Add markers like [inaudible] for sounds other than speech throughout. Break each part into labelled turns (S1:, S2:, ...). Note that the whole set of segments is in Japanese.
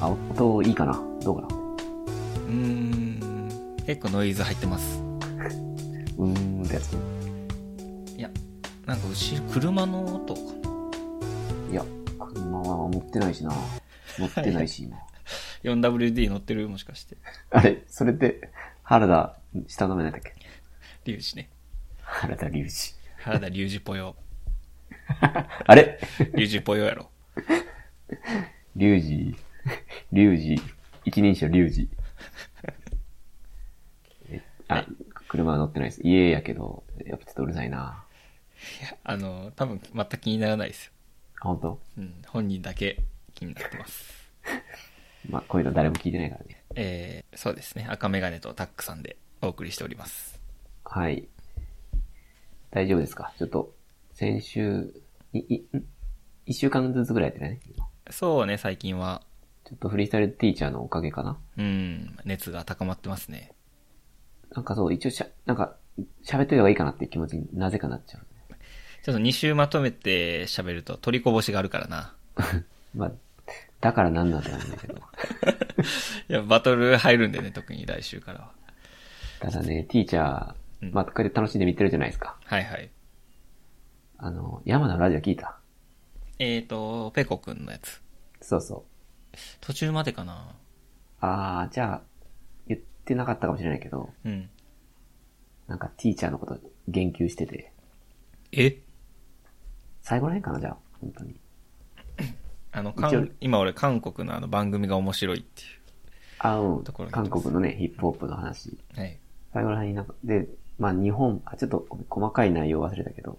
S1: あ、音いいかなどうかな
S2: うーん。結構ノイズ入ってます。
S1: うーんってやつね。
S2: いや、なんか後ろ、車の音かな。
S1: いや、車は持ってないしな。持ってないし、今。
S2: 4WD 乗ってるもしかして。
S1: あれ、それって、原田、下の名前なんだっけ
S2: リュウジね。
S1: 原田隆二。
S2: 原田リュウジぽよ。
S1: あれ
S2: リュウジぽよやろ。
S1: 龍二、龍二、一人称龍二。えあ、車は乗ってないです。家やけど、やっぱちょっとうるさいな。
S2: いや、あの、多分全く気にならないですよ。
S1: あ、本当
S2: うん。本人だけ気になってます。
S1: まあ、こういうの誰も聞いてないからね。
S2: えー、そうですね。赤メガネとタックさんでお送りしております。
S1: はい。大丈夫ですかちょっと、先週、い、い、ん一週間ずつぐらいやってない今
S2: そうね、最近は。
S1: ちょっとフリースタイルティーチャーのおかげかな
S2: うん、熱が高まってますね。
S1: なんかそう、一応しゃ、なんか、喋っといた方がいいかなっていう気持ちになぜかなっちゃう。
S2: ちょっと2週まとめて喋ると取りこぼしがあるからな。
S1: まあ、だからなんなんだと思うんだけど。
S2: いや、バトル入るんでね、特に来週からは。
S1: [laughs] ただね、ティーチャ
S2: うん
S1: ー、まあ、こうやって楽しんで見てるじゃないですか。
S2: はいはい。
S1: あの、山田のラジオ聞いた。
S2: えーと、ペコくんのやつ。
S1: そうそう。
S2: 途中までかな
S1: あー、じゃあ、言ってなかったかもしれないけど、
S2: うん。
S1: なんかティーチャーのこと言及してて、
S2: え
S1: 最後らへんかな、じゃあ、本当に。
S2: あの、
S1: 一応
S2: 韓今俺韓国のあの番組が面白いってい
S1: あ、うん
S2: ところ。に行
S1: 韓
S2: きます
S1: 国のね、ヒップホップの話。
S2: う。はい。
S1: 最後らへんになんか、で、まあ日本、あ、ちょっと細かい内容忘れたけど、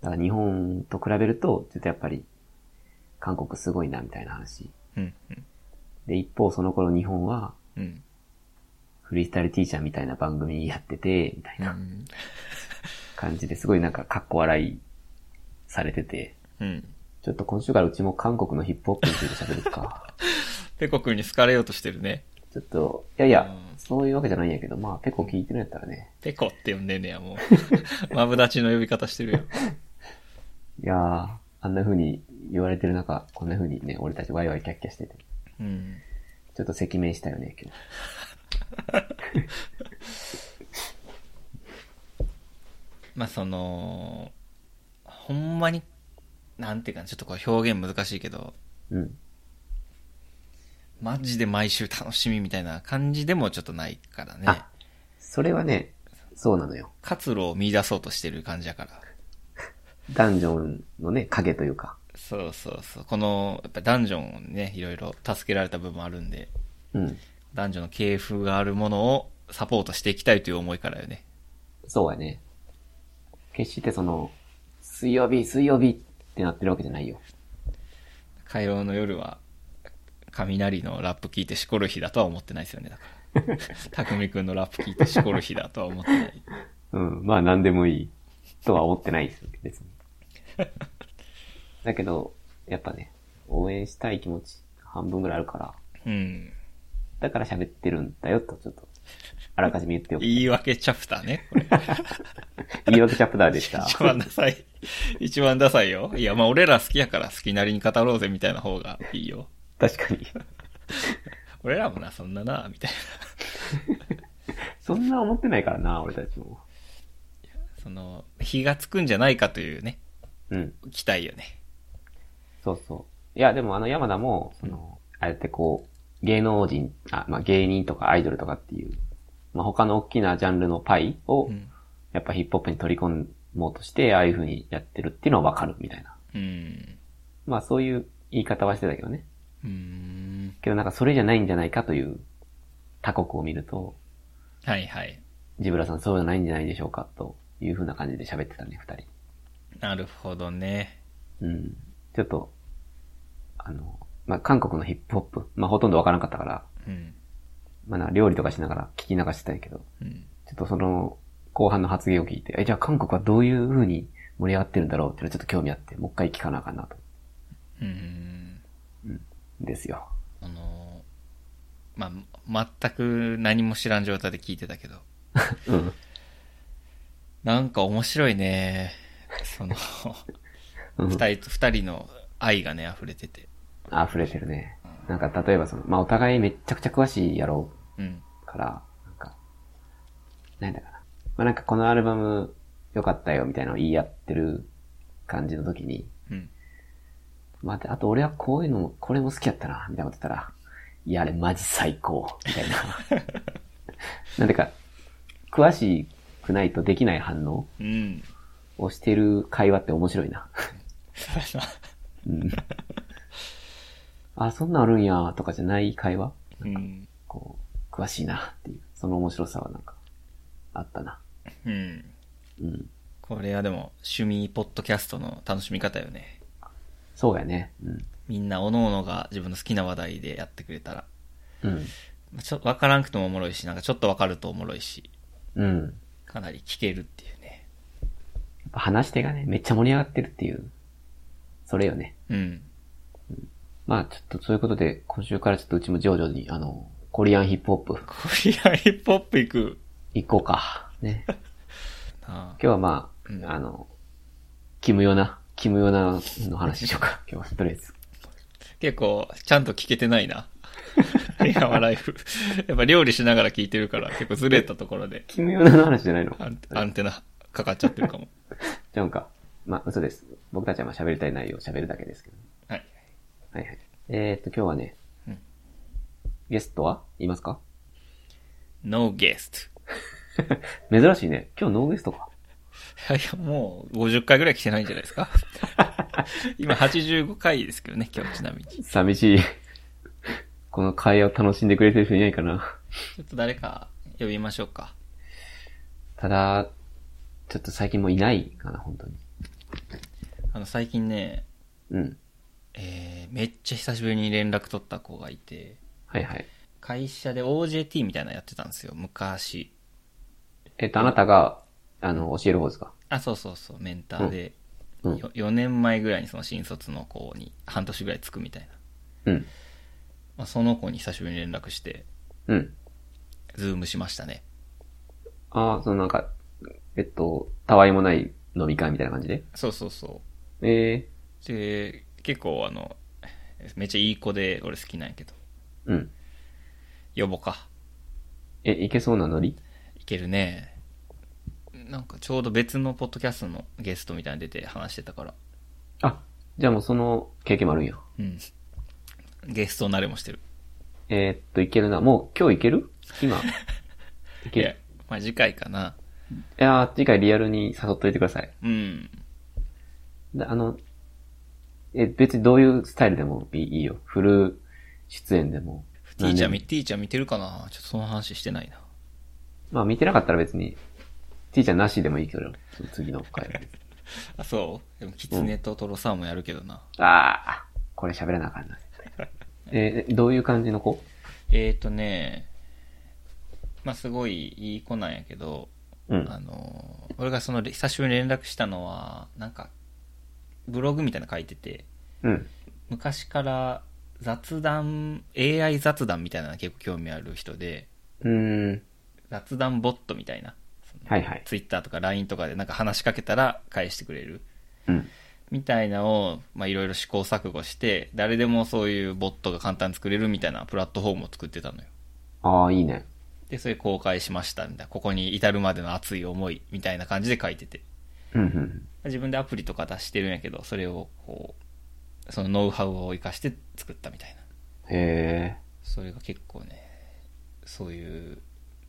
S1: だから日本と比べると、ちょっとやっぱり、韓国すごいな、みたいな話。
S2: うん、うん、
S1: で、一方その頃日本は、
S2: うん。、
S1: フリースタイルティーチャーみたいな番組やってて、みたいうなん感じですごいなんかかっこ笑いされてて、
S2: うん。
S1: ちょっと今週からうちも韓国のヒップホップについて喋る
S2: [laughs]
S1: か。
S2: ペコくんに好かれようとしてるね。
S1: ちょっと、いやいや
S2: う、ん
S1: そういうわけじゃないんやけど、まあ、ペコ聞いてるんやったらね。
S2: ペコって呼んでんねや、もう。マブダチの呼び方してるよ。
S1: いやー、あんな風に言われてる中、こんな風にね、俺たちワイワイキャッキャしてて、
S2: うん。
S1: ちょっと赤面したよね、今
S2: まあその、ほんまに、なんていうかな、ちょっとこう表現難しいけど、
S1: 日。うん。
S2: マジで毎週楽しみみたいな感じでもちょっとないからね
S1: あ。それはね、そうなのよ。
S2: 活路を見出そうとしてる感じやから。
S1: ダンジョンのね、影というか。
S2: そうそうそう。この、やっぱダンジョンをね、いろいろ助けられた部分あるんで、
S1: うん。
S2: ダンジョンの系譜があるものをサポートしていきたいという思いからよね。
S1: そうやね。決してその、水曜日、水曜日ってなってるわけじゃないよ。
S2: 火曜の夜は、雷のラップ聞いてしこる日だとは思ってないですよね、だから。 [laughs] たくみくんのラップ聞いてしこる日だとは思ってない。
S1: うん、まあ何でもいいとは思ってないです、別に。だけど、やっぱね、応援したい気持ち半分ぐらいあるから、
S2: うん。
S1: だから喋ってるんだよと、ちょっ
S2: [laughs]
S1: と、あらかじめ言っておく。
S2: 言い訳チャプターね、これ。
S1: 言い訳チャプターでした。
S2: [laughs] 一番ダサい。一番ダサいよ。いや、まあ俺ら好きやから好きなりに語ろうぜみたいな方がいいよ。
S1: 確かに。
S2: 俺らもな、そんなな、みたい
S1: そんな思ってないからな、俺たちも。
S2: な。その、火がつくんじゃないかというね、
S1: うん、
S2: 期待よね。
S1: そうそう。いや、でもあの山田も、その、ああやってこう、芸能人、あ、まあ芸人とかアイドルとかっていう、まあ他の大きなジャンルのパイを
S2: う、ん。
S1: やっぱヒップホップに取り込もうとして、ああいう風にやってるっていうのはわかるみたいな。
S2: うん。
S1: まあそういう言い方はしてたけどね。
S2: うーん。
S1: けどなんかそれじゃないんじゃないかという他国を見ると、
S2: はいはい。
S1: ジブラさんそうじゃないんじゃないでしょうかという風な感じで喋ってたね、二人。
S2: なるほどね。
S1: うん。ちょっと、あの、まあ韓国のヒップホップ、まあほとんどわからなかったから、
S2: うん。
S1: まあな料理とかしながら聞き流してたんやけど、
S2: うん。
S1: ちょっとその後半の発言を聞いて、え、じゃあ韓国はどういう風に盛り上がってるんだろうっていうのちょっと興味あって、もう一回聞かなあかんなと。
S2: うん。
S1: ですよ。
S2: あの、まあ、全く何も知らん状態で聞いてたけど。
S1: うん。
S2: なんか面白いね。その、
S1: うん
S2: 二人、二人の愛がね、溢れてて。
S1: 溢れてるね。なんか例えばその、まあお互いめっちゃくちゃ詳しいやろ
S2: うん。
S1: うから、なんか、なんだかな。まあなんかこのアルバム良かったよみたいなのを言い合ってる感じの時に、
S2: うん。
S1: まあ、あと俺はこういうのも、これも好きやったな、みたいなこと言ったら、いや、あれマジ最高、みたいな。 [laughs] なんてか、詳しくないとできない反応
S2: うん。 [laughs]
S1: をしてる会話って面白いな。
S2: そうや
S1: うん。あ、そんなんあるんや、とかじゃない会話
S2: な。うん。
S1: こう、詳しいな、っていう。その面白さはなんか、あったな。
S2: うん。
S1: うん。
S2: これはでも、趣味ポッドキャストの楽しみ方よね。
S1: そうやね。うん。
S2: みんな、おののが自分の好きな話題でやってくれたら、
S1: うん。
S2: まあちょっとわからんくてもおもろいし、なんかちょっとわかるとおもろいし、
S1: うん。や
S2: かなり聞けるっていうね。
S1: っぱ話し手がね、めっちゃ盛り上がってるっていう。それよね。
S2: うん。
S1: まあ、ちょっとそういうことで、今週からちょっとうちも徐々に、あの、コリアンヒップホップ
S2: コリアンヒップホップ行く。
S1: 行こうか。ね。今
S2: なあ
S1: 日はまあ、
S2: うん
S1: あの、キムヨナ、キムヨナの話しよう
S2: [laughs]
S1: か。今日はとりあえず。
S2: 結構、ちゃんと聞けてないな。今はライフ。やっぱ料理しながら聞いてるから、結構ずれたところで、
S1: キムヨナの話じゃないの
S2: アンアンテナかかっちゃってるかも。
S1: じゃうんか。まあ、嘘です。僕たちはまあ喋りたい内容を喋るだけですけど、ね。
S2: はい。
S1: はいはい。えー、っと、今日はね、
S2: うん
S1: ゲストはいますか
S2: No guest.
S1: 珍しいね。今日ノーゲストか。
S2: いやいや、もう50回ぐらい来てないんじゃないですか今85回ですけどね、今日ちなみに。ち
S1: 寂しい。この会話を楽しんでくれてる人いないかな。
S2: ょっと誰か呼びましょうか。
S1: ただ、ちょっと最近もういないかな、本当に。
S2: あの、最近ね、
S1: うん。
S2: えー、めっちゃ久しぶりに連絡取った子がいて、
S1: はいはい。
S2: 会社で OJT みたいなのやってたんですよ、昔。
S1: えっと、あなたが、あの、教える方ですか
S2: あ、そうそうそう、メンターで、
S1: うんうん
S2: よ4年前ぐらいにその新卒の子に半年ぐらいつくみたいな。
S1: うん。
S2: まあ、その子に久しぶりに連絡して、
S1: うん。
S2: ズームしましたね。
S1: ああ、そのなんか、えっと、たわいもない飲み会みたいな感じで。
S2: そうそうそう。
S1: え
S2: で結構あのめっちゃいい子で俺好きなんやけど
S1: えうん。
S2: 呼ぼうか
S1: え、いけそうなノリ
S2: いけるねなんかちょうど別のポッドキャストのゲストみたいに出て話してたから
S1: あ、じゃあもうその経験もあるんや。
S2: うんゲスト慣れもしてる
S1: えーっと、いけるな。もう今日いける今。い
S2: い
S1: け
S2: や
S1: る。
S2: まあ次回かない
S1: やー次回リアルに誘っといてください。
S2: うん
S1: であの、え、別にどういうスタイルでもいいいいよ。フル出演でも。
S2: ティーチャー
S1: 何で
S2: 見
S1: も
S2: ティーチャー見てるかなちょっとその話してないな
S1: まあ見てなかったら別に、ティーチャーなしでもいいけど、その次の回
S2: [laughs]
S1: は。
S2: あそうでもキツネとトロサーもやるけどな、
S1: ああ、これ喋らなあかんな。えーどういう感じの子
S2: えーとねまあすごいいい子なんやけど
S1: うん。
S2: あのー俺がそのれ久しぶりに連絡したのはなんかブログみたいなの書いてて
S1: うん。
S2: 昔から雑談 AI 雑談みたいなの結構興味ある人で
S1: うーん。
S2: 雑談ボットみたいな
S1: はいはい。
S2: Twitter とか LINE とかでなんか話しかけたら返してくれる
S1: うん。
S2: みたいなのをまあいろいろ試行錯誤して誰でもそういうボットが簡単に作れるみたいなプラットフォームを作ってたのよ
S1: ああ、いいね。
S2: でそれ公開しましたみたいなここに至るまでの熱い思いみたいな感じで書いてて
S1: うんうん。
S2: 自分でアプリとか出してるんやけどそれをこうそのノウハウを生かして作ったみたいな
S1: へえ。
S2: それが結構ねそういう、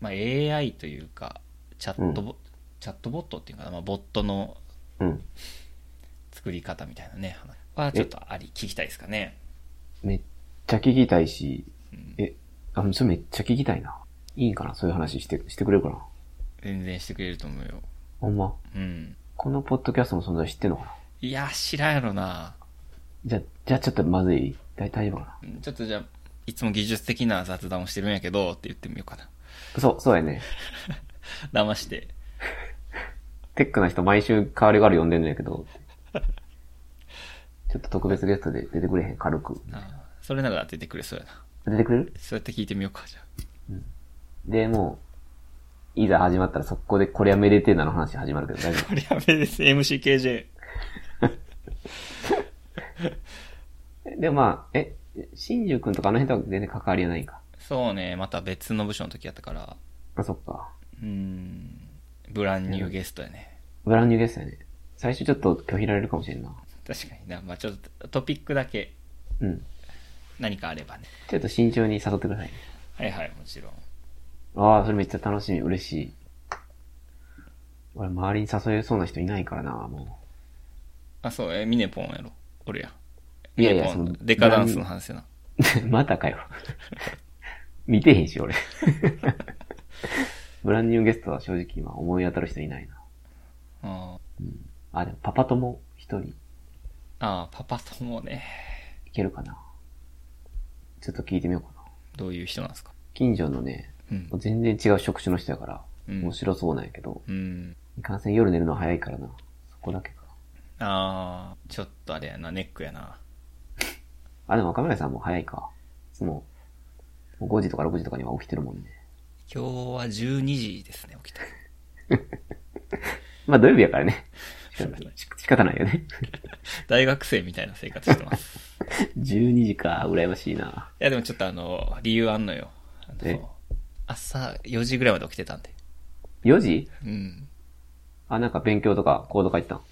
S2: まあ、AI というかチャットボ、チャットボットっていうかな、まあ、ボットの
S1: うん。
S2: 作り方みたいなね話はちょっとあり聞きたいですかね
S1: めっちゃ聞きたいし
S2: うん、
S1: え、あ、それめっちゃ聞きたいな。いいんかなそういう話して、してくれるかな
S2: 全然してくれると思うよ
S1: ほんま。
S2: うん
S1: このポッドキャストの存在知ってんのかない
S2: や知らんやろな
S1: じゃ、じゃあちょっとまずい大大丈夫かな
S2: うんちょっとじゃあいつも技術的な雑談をしてるんやけどって言ってみようかな
S1: そう、そうやね。
S2: 騙して
S1: テックな人毎週変わりがある呼んでんねんけど。 [laughs] ちょっと特別ゲストで出てくれへん、軽く。
S2: あーそれなら出てくれそうや
S1: 出
S2: な
S1: てくれる
S2: そうやって聞いてみようかじゃあ
S1: で、もう、いざ始まったら速攻でこれはめでてーなの話始まるけど大丈
S2: これやべえです、MCKJ。
S1: 夫。で、まあ、え、新宿くんとかあの辺とは全然関わりはないか。
S2: そうね、また別の部署の時やったから、
S1: あ、そっか。
S2: うーん、ブランニューゲストやね。
S1: ブランニューゲストやね。最初ちょっと拒否られるかもしれんな。
S2: 確かにな、まあちょっとトピックだけ
S1: うん。
S2: 何かあればね。
S1: ちょっと慎重に誘ってくださいね。
S2: はいはい、もちろん。
S1: ああ、それめっちゃ楽しみ、嬉しい。俺、周りに誘えそうな人いないからな、も
S2: あ、そう、え、ミネポンやろ。俺や。
S1: いやいや
S2: ミネポン
S1: その
S2: デカダンスの話やな。
S1: う。 [laughs] またかよ。見てへんし、俺。 [laughs] ブランニューゲストは正直今思い当たる人いないな。
S2: あー
S1: あ、でもパパ友一人
S2: あー、パパ友ね。
S1: いけるかな。ちょっと聞いてみようかな。
S2: どういう人なんですか
S1: 近所のね、
S2: うん。
S1: 全然違う職種の人やから、
S2: うん
S1: 面白そうなんやけど、
S2: うん。
S1: いかんせん夜寝るの早いからな。そこだけか。
S2: ああ、ちょっとあれやな、ネックやな。
S1: あ、でも若村さんも早いか。いつも、もう5時とか6時とかには起きてるもんね。
S2: 今日は12時ですね、起きた。 [laughs]
S1: まあ土曜日やからね。し仕方ないよ [laughs] ね。
S2: 大学生みたいな生活してます。
S1: [laughs] 12時か、羨ましいな。
S2: いや、でもちょっとあの、理由あんのよ。あ
S1: え
S2: の、朝4時ぐらいまで起きてたんで。
S1: 4時
S2: うん。
S1: あ、なんか勉強とかコード書いてたの。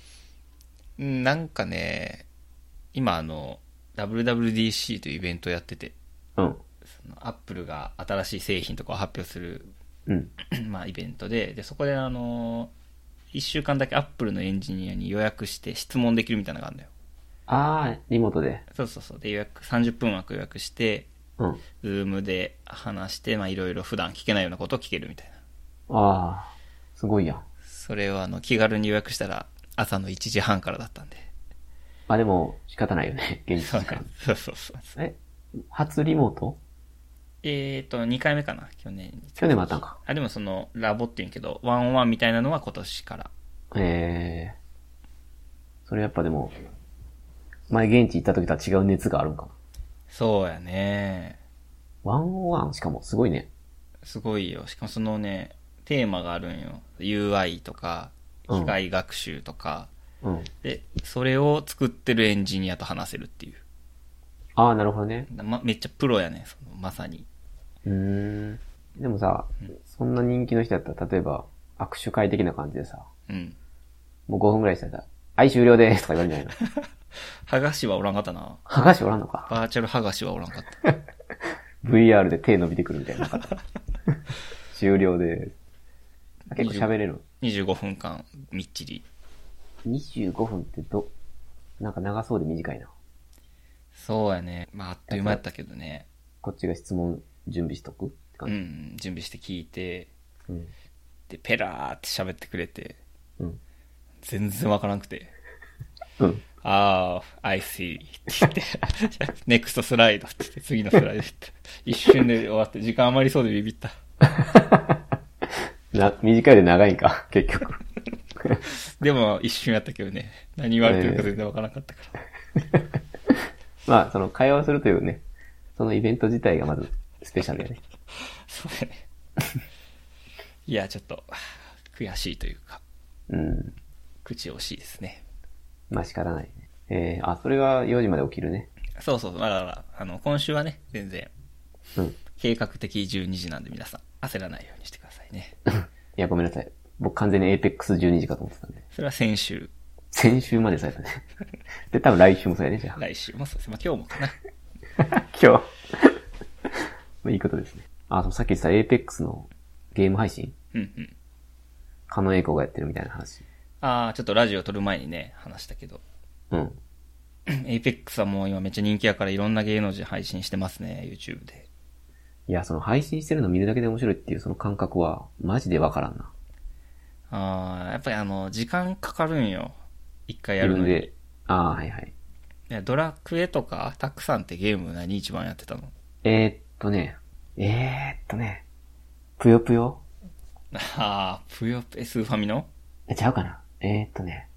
S2: うんなんかね、今あの、WWDC というイベントをやってて、
S1: うん。
S2: そのアップルが新しい製品とかを発表する、 [clears throat]
S1: うん。
S2: まあ、イベントで、で、そこであの、1週間だけアップルのエンジニアに予約して質問できるみたいなのがあるのよ。
S1: あー、リモートで。
S2: そうそうそう。で、予約、30分枠予約して、
S1: うん。
S2: ズームで話して、まあ、いろいろ普段聞けないようなことを聞けるみたいな。
S1: あー、すごいやん。
S2: それをあの、気軽に予約したら、朝の1時半からだったんで。
S1: あ、でも、仕方ないよ [laughs] ね。現
S2: そ
S1: 実
S2: う
S1: 時間。
S2: そうそうそう。
S1: え、初リモート
S2: えっ、と、2回目かな、去年に。
S1: 去年もあったんか。
S2: あ、でもその、ラボって言うんけど、ワンオンワンみたいなのは今年から。
S1: えー。それやっぱでも、前現地行った時とは違う熱があるんかな。
S2: そうやね。
S1: ワンオワンしかも、すごいね。
S2: すごいよ。しかもそのね、テーマがあるんよ。UI とか、
S1: うん
S2: 機械学習とか、
S1: うん。
S2: で、それを作ってるエンジニアと話せるっていう。
S1: あー、なるほどね。
S2: ま、めっちゃプロやね、そのまさに。
S1: うーん。でもさ、そんな人気の人だったら、例えば、握手会的な感じでさ、
S2: うん。
S1: もう5分くらいしたらさ、はい、終了ですとか言われるんじ [laughs] ゃないの
S2: 剥がしはおらんかったな。
S1: 剥がしおらんのか
S2: バーチャル剥がしはおらんかった。
S1: ?VR で手伸びてくるみたいなのなかった。終了です。結構喋れる。
S2: 25分間、みっちり。
S1: 25分ってど、なんか長そうで短いな。
S2: そうやね。まあ、あっという間やったけどね。
S1: こっちが質問準備しとくって
S2: うん
S1: 感
S2: うん、準備して聞いて、
S1: じ。うん。
S2: で、ペラーって喋ってくれて、
S1: うん。
S2: 全然わからんくて、
S1: うん。
S2: ああ、I see って言って、ネクストスライドって言って、次のスライドって、一瞬で終わって、時間余りそうでビビった。
S1: な、短いで長いんか、 [laughs] 結局。
S2: でも、一瞬やったけどね、何言われてるか全然わからんかったから。
S1: まあ、その会話をするというね、そのイベント自体がまずスペシャルやね。
S2: そうやね。いや、ちょっと、悔しいというか、
S1: うん。
S2: 口惜しいですね。
S1: まあ仕方ないね。えー、あ、それが4時まで起きるね。
S2: そうそう、まだまだ、あの、今週はね、全然、
S1: うん。 [laughs]
S2: 計画的12時なんで皆さん、焦らないようにしてくださいね。
S1: いや、ごめんなさい。僕完全に APEX12 時かと思ってたんで。
S2: それは先週、
S1: 先週までされたね。で、多分来週もそうやね、じゃあ。
S2: 来週もそうです。まあ、今日もかな。
S1: 今日。 [laughs] まあいいことですね。あ、そう、さっき言ってた APEX のゲーム配信
S2: うんうん。
S1: 狩野英孝がやってるみたいな話。
S2: ああ、ちょっとラジオ撮る前にね、話したけど。
S1: うん。
S2: APEX はもう今めっちゃ人気やからいろんな芸能人配信してますね、YouTube で。
S1: いや、その配信してるの見るだけで面白いっていうその感覚は、マジでわからんな。
S2: ああ、やっぱりあの、時間かかるんよ。一回や
S1: 自
S2: る
S1: 分
S2: のに。
S1: で。ああ、はいはい。
S2: いやドラクエとか、たくさんってゲーム何一番やってたの [laughs]
S1: えー、っとね。えー、っとね。ぷよぷよ
S2: ああ、ぷよぷよ、スーファミの
S1: え、ちゃうかなえー、っとね。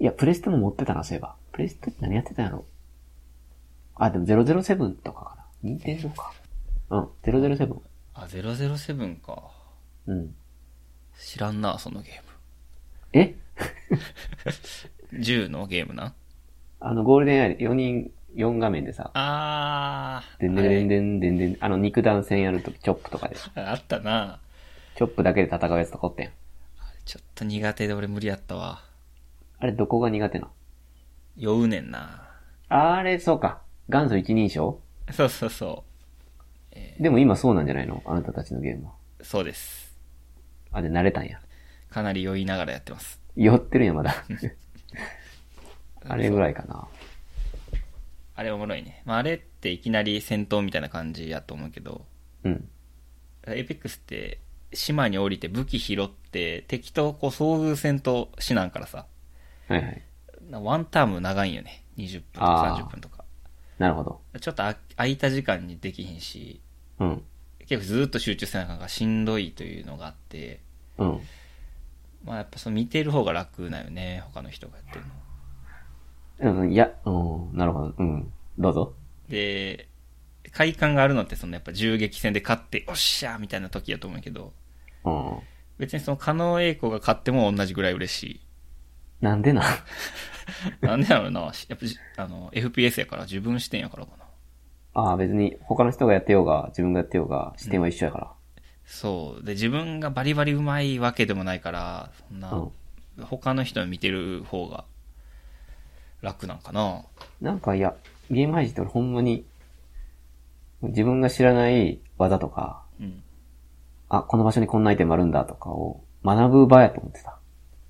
S1: いや、プレステも持ってたな、そういえば。プレステって何やってたんやろあ、でも007とかかな。任天堂か。うん、007。
S2: あ、007か。
S1: うん。
S2: 知らんな、そのゲ
S1: え
S2: ーム。10のゲームな。
S1: あの、ゴールデンアイ4人4画面でさ、
S2: あー。
S1: でんでんでんでんでんでん、あの肉弾戦やるときチョップとかで、
S2: あれあったな。
S1: チョップだけで戦うやつとかおってん。
S2: ちょっと苦手で俺無理やったわ。
S1: あれどこが苦手な
S2: 酔うねんな。
S1: のあれ、そうか。元祖一人称
S2: そうそうそ
S1: でも今そうなんじゃないのあなたたちのゲームは。
S2: う。そうです。
S1: あ、で、慣れたんや。
S2: かなり酔いながらやってます。
S1: 酔ってるんや、まだ。あれぐらいかな。
S2: あれおもろいね。まあ、あれっていきなり戦闘みたいな感じやと思うけど、
S1: うん。
S2: エイペックスって島に降りて武器拾って敵とこう遭遇戦闘しなんからさ、
S1: はいはい。
S2: なワンターム長いんよね。20分とか
S1: あー
S2: 30分とか。
S1: なるほど。
S2: ちょっとあ空いた時間にできひんし、
S1: うん。
S2: 結構ずっと集中せなあかんからしんどいというのがあって、
S1: うん。
S2: まあやっぱその見てる方が楽なよね、他の人がやってるの。
S1: うん、いや、うん、なるほど。うん。どうぞ。
S2: で、快感があるのってそのやっぱ銃撃戦で勝って、おっしゃーみたいな時やと思うけど、
S1: うん。
S2: 別にその加納栄子が勝っても同じぐらい嬉しい。
S1: なん [laughs] でな。
S2: なんでやろうな。やっぱじ、あの、FPS やから、自分視点やからかな。
S1: ああ、別に他の人がやってようが、自分がやってようが、視点は一緒やから。
S2: そう。で、自分がバリバリうまいわけでもないから、そんな、他の人を見てる方が、楽なんかな。
S1: なんかいや、ゲーム配信って俺ほんまに、自分が知らない技とか、
S2: うん。
S1: あ、この場所にこんなアイテムあるんだとかを学ぶ場やと思ってた。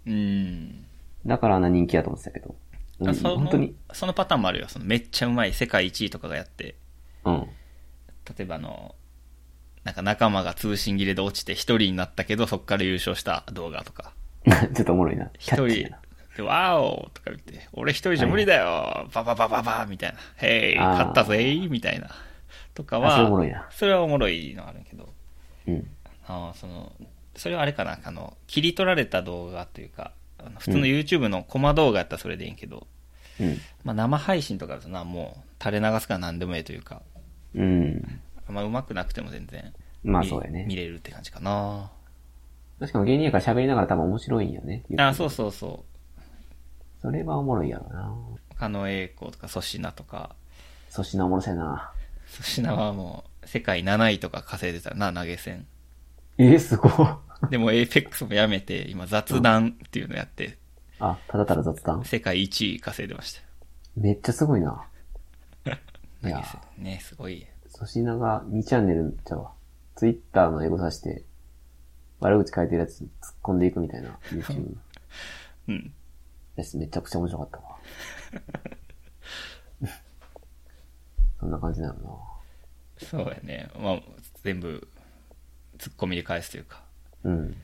S2: うん。
S1: だからあんな人気やと思ってたけど。うん、
S2: あその
S1: 本当に。
S2: そのパターンもあるよ。そのめっちゃうまい、世界一位とかがやって、
S1: うん。 [laughs]
S2: 例えばあの、なんか仲間が通信切れで落ちて一人になったけど、そっから優勝した動画とか。
S1: ちょっとおもろいな。キャ
S2: 一
S1: ッチー
S2: 人
S1: な。、
S2: でわーおとか言って、俺一人じゃ無理だよ、バババババみたいな、へい、
S1: あー
S2: 勝ったぜーみたいな、とか
S1: あそ
S2: は、
S1: れおもろいな
S2: それはおもろいのあるけど、
S1: うん。
S2: あーその、それはあれかな、あの、切り取られた動画というか、あの普通の YouTube のコマ動画やったらそれでいいんけど、
S1: うん。
S2: まあ生配信とかだとな、もう垂れ流すから何でもええというか、
S1: うん。
S2: あんま上手くなくても全然、
S1: まあ
S2: 見
S1: そうや
S2: 見
S1: ね。
S2: れるって感じかな。
S1: 確かに芸人やから喋りながら多分面白いんよね。
S2: あー、そうそうそう。
S1: それはおもろいやろな。
S2: 狩野英孝とか粗品とか、
S1: 粗品おもろそうやな。
S2: 粗品はもう、世界7位とか稼いでたな、投げ銭。
S1: えー、すごい。
S2: でも、エイペックスもやめて、今、雑談っていうのやって、
S1: あ、ただただ雑談
S2: 世界1位稼いでましたよ。
S1: めっちゃすごいな。い
S2: 投
S1: や
S2: げ、銭。ね、すごい。
S1: 粗品が2チャンネルちゃうわ。ツイッターのエゴさして、悪口書いてるやつ突っ込んでいくみたいな YouTube
S2: うん。
S1: やつめちゃくちゃ面白かったわ。そんな感じなのな。
S2: そうやね。まあ、全部、ツッコミで返すというか。
S1: うん。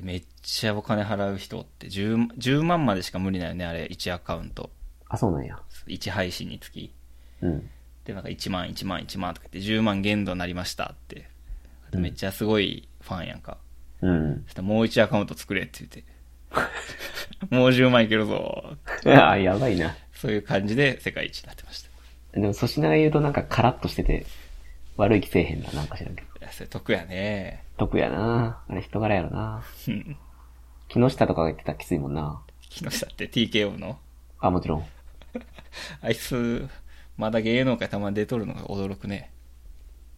S2: めっちゃお金払う人って10、10万までしか無理なよね、あれ、1アカウント。
S1: あ、そうなんや。
S2: 1配信につき。
S1: うん。
S2: で、なんか1万、1万、1万とか言って、10万限度になりましたって。めっちゃすごいファンやんか。
S1: うん
S2: [laughs] そ。したらもう1アカウント作れって言って。もう10万いけるぞ。
S1: いや、やばいな。
S2: そういう感じで世界一になってました。
S1: でも粗品が言うとなんかカラッとしてて、悪い気せえへんな、なんか知らんけど。
S2: いや、それ得やね。
S1: 得やな。あれ人柄やろな。
S2: うん
S1: 木下とかが言ってたらきついもんな。
S2: 木下って TKO の。
S1: あ、もちろん。
S2: あいつ、まだ芸能界たまに出とるのが驚くね。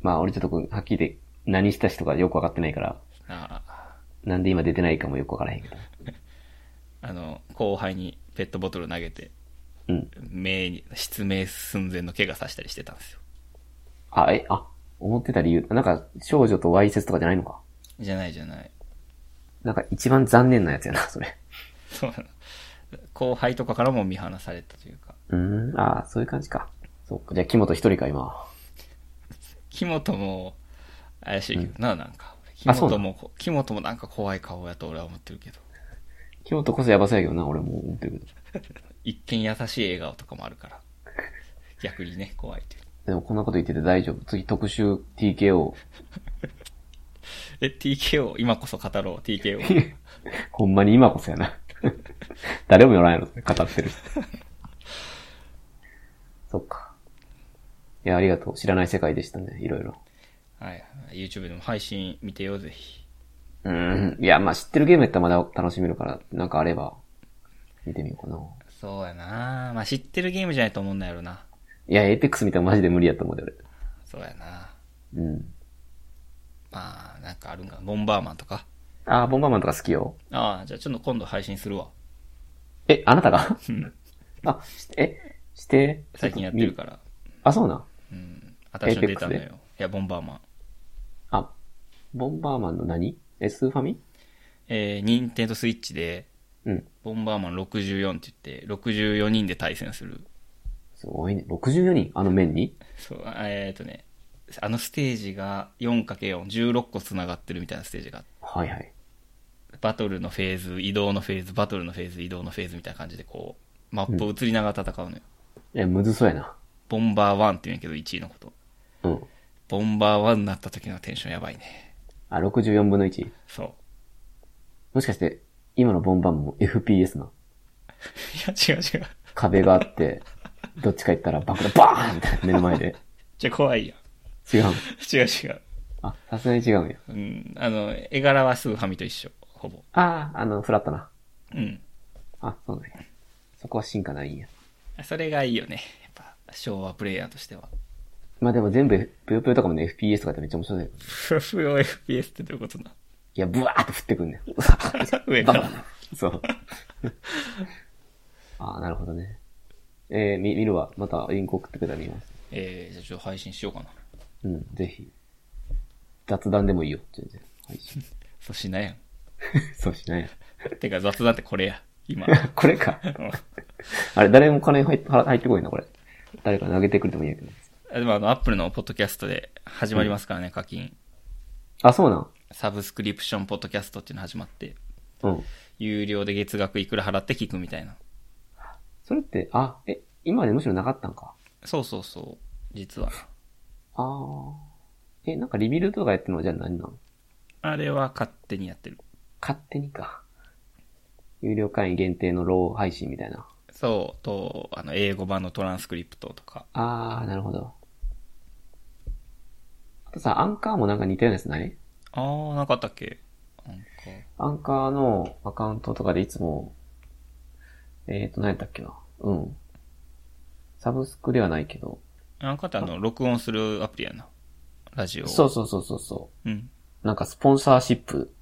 S1: まあ俺ちょっとこうはっきり言って何した人かよくわかってないから、
S2: ああ。
S1: なんで今出てないかもよくわからへんけど。
S2: あの、後輩にペットボトル投げて、
S1: うん。
S2: 目に、失明寸前の怪我させたりしてたんですよ。
S1: あ、え、あ、思ってた理由、なんか少女とわいせつとかじゃないのか。
S2: じゃないじゃない。
S1: なんか一番残念なやつやな、それ。
S2: そうなの。後輩とかからも見放されたというか。
S1: うーん、あそういう感じか。そっか、じゃあ木本一人か、今。
S2: 木本も怪しいけどな、なんか。木
S1: あそう
S2: 本も、木本もなんか怖い顔やと俺は思ってるけど。
S1: 木本こそやばそうやけどな、俺も思ってるけど。
S2: 一見優しい笑顔とかもあるから。逆にね、怖いという。
S1: でもこんなこと言ってて大丈夫。次特集 TKO。
S2: え、TKO、今こそ語ろう、TKO。
S1: ほんまに今こそやな。 [laughs] 誰もよらんやろ、それ語ってる人。
S2: [laughs]
S1: そっか。いや、ありがとう。知らない世界でしたね、いろいろ。
S2: はい。YouTube でも配信見てよ、ぜひ。
S1: うん。いや、まあ知ってるゲームやったらまだ楽しめるから、なんかあれば、見てみようかな。
S2: そうやなまあ知ってるゲームじゃないと思うんだやろな。
S1: いや、エイペックス見たらマジで無理やと思うで、俺。
S2: そうやな
S1: うん。
S2: まあ、なんかあるんかな。ボンバーマンとか。
S1: あー、ボンバーマンとか好きよ。
S2: ああ、じゃあちょっと今度配信するわ。
S1: え、あなたが
S2: うん
S1: あ、しえ、して、
S2: 最近やってるから。
S1: あ、そうなん。
S2: うん。私の出たんだよ。いや、ボンバーマン。
S1: あ、ボンバーマンの何 ?S ファミ
S2: えー、ニンテンドスイッチで、
S1: うん。
S2: ボンバーマン64って言って、64人で対戦する。
S1: すごいね。64人あの面に
S2: そう、あえっ、とね、あのステージが 4×4、16個繋がってるみたいなステージがあって
S1: はいはい。
S2: バトルのフェーズ、移動のフェーズ、バトルのフェーズ、移動のフェーズみたいな感じでこう、マップを移りながら戦うのよ。
S1: え、むずそうやな。
S2: ボンバー1って言うんやけど、1位のこと。
S1: うん。
S2: ボンバー1になった時のテンションやばいね。
S1: あ、64分の1。
S2: そう。
S1: もしかして、今のボンバーマンも FPS ない
S2: や、違う違う。
S1: 壁があって、 [laughs] どっちか行ったら爆弾バーンって目の前で。
S2: じゃ怖いやん。
S1: 違うん。
S2: [laughs] 違う違う。
S1: あ、さすがに違うんや。
S2: うん、あの、絵柄はスーファミと一緒、ほぼ。
S1: ああ、あの、フラットな。
S2: うん。
S1: あ、そうね。そこは進化ないんや。
S2: それがいいよね。やっぱ、昭和プレイヤーとしては。
S1: まあでも全部、ぷよぷよとかもね、FPS とかってめっちゃ面白いね。
S2: 不要 FPS ってどういうことな
S1: いや、ブワーって降ってくんねん。
S2: 上
S1: バ
S2: か
S1: カ
S2: ら。
S1: [laughs] そう。ああ、なるほどね。えー、み、見るわ。また、インク送ってくれたら見ます。
S2: えー、じゃあちょっと配信しようかな。
S1: うん、ぜひ。雑談でもいいよ、全然。はい、 [laughs]
S2: そうしないや
S1: そうしないよ。
S2: ん。てか雑談ってこれや。 [laughs] 今。
S1: これか。
S2: うん
S1: あれ、誰も金入って入ってこいな、これ。誰か投げてくれてもいいんやけど。
S2: あでもあの、アップルのポッドキャストで始まりますからね、課金。
S1: あ、そうなん
S2: サブスクリプションポッドキャストっていうの始まって、
S1: うん。
S2: 有料で月額いくら払って聞くみたいな。
S1: それって、あ、え、今までむしろなかったんか。
S2: そうそうそう、実は。
S1: あー。え、なんかリビルドとかやってるのはじゃあ何なの
S2: あれは勝手にやってる。
S1: 勝手にか。有料会員限定のロー配信みたいな。
S2: そう、と、あの、英語版のトランスクリプトとか。
S1: あー、なるほど。あとさ、アンカーもなんか似たようなやつない
S2: あー、なかったっけなんか。
S1: アンカーのアカウントとかでいつも、えーと、何やったっけな。うん。サブスクではないけど。
S2: なんかってあの、録音するアプリやな。ラジオ。
S1: そうそうそうそうそう。
S2: う。うん。
S1: なんかスポンサーシップ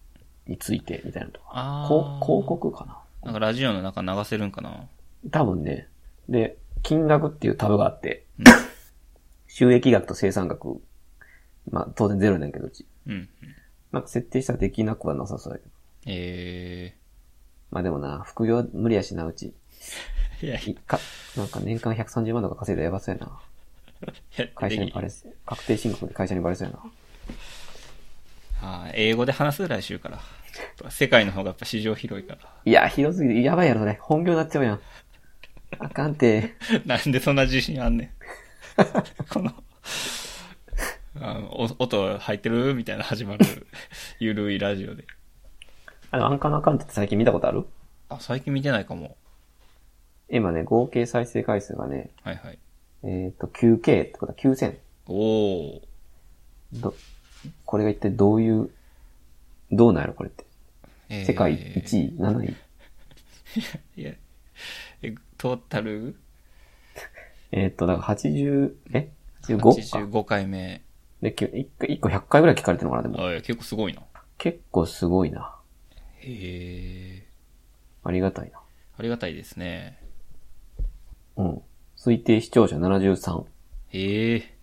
S1: についてみたいなのとか。
S2: あ
S1: こ
S2: ー。
S1: う広告かな
S2: なんかラジオの中流せるんかな
S1: 多分ね。で、金額っていうタブがあって
S2: うん、
S1: 収益額と生産額、まあ当然ゼロなんやけどうち。
S2: うんうん。
S1: なんか設定したらできなくはなさそうやけど。
S2: え
S1: まあでもな、副業無理やしな、うち。
S2: ー。いや、
S1: いか、なんか年間130万とか稼いだらやばそうやな。
S2: いや、
S1: 会
S2: で
S1: 社に
S2: き
S1: バレす、確定申告で会社にバレそうやな。
S2: あー英語で話す来週から。やっぱ世界の方がやっぱ市場広いから。
S1: いや、広すぎて、やばいやろ、それ。本業になっちゃうやん。あかんて。
S2: なんでそんな自信あんねん。この、あのお音入ってるみたいな始まる、ゆるいラジオで。
S1: あの、アンカーのアカウントって最近見たことある
S2: あ、最近見てないかも。
S1: 今ね、合計再生回数がね、
S2: はいはい。
S1: えっ、と、9K ってことは9000。
S2: おお
S1: ど、これが一体どういう、どうなんやろ、これって。
S2: ー。
S1: 世界
S2: えー
S1: 1位、7位。
S2: いや、え、トータル
S1: えっ、と、だから80、え ?85 か。
S2: 85回目。
S1: で、1個一個100回ぐらい聞かれてるのかな、でも。
S2: あいや結構すごいな。
S1: 結構すごいな。
S2: へえ。
S1: ありがたいな。
S2: ありがたいですね。
S1: うん。推定視聴者73。
S2: へえ。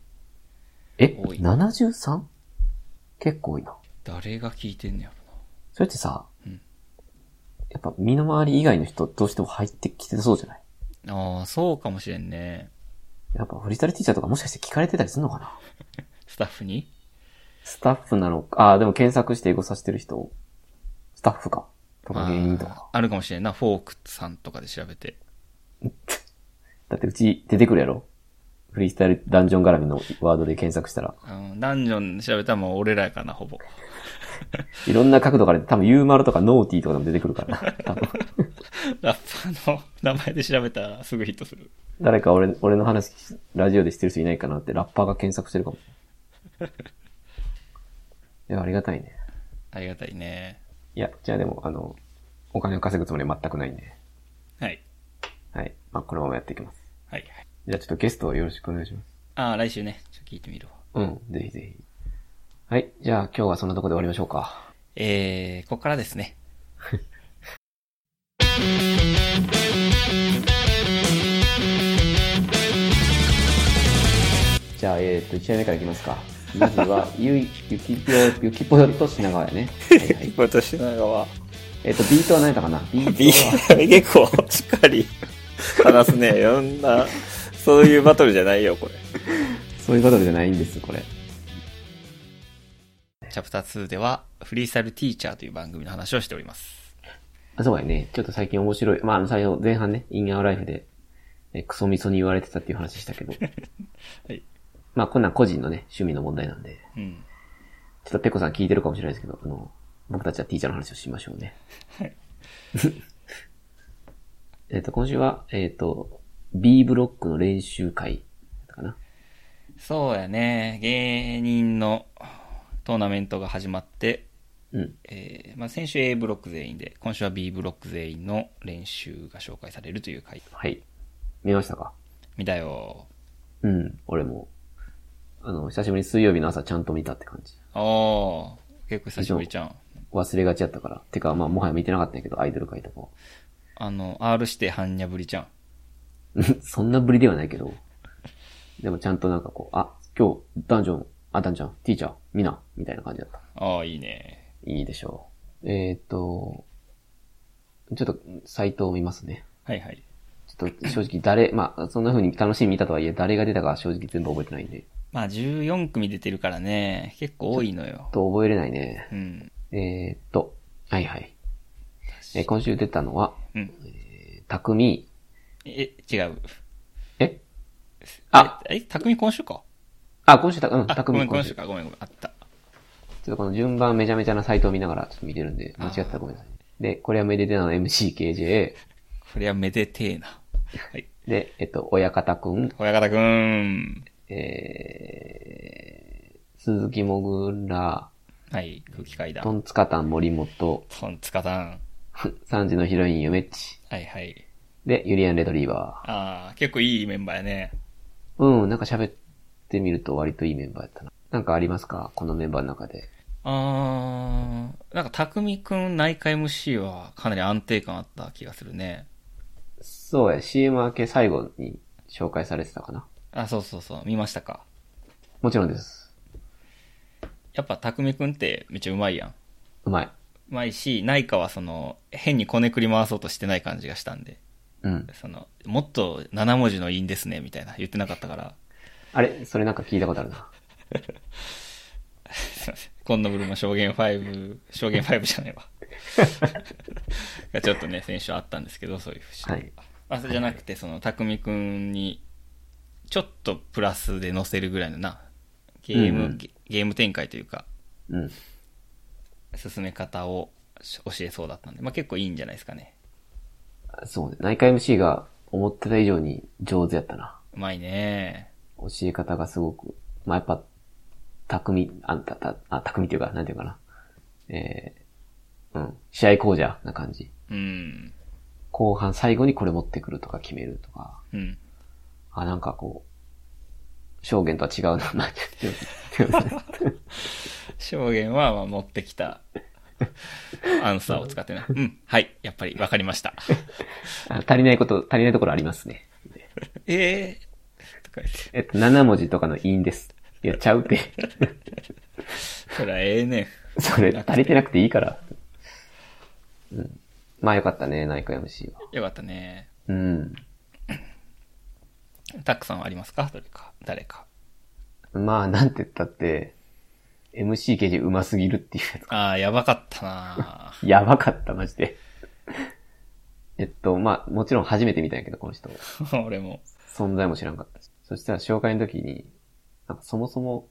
S1: え
S2: 多い
S1: ?73? 結構多いな。
S2: 誰が聞いてんねやろ
S1: それってさ、
S2: うん
S1: やっぱ身の回り以外の人どうしても入ってきてそうじゃない
S2: な。ああ、そうかもしれんね。
S1: やっぱフリースタイルティーチャーとかもしかして聞かれてたりするのかな
S2: スタッフに
S1: スタッフなのか、ああ、でも検索してエゴさしてる人、スタッフか。とか芸人とか。
S2: あーあるかもしれんな。フォークさんとかで調べて。
S1: だってうち出てくるやろフリースタイルダンジョン絡みのワードで検索したら。
S2: うん、ダンジョン調べたらもう俺らやからな、ほぼ。 [laughs]
S1: いろんな角度から多分ユーマルとかノーティーとかでも出てくる
S2: [laughs]
S1: から。多分
S2: ラッパーの名前で調べたらすぐヒットする。
S1: 誰か俺、俺の話、ラジオでしてる人いないかなってラッパーが検索してるかも。 [laughs] いや、ありがたいね。
S2: ありがたいね。
S1: いや、じゃあでも、あの、お金を稼ぐつもりは全くないんで。
S2: はい。
S1: はい。まあ、このままやっていきます。
S2: はい。
S1: じゃあちょっとゲストをよろしくお願いします。
S2: ああ、来週ね、ちょっと聞いてみるわ。
S1: うん、ぜひぜひ。はい。じゃあ今日はそんなところで終わりましょうか。
S2: えー、ここからですね。
S1: じゃあ、えっ、と、1試合目からいきますか。まず [laughs] は、ゆい、ゆきぽよ、ゆきぽよと品川やね。はいはい。
S2: 私の側は、
S1: えっ、と、ビートは何やったかなビートは、
S2: 結構しっかり話すね。いろんな、そういうバトルじゃないよ、これ。
S1: そういうバトルじゃないんです、これ。
S2: チャプター2では、フリースタイルティーチャーという番組の話をしております。
S1: あ、そうやね。ちょっと最近面白い。まあ、あの、最初、前半ね、インアーライフで、えクソミソに言われてたっていう話したけど。
S2: [laughs] はい。
S1: まあ、こんなん個人のね、趣味の問題なんで、
S2: うん。
S1: ちょっとペコさん聞いてるかもしれないですけど、あの、僕たちはティーチャーの話をしましょうね。
S2: はい。
S1: [laughs] えっと、今週は、えっ、と、B ブロックの練習会だったかな。
S2: そうやね。芸人のトーナメントが始まって、
S1: うん。
S2: えーまあ、先週 A ブロック全員で、今週は B ブロック全員の練習が紹介されるという回
S1: はい。見ましたか
S2: 見たよ。
S1: うん。俺も、あの、久しぶりに水曜日の朝ちゃんと見たって感じ。
S2: あー、結構久しぶりじゃん。
S1: 忘れがちやったから。てか、まあ、もはや見てなかったんやけど、アイドル会とかは。 [laughs]
S2: あの、R して半ニャぶりじゃん。
S1: うんそんなぶりではないけど。でもちゃんとなんかこう、あ、今日、ダンジョン、あ、ダンジョン、ティーチャー、みな、みたいな感じだった。
S2: ああ、いいね。
S1: いいでしょう。えーっ、と、ちょっと、サイトを見ますね。
S2: はいはい。
S1: ちょっと、正直誰、まあ、そんな風に楽しみに見たとはいえ、誰が出たかは正直全部覚えてないんで、ち
S2: まあ、14組出てるからね、結構多いの
S1: ょ
S2: よ
S1: っ。と覚えれないね。
S2: うん。
S1: えーっと、はいはい。えー今週出たのは、
S2: うん。
S1: えー匠、
S2: え、違う。
S1: えあ、
S2: え、え匠今週か
S1: あ、今週た、うん、
S2: あ、ご
S1: 匠
S2: めん、今
S1: 今
S2: 週
S1: 週。
S2: か。ごめん、ごめん。あった。
S1: ちょっとこの順番めちゃめちゃなサイトを見ながらちょっと見てるんで、間違ったらごめんなさい。で、これはめでてなの MCKJ。
S2: これはめでてえな。はい。
S1: で、えっと、親方くん、
S2: 親方くん。
S1: えー、鈴木もぐら、
S2: はい、空気階
S1: ト
S2: 段。
S1: ンツカタン森本、 [laughs]
S2: トンツカタン。
S1: 三時のヒロインゆめっち。
S2: はいはい。
S1: で、ユリアンレトリーバ
S2: ああ、結構いいメンバーやね。
S1: ー。うん、なんか喋ってみると割といいメンバーやったな。なんかありますかこのメンバーの中で。
S2: あー、なんか、匠くん内科 MC はかなり安定感あった気がするね。
S1: そうや、CM 明け最後に紹介されてたかな。
S2: あ、そうそうそう、見ましたか。
S1: もちろんです。
S2: やっぱ、匠くんってめっちゃうまいやん。う
S1: うまい。
S2: まいし、内科はその、変にこねくり回そうとしてない感じがしたんで。
S1: うん。
S2: その、もっと7文字の韻ですね、みたいな言ってなかったから。
S1: あれそれなんか聞いたことあるな。
S2: すいません。今度ブルマ証言5、証言5じゃな
S1: [laughs]
S2: いわ。がちょっとね、先週あったんですけど、そういう節が
S1: はい
S2: あ、それじゃなくて、その、匠くんに、ちょっとプラスで載せるぐらいのな、ゲーム、
S1: うんうん
S2: ゲゲーム展開というか、
S1: うん。
S2: 進め方をし教えそうだったんで、まあ結構いいんじゃないですかね。
S1: そうね。内科 MC が思ってた以上に上手やったな。
S2: うまいね
S1: 教え方がすごく。まあ、やっぱ、匠、あんた、た、あ、匠っていうか、なんていうかな。えー、うん。試合講者な感じ。
S2: うん。
S1: 後半最後にこれ持ってくるとか決めるとか。
S2: うん。
S1: あ、なんかこう、証言とは違うな、 [laughs] なんて。
S2: 証言は、まあ持ってき
S1: [laughs]
S2: た、アンサーを使ってね。うん。はい。やっぱり分かりました。
S1: あ足りないこと、足りないところありますね。
S2: ええー、とか言って。
S1: えっと、7文字とかの因です。いや、ちゃうって。
S2: そりゃええねん。
S1: それ、足りてなくていいから。うん。まあよかったね、内科 MC は。
S2: よかったね。
S1: うん。
S2: たくさんありますかどれか。誰か。
S1: まあ、なんて言ったって、MC ケージうますぎるっていうやつ
S2: ああ、やばかったな [laughs]
S1: やばかった、マジで。 [laughs] えっと、まあ、もちろん初めて見たんやけど、この人。
S2: ぁ俺も。
S1: 存在も知らんかったし。そしたら紹介の時に、なんかそもそも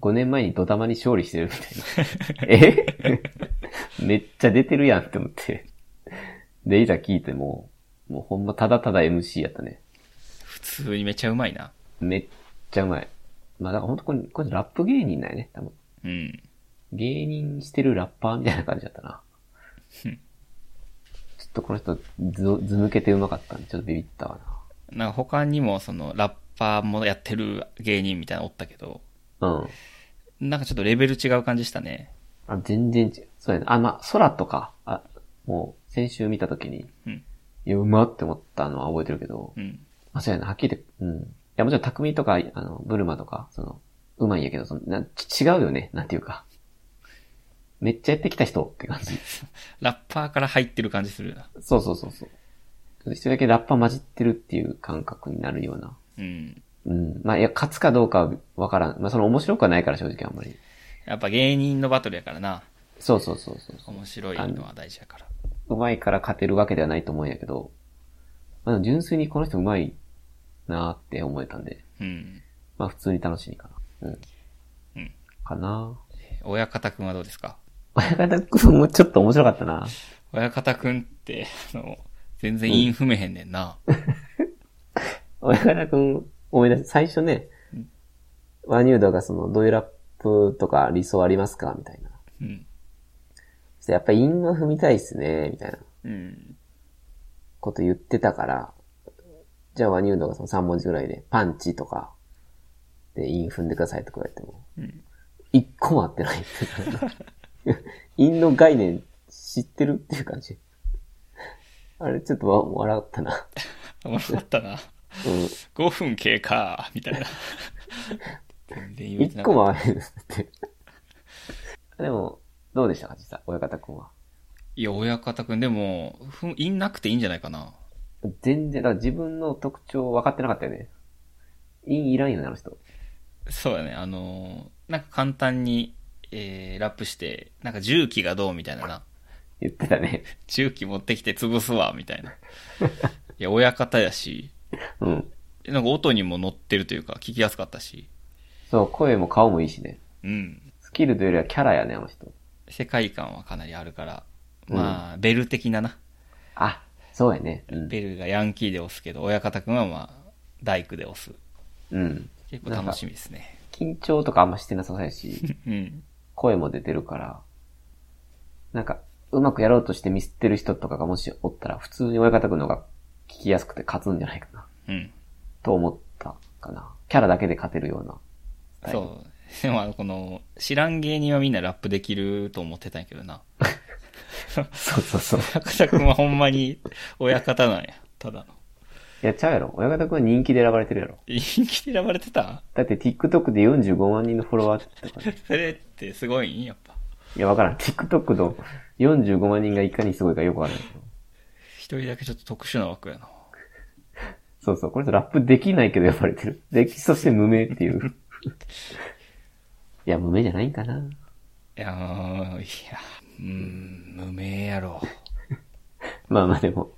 S1: 5年前にドタマに勝利してるみたいな。え [laughs] めっちゃ出てるやんって思って。で、いざ聞いても、もうほんまただただ MC やったね。
S2: 普通にめちゃうまいな。
S1: めっちゃうまい。まあだからほんとこれ、これラップ芸人なんやね、多分。
S2: うん。 [laughs]
S1: 芸人してるラッパーみたいな感じだったな。ちょっとこの人、ず、ず抜けてうまかったんで、ちょっとビビったわ
S2: なんか他にもそのラッパーもやってる芸人みたいなのおったけど、
S1: な。うん。
S2: なんかちょっとレベル違う感じしたね。
S1: あ、全然違う。そうやな。あ、まあ、空とか、あ、もう、先週見たときに、
S2: うん。
S1: いや、うまって思ったのは覚えてるけど、
S2: うん。
S1: あ、そうやな、はっきり言って、うん。いや、もちろん、匠とか、あの、ブルマとか、その、うまいんやけど、その、な、ち違うよね、なんていうか。めっちゃやってきた人って感じ。
S2: ラッパーから入ってる感じするな。
S1: そうそうそうそう。一人だけラッパ混じってるっていう感覚になるような。
S2: うん。
S1: うん。まあ、いや、勝つかどうかはわからん。まあ、その面白くはないから、正直あんまり。
S2: やっぱ芸人のバトルやからな。
S1: そうそうそうそう。
S2: 面白いのは大事やから。
S1: うまいから勝てるわけではないと思うんやけど、まあ、純粋にこの人うまいなーって思えたんで、
S2: うん。
S1: まあ普通に楽しみかな。うん。
S2: うん。
S1: かな
S2: 親方くんはどうですか
S1: 親方くんもちょっと面白かったな。
S2: 親方くんって、あの、全然韻踏めへんねんな。
S1: 親方くん、思い出し、最初ね、ワニュードがその、どういうラップとか理想ありますかみたいな。
S2: うん。
S1: そしてやっぱ韻を踏みたいっすね、みたいな
S2: うん。
S1: こと言ってたから、じゃあワニュードがその3文字ぐらいで、パンチとか、で、韻踏んでくださいとか言われても、
S2: うん。
S1: 一個も合ってない [laughs] っていうか。陰の概念知ってるっていう感じ。あれ、ちょっとわ笑ったな。
S2: おもろかったな。
S1: うん。
S2: 5分経過みたいな。全然言え
S1: [laughs]
S2: て
S1: 一
S2: なか
S1: 個
S2: った
S1: も合わへんですって。でも、どうでしたか実際、親方くんは。
S2: いや、親方くん、でも、ふん、いんなくていいんじゃないかな。
S1: 全然、だから自分の特徴分かってなかったよね。陰いらんよね、あの人。
S2: そうだね、あのーなんか簡単に、えー、ラップして、なんか重機がどうみたいなな。
S1: 言ってたね。
S2: 重機持ってきて潰すわ、みたい
S1: [laughs]
S2: な。いや、親方やし、
S1: うん。
S2: なんか音にも乗ってるというか、聞きやすかったし。
S1: そう、声も顔もいいしね。
S2: うん。
S1: スキルというよりはキャラやね、あの人。
S2: 世界観はかなりあるから。まあ、ベル的なな。
S1: あ、そうやね。うん。
S2: ベルがヤンキーで押すけど、親方くんはまあ、大工で押す。
S1: うん。
S2: 結構楽しみですね。
S1: 緊張とかあんましてなさそうやし。
S2: うん。
S1: 声も出てるから、なんか、うまくやろうとしてミスってる人とかがもしおったら、普通に親方くんの方が聞きやすくて勝つんじゃないかな、
S2: うん。
S1: と思ったかな。キャラだけで勝てるような。はい
S2: そう。でもあの、この、知らん芸人はみんなラップできると思ってたんやけどな。
S1: そうそうそう。い
S2: 高田くんはほんまに、親方なんや。ただの。
S1: や、ちゃうやろ。親方くんは人気で選ばれてるやろ。
S2: 人気で選ばれてた
S1: だって TikTok で45万人のフォロワーとか、ね、
S2: それってすごいんやっぱ。
S1: いや、わからん。TikTok の45万人がいかにすごいかよくわからないけど。
S2: 一人だけちょっと特殊な枠やな。
S1: そうそう。これとラップできないけど呼ばれてる。でき、そして無名って [laughs] いう。いや、無名じゃないんかな。
S2: いやー、いや、うーん、無名やろ。
S1: まあまあでも、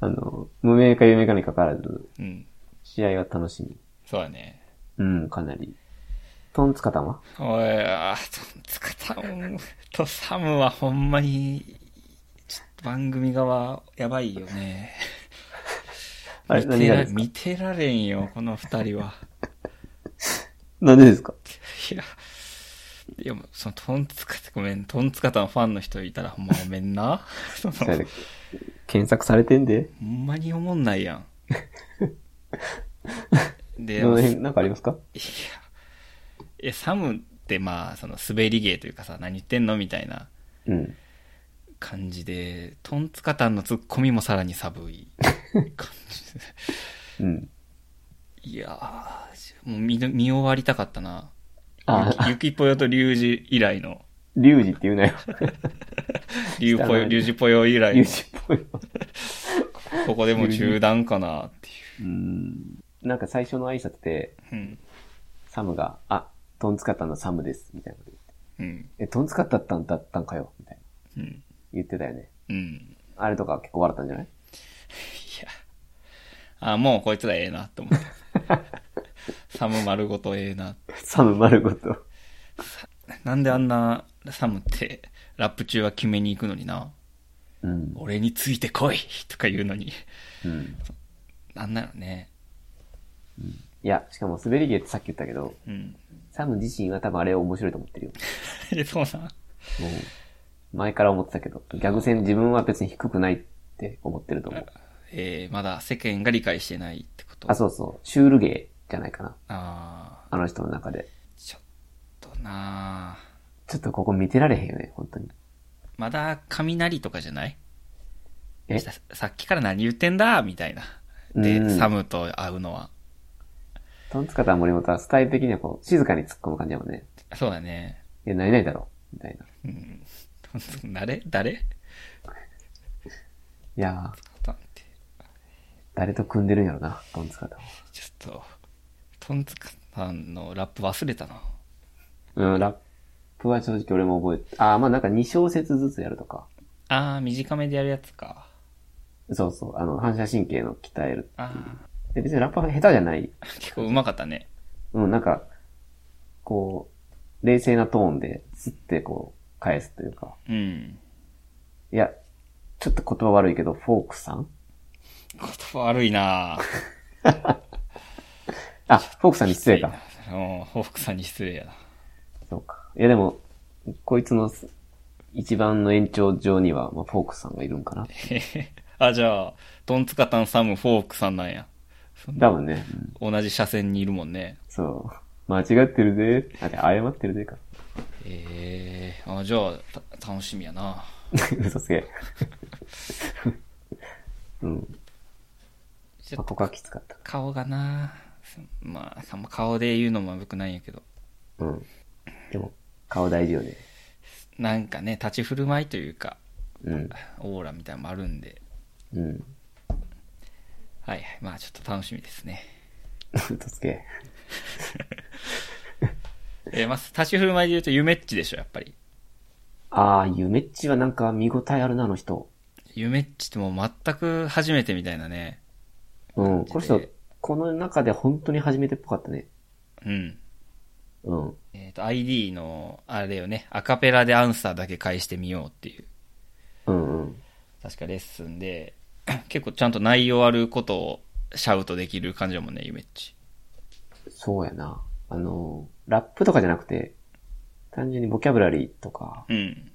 S1: あの、無名か有名かにかかわらず、
S2: うん。
S1: 試合は楽しみ。
S2: そうだね。
S1: うん、かなり。トンツカタンは
S2: おい、あー、と、つかたんとサムはほんまに、ちょっと番組側、やばいよね。
S1: あれ
S2: 見てら
S1: 何がですか
S2: 見てられんよ、この二人は。
S1: なんでですか
S2: いや、いや、もうその、トンツカタ、ごめん、トンツカタのファンの人いたらほんまごめん
S1: [laughs]
S2: な。その、ほ
S1: 検索されてんで。
S2: んまに思んな
S1: [laughs]
S2: いやん。で、い
S1: どの辺、なんかありますか
S2: や、え、サムってまあ、その、滑り芸というかさ、何言ってんのみたいな
S1: うん。
S2: 感じで、トンツカタンのツッコミもさらに寒
S1: [laughs]
S2: い感じで。
S1: うん。
S2: いやー、もう見見終わりたかったな。
S1: あ、
S2: ゆきゆきぽよとリュウジ以来の、
S1: リュウジって言うなよ。
S2: リュウぽよ、リュウジぽよ以来
S1: リュウ
S2: の。
S1: ジっぽい [laughs] わ。
S2: ここでもう中断かなって
S1: う
S2: い
S1: ん。なんか最初の挨拶で、
S2: う。うん。
S1: サムが、あ、トンツカタンのサムです、みたいなこと言って。
S2: うん。
S1: え、トンツカタンだったんかよ、みたいな。
S2: うん。
S1: 言ってたよね。
S2: うん。
S1: あれとか結構笑ったんじゃない [laughs]
S2: いや。あ、もうこいつらええなって
S1: [laughs]
S2: 思った。サム丸ごとええな。
S1: サム丸ごと。
S2: なんであんなサムって、ラップ中は決めに行くのにな。
S1: うん。
S2: 俺についてこいとか言うのに。
S1: うん。
S2: なんなのね。
S1: いや、しかも滑り芸ってさっき言ったけど、
S2: うん。
S1: サム自身は多分あれを面白いと思ってるよ。
S2: え、そうなん
S1: もう前から思ってたけど、逆線自分は別に低くないってって思ってると思う。
S2: えーまだ世間が理解してないってこと
S1: あ、そうそう。シュール芸じゃないかな。
S2: あ
S1: あの人の中で。
S2: ーちょっとなあ
S1: ちょっとここ見てられへんよね、本当に。
S2: まだ雷とかじゃない
S1: え
S2: ささっきから何言ってんだみたいな。で、
S1: うん
S2: サムと会うのは。
S1: トンツカタン森本はスタイル的にはこう、静かに突っ込む感じだもんね。
S2: そうだね。
S1: え、何々だろみたいな。い
S2: うん。誰誰
S1: やー、
S2: トンって
S1: 誰と組んでるんやろな、トンツカタンは。
S2: ちょっと、トンツカさんのラップ忘れたな。
S1: うん、ラップは正直俺も覚えて、あー、まあなんか2小節ずつやるとか。
S2: あー、短めでやるやつか。
S1: そうそう、あの、反射神経の鍛える。
S2: あ
S1: で別にラップは下手じゃない。
S2: ー、結構うまかったね。
S1: うん、なんか、こう、冷静なトーンで、スッてこう、返すというか。
S2: うん。
S1: いや、ちょっと言葉悪いけど、フォークさん
S2: 言葉悪いなぁ。
S1: あ、フォークさんに失礼
S2: [laughs]
S1: か。
S2: うん、報復さんに失礼やな。
S1: そうか。いやでも、こいつのす一番の延長上には、まあ、フォークさんがいるんかな。
S2: へへ [laughs] あ、じゃあ、トンツカタンサム、フォークさんなんや。そんな
S1: 多分ね、うん
S2: 同じ車線にいるもんね。
S1: そう。間違ってるぜ。あれ、謝ってるぜか。
S2: ええあ、じゃあ、た楽しみやな。
S1: [laughs] 嘘つけ。うん。
S2: ち
S1: ま
S2: ょ
S1: あ、こ
S2: っ
S1: とこはきつかった。
S2: 顔がなまあ、あんま顔で言うのも良くないんやけど。
S1: うん。でも、顔大事よね。
S2: なんかね、立ち振る舞いというか、
S1: うん。
S2: オーラみたいなのもあるんで。
S1: うん。 [laughs]
S2: はいはい。まあ、ちょっと楽しみですね。
S1: 嘘つけ。
S2: えーまず、立ち振る舞いで言うと、ゆめっちでしょ、やっぱり。
S1: ああ、ゆめっちはなんか見応えあるな、あの人。
S2: ゆめっちってもう全く初めてみたいなね。
S1: うん。この人、この中で本当に初めてっぽかったね。
S2: うん。
S1: うん。
S2: えっ、と、ID の、あれよね、アカペラでアンサーだけ返してみようっていう、
S1: うんうん。
S2: 確かレッスンで、 [clears throat] 結構ちゃんと内容あることをシャウトできる感じだもんね、ゆめっち。
S1: そうやな。あの、ラップとかじゃなくて、単純にボキャブラリーとか、
S2: うん。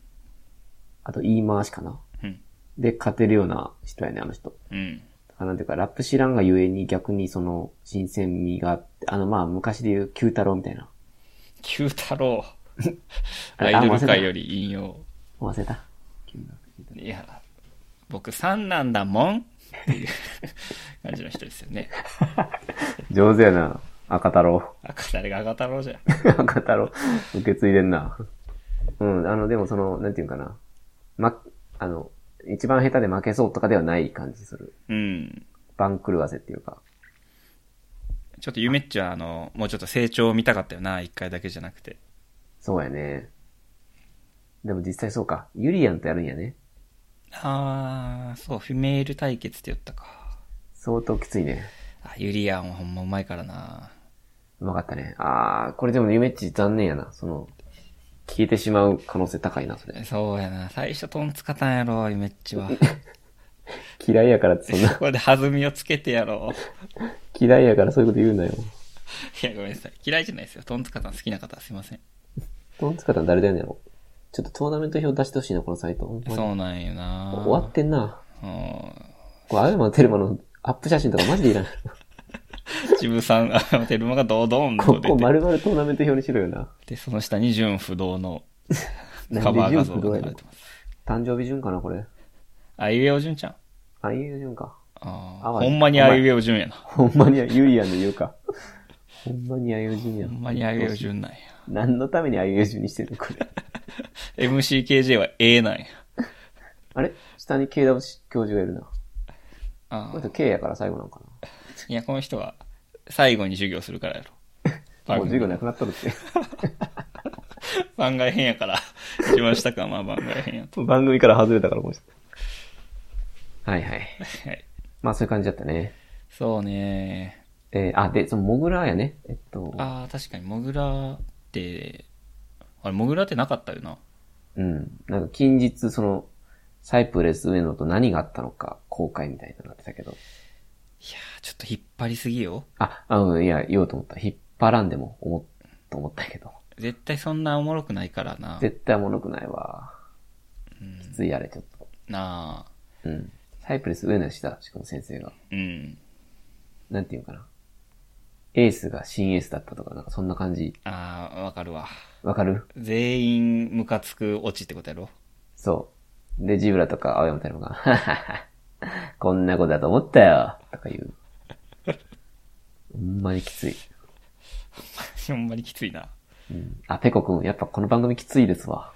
S1: あと言い回しかな。
S2: うん。
S1: で、勝てるような人やね、あの人。
S2: うん。
S1: あなんていうか、ラップ知らんがゆえに逆にその、新鮮味があって、あの、まあ、昔で言う、九太郎みたいな。
S2: 九太郎。
S1: あ
S2: ア
S1: れ
S2: イドル界より引用。
S1: 忘れた。九太郎
S2: いや、僕3なんだもんっていう感じの人ですよ [laughs] ね。
S1: 上手やな。赤太郎。 [laughs]
S2: 赤誰が赤太郎じゃん。
S1: 赤太郎。受け継いでんな。うん、あの、でもその、なんていうんかな。ま、あの、一番下手で負けそうとかではない感じする。
S2: うん。
S1: 番狂わせっていうか。
S2: ちょっとゆめっちは、あの、もうちょっと成長を見たかったよな、一回だけじゃなくて。
S1: そうやね。でも実際そうか。ユリアンとやるんやね。
S2: あー、そう、フィメール対決って言ったか。
S1: 相当きついね。
S2: あ、ユリアンはほんまうまいからな。
S1: うまかったね。あー、これでもゆめっち残念やな。その、消えてしまう可能性高いな、それ。
S2: そうやな。最初トンつかたんやろ、ゆめっちは。
S1: 嫌いやから [laughs] ってそんな、 [laughs]
S2: そこで弾みをつけてやろ
S1: 嫌いやからそういうこと言うなよ。
S2: [laughs] う。いや、ごめんなさい。嫌いじゃないですよ。トンつかたん好きな方はすいません。
S1: トンツカタン誰だよねやろ。ちょっとトーナメント表出してほしいな、このサイト。ほんまに
S2: そうなんよな。
S1: 終わってんな。
S2: うん。
S1: これ、アベマテルマのアップ写真とかマジでい
S2: [laughs]
S1: らん。
S2: ジブさん、 [laughs] あ、テルマが堂々と
S1: こ
S2: 出て
S1: こ丸々トーナメント表にしろよな。
S2: で、その下に純不動の
S1: [laughs] なんで
S2: カバー画像
S1: 純不動
S2: が
S1: や
S2: 流
S1: の
S2: れてます。
S1: 誕生日順かな、これ。
S2: あいうえお順ちゃん。
S1: あ、いう順か。
S2: あ
S1: あ
S2: あほんまにあいうえお順やな。
S1: ほんまにユリアンの言うか。ほんまにあいう順や
S2: ほ。んまにあいうえお順なんや。
S1: 何のためにあいう順にしてるのこれ。
S2: MCKJ は A なんや。
S1: あれ下に KW 教授がいるな。
S2: あ
S1: こ [laughs] の
S2: ー
S1: 人 K やから最後なのか
S2: いや、この人は最後に授業するからやろ。
S1: な。[laughs]
S2: 番
S1: もう授業
S2: 外
S1: なくなっとるって。
S2: 番外編やから、一番下か、まあ番外編やと。
S1: 番組から外れたから、この人。はいはい。
S2: はい。
S1: まあそういう感じだったね。
S2: そうね。
S1: えー、あ、で、その、モグラやね。えっと、
S2: ああ、確かに、モグラって、あれ、モグラってなかったよな。
S1: うん。なんか近日、その、サイプレス上野と何があったのか公開みたいになってたけど。
S2: いやー、ちょっと引っ張りすぎよ。
S1: あ、あうん、いや、言おうと思った。引っ張らんでも思っ、と思ったけど。
S2: 絶対そんなおもろくないからな。
S1: 絶対おもろくないわ。
S2: うん
S1: きついあれ、ちょっと。
S2: なあ。
S1: うん。サイプレス上野下志の先生が、
S2: うん。
S1: なんていうのかな。エースが新エースだったとか、なんかそんな感じ。
S2: ああ、わかるわ。
S1: わかる
S2: 全員ムカつくオチってことやろ [laughs]
S1: そう。で、ジブラとか青山太郎が、 [laughs] はははこんなことだと思ったよとか言う。ほんまにきつい。
S2: ほんまにきついな。
S1: うんあ、ペコくん、やっぱこの番組きついですわ。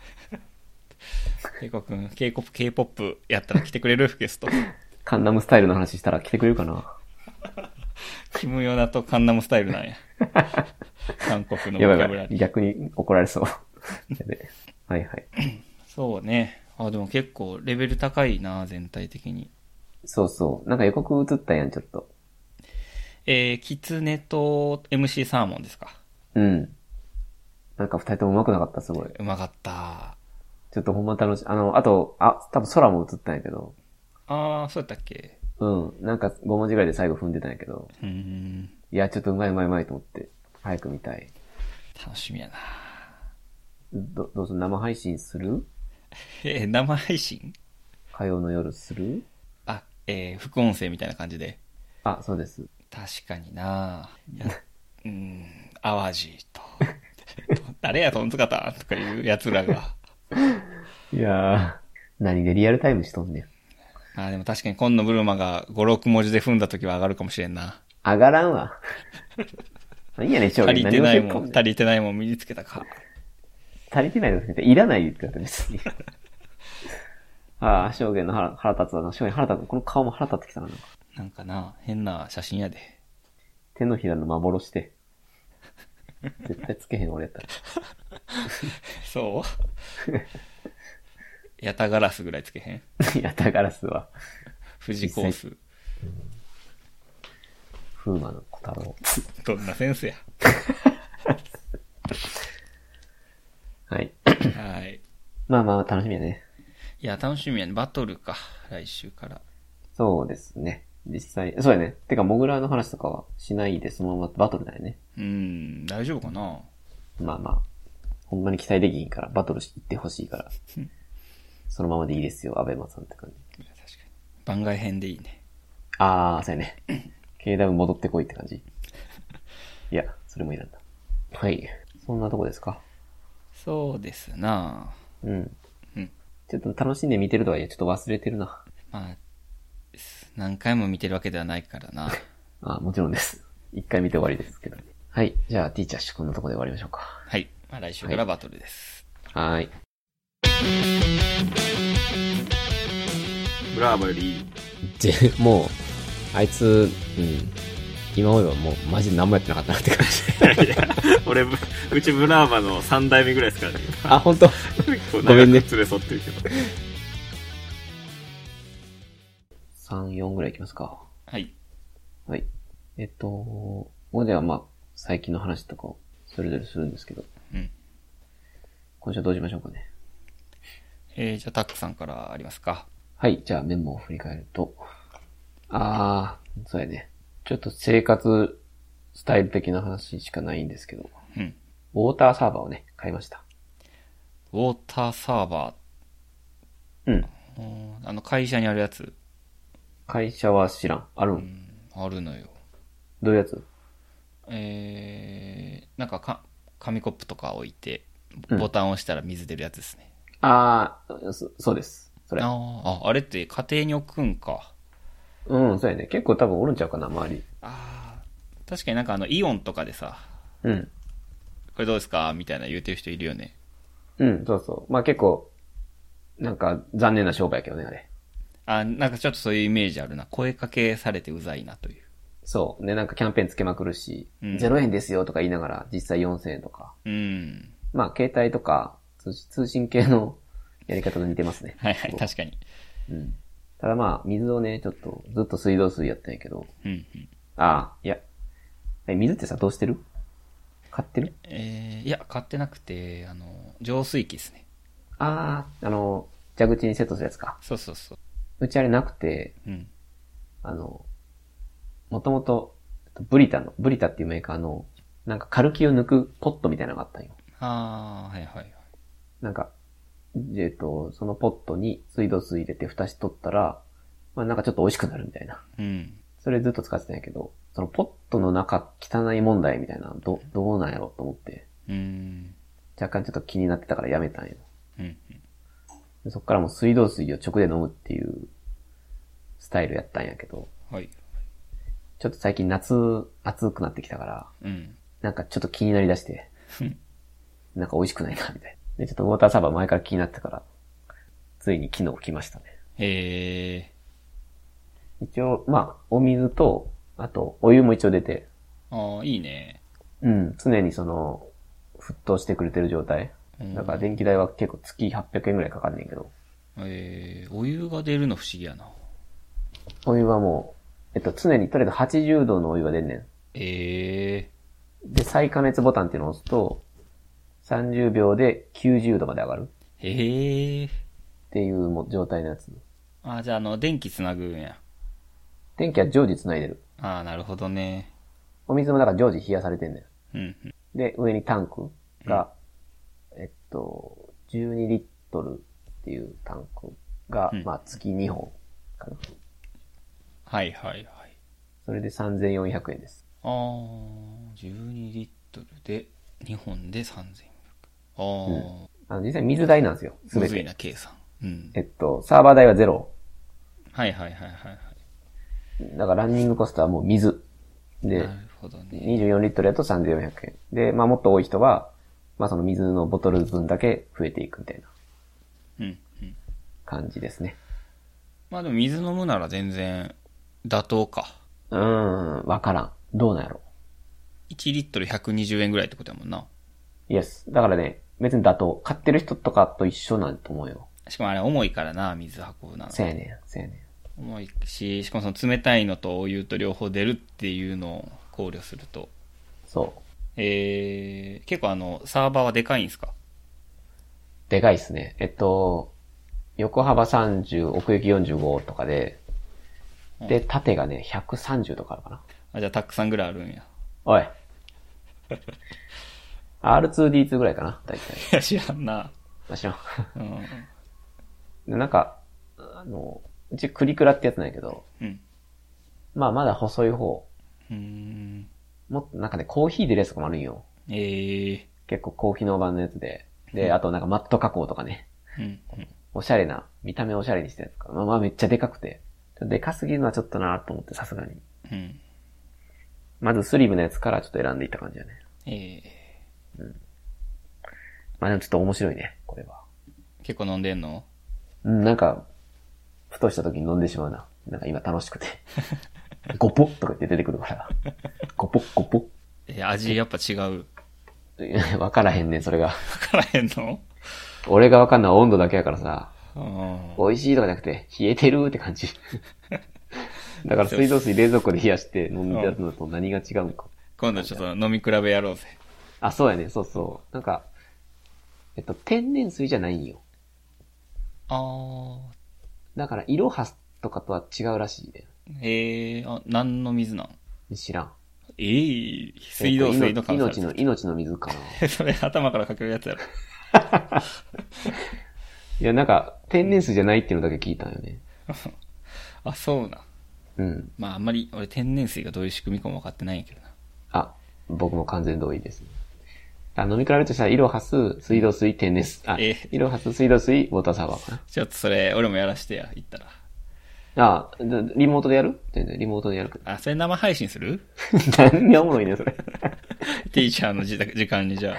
S2: ケイコくん、K-POP、K-POP やったら来てくれるゲスト。
S1: カンナムスタイルの話したら来てくれるかな
S2: キムヨナとカンナムスタイルなん [laughs] や。韓国の
S1: やばいや
S2: ボキャブ
S1: ば
S2: ラ
S1: い。
S2: リー。
S1: 逆に怒られそう。 [laughs] やべえはいはい。
S2: そうね。あ、でも結構レベル高いな、全体的に。
S1: そうそう。なんか予告映ったやん、ちょっと。
S2: えー、キツネと MC サーモンですか。
S1: うん。なんか二人とも上手くなかった、すごい。
S2: うまかった。
S1: ちょっとほんま楽しい。あの、あと、あ、多分空も映ったんやけど。
S2: あー、そうだったっけ
S1: うん。なんか5文字ぐらいで最後踏んでたんやけど。
S2: うーん。
S1: いや、ちょっとうまいうまいうまいと思って。早く見たい。
S2: 楽しみやな。
S1: ど、どうする生配信する
S2: えー、生配信
S1: 火曜の夜する
S2: あ、えー、副音声みたいな感じで。
S1: あ、そうです。
S2: 確かにな。いやうーん、淡路と。 [laughs] 誰や、トンツカタンとかいう奴らが。
S1: いやー。何でリアルタイムしとんねん。
S2: あーでも確かに今野ブルマが5、6文字で踏んだ時は上がるかもしれんな。
S1: 上がらんわ。何やねん、将
S2: 足
S1: 棋。
S2: りてない
S1: 何
S2: も
S1: を
S2: ん、
S1: せっか
S2: 足りてないもん身につけたか。
S1: 足りてないですね。いらないって言って
S2: [laughs]
S1: 別に。ああ、証言の腹腹立つわな。証言腹立つ。この顔も腹立ってきたな。なんか
S2: なんかな、変な写真やで。
S1: 手のひらの幻で。絶対つけへん俺やったら。
S2: [laughs]
S1: [laughs]
S2: そう [laughs] ヤタガラスぐらいつけへん
S1: いや、タガラスは、
S2: 富士コース。
S1: 風魔の小太郎。
S2: どんなセンスや。
S1: はい。
S2: はい。
S1: まあまあ、楽しみやね。
S2: いや、楽しみやね。バトルか。来週から。
S1: そうですね。実際、そうやね。てか、モグラの話とかはしないで、そのままバトルだよね。
S2: うーん、大丈夫かな
S1: まあまあ、ほんまに期待できひんから、バトルしてほしいから。そのままでいいですよ、アベマさんって感じ。
S2: いや確かに。番外編でいいね。
S1: あー、そうやね。KW 戻ってこいって感じ。いや、それもいらんだ。はい。そんなとこですか。
S2: そうですな
S1: うん。
S2: うん。
S1: ちょっと楽しんで見てるとはいえ、ちょっと忘れてるな。
S2: まあ、す何回も見てるわけではないから [laughs] な。
S1: あもちろんです。 [laughs] 一回見て終わりですけど。はい。じゃあ、ティーチャーこんなとこで終わりましょうか。
S2: はい。まあ、来週からバトルです。
S1: はーい。
S2: ブラーバリ
S1: で、もう、あいつ、うん。今思えばもう、マジで何もやってなかったなって感じ。
S2: ー。 [laughs] 俺、うちブラーバの3代目ぐらいですからね。
S1: あ、
S2: [laughs]
S1: 本当。
S2: 結構
S1: 長くごめんね
S2: 連れ添ってるけど。
S1: 3、4ぐらいいきますか。
S2: はい。
S1: はい。えっと、ここではまあ、最近の話とかをそれぞれするんですけど、
S2: うん。
S1: 今週はどうしましょうかね。
S2: えー、じゃあタックさんからありますか。
S1: はい、じゃあメモを振り返ると。あー、そうやね。ちょっと生活スタイル的な話しかないんですけど、
S2: うん。
S1: ウォーターサーバーをね、買いました。
S2: ウォーターサーバ
S1: うん。
S2: ーうん。あの、会社にあるやつ。
S1: 会社は知らん。あるん、
S2: あるのよ。
S1: どういうやつ
S2: えー、なんかか、紙コップとか置いて、
S1: うん
S2: ボタンを押したら水出るやつですね。
S1: あー、そそうです。それ
S2: あ。ーあ、あれって家庭に置くんか。
S1: うん、そうやね。結構多分おるんちゃうかな、周り。
S2: ああ。確かになんかあの、イオンとかでさ、
S1: うん。
S2: これどうですかみたいな言うてる人いるよね。
S1: うん、そうそう。まあ結構、なんか残念な商売やけどね、あれ。
S2: あーなんかちょっとそういうイメージあるな。声かけされてうざいなという。
S1: そう。ね、なんかキャンペーンつけまくるし、
S2: うん
S1: 0円ですよとか言いながら、実際4000円とか。
S2: うん。
S1: まあ、携帯とか、通通信系
S2: [laughs]
S1: のやり方と似てますね。
S2: はいはい、確かに。
S1: うん。ただまあ、水をね、ちょっと、ずっと水道水やったんやけど、
S2: うん、うん。
S1: ああ、いや、え水ってさ、どうしてる買ってる
S2: えー、いや、買ってなくて、あの、浄水器ですね。
S1: ああ、あの、蛇口にセットするやつか。
S2: そうそうそう。
S1: うちあれなくて、
S2: うん。
S1: あの、もともと、ブリタの、ブリタっていうメーカーの、なんかカルキを抜くポットみたいなのがあったんよ。
S2: ああ、はいはいはい。
S1: なんか、えっと、そのポットに水道水入れて蓋しとったら、まあなんかちょっと美味しくなるみたいな。
S2: うん。
S1: それずっと使ってたんやけど、そのポットの中汚い問題みたいな、ど、どうなんやろと思って、
S2: うん。
S1: 若干ちょっと気になってたからやめたんや。
S2: うん。
S1: でそっからもう水道水を直で飲むっていうスタイルやったんやけど、
S2: はい。
S1: ちょっと最近夏暑くなってきたから、
S2: うん。
S1: なんかちょっと気になりだして、 [laughs] なんか美味しくないな、みたいな。で、ちょっとウォーターサーバー前から気になってたから、ついに昨日来ましたね。
S2: へえ。
S1: 一応、まあ、お水と、あと、お湯も一応出て、
S2: ああ、いいね。
S1: うん、常にその、沸騰してくれてる状態。
S2: うん
S1: だから電気代は結構月800円ぐらいかかんねんけど、
S2: えー、お湯が出るの不思議やな。
S1: お湯はもう、えっと、常にとりあえず80度のお湯が出んねん。
S2: え
S1: で、再加熱ボタンっていうのを押すと、30秒で90度まで上がるっ
S2: ー、へえー。
S1: ていうもう状態のやつ。
S2: あ、じゃあ、あの、電気つなぐんや。
S1: 電気は常時繋いでる。
S2: ああ、なるほどね。
S1: お水もだから常時冷やされてんね
S2: うん、うん。
S1: ん。で、上にタンクが、えっと、12リットルっていうタンクが、
S2: うん
S1: まあ月2本かな。
S2: はいはいはい。
S1: それで3400円です。
S2: ああ、12リットルで、2本で3000ああ、
S1: あの、実際水代なんですよ。す
S2: む
S1: べ
S2: ずい
S1: て。
S2: な計算。うん
S1: え。っと、サーバー代はゼロ。
S2: はいはいはいはい。は
S1: だからランニングコストはもう水。
S2: い
S1: で、
S2: なるほどね。
S1: 24リットルやと3400円。で、まあもっと多い人は、まあその水のボトル分だけ増えていくみたいな
S2: うん、うん。
S1: 感じですね。
S2: まあでも水飲むなら全然妥当か。
S1: うーん、わからん。どうなんやろ。
S2: 1リットル120円ぐらいってことやもんな。
S1: イエス。だからね、別に妥当。買ってる人とかと一緒なんと思うよ。
S2: しかもあれ重いからな、水運ぶなの。
S1: せやねん、せやね
S2: 重いし、しかもその冷たいのとお湯と両方出るっていうのを考慮すると。
S1: ん。そう。
S2: えー、結構あの、サーバーはでかいんですか
S1: でかいっすね。えっと、横幅30、奥行き45とかで、で、縦がね、130とかあるかな。
S2: あ、じゃあたくさ [laughs] んぐらいあるんや。
S1: おい。R2D2 ぐらいかな、大体。
S2: いや、知らんな。
S1: わしらん
S2: う
S1: [laughs]
S2: ん。
S1: なんか、あの、うちクリクラってやつなんやけど、
S2: うん。
S1: まあまだ細い方。
S2: うーん。
S1: もっとなんかね、コーヒー出るやつとかもあるんよ。
S2: えー、
S1: 結構高機能版のやつで。で、あとなんかマット加工とかね。
S2: うん、うん。
S1: おしゃれな、見た目おしゃれにしたやつとか。まあまあめっちゃでかくて。ちょっとでかすぎるのはちょっとなと思って、さすがに。
S2: うん。
S1: まずスリムのやつからちょっと選んでいった感じだね。
S2: え
S1: まあでもちょっと面白いね、これは。
S2: ー、結構飲んでんの
S1: うん、なんか、ふとした時に飲んでしまうな。なんか今楽しくて。 [laughs] ゴポッとか言って出てくるから。ゴポッゴポッ
S2: えー味やっぱ違う。 [laughs]
S1: いや [laughs] わからへんねん、それが。
S2: わからへんの
S1: 俺がわかんない温度だけやからさ、
S2: うん。
S1: 美味しいとかじゃなくて、冷えてるって感じ。 [laughs] だから水道水冷蔵庫で冷やして飲んでやるのと何が違うんか。
S2: 今度ちょっと飲み比べやろうぜ。
S1: あ、そうやね、そうそう。なんか、えっと、天然水じゃないんよ。
S2: あー、
S1: だから、イロハスとかとは違うらしいね。
S2: えー、あ、何の水なん
S1: 知らん。
S2: えー、水道水の
S1: えっと
S2: 感
S1: 命命
S2: 想
S1: の、。命の水かな。
S2: [laughs] それ頭からかけるやつやろ。 [laughs]
S1: いや、なんか、天然水じゃないっていうのだけ聞いたんよね。
S2: あ、そうなん。
S1: うん。
S2: まああんまり俺天然水がどういう仕組みかも分かってないんやけどな。
S1: あ、僕も完全同意です、ね。あ飲み比べるとしたら、イロハス、水道水、天然水。あ、
S2: え
S1: イロハス、水道水、ウォーターサーバーかな。
S2: ちょっとそれ、俺もやらしてや、言ったら。
S1: あでリモートでやる全然、リモートでやる [laughs] けど。
S2: あ、それ生配信す
S1: [laughs]
S2: る
S1: 何がおもろいねん、それ。
S2: ティーチャーの自宅時間にじゃあ、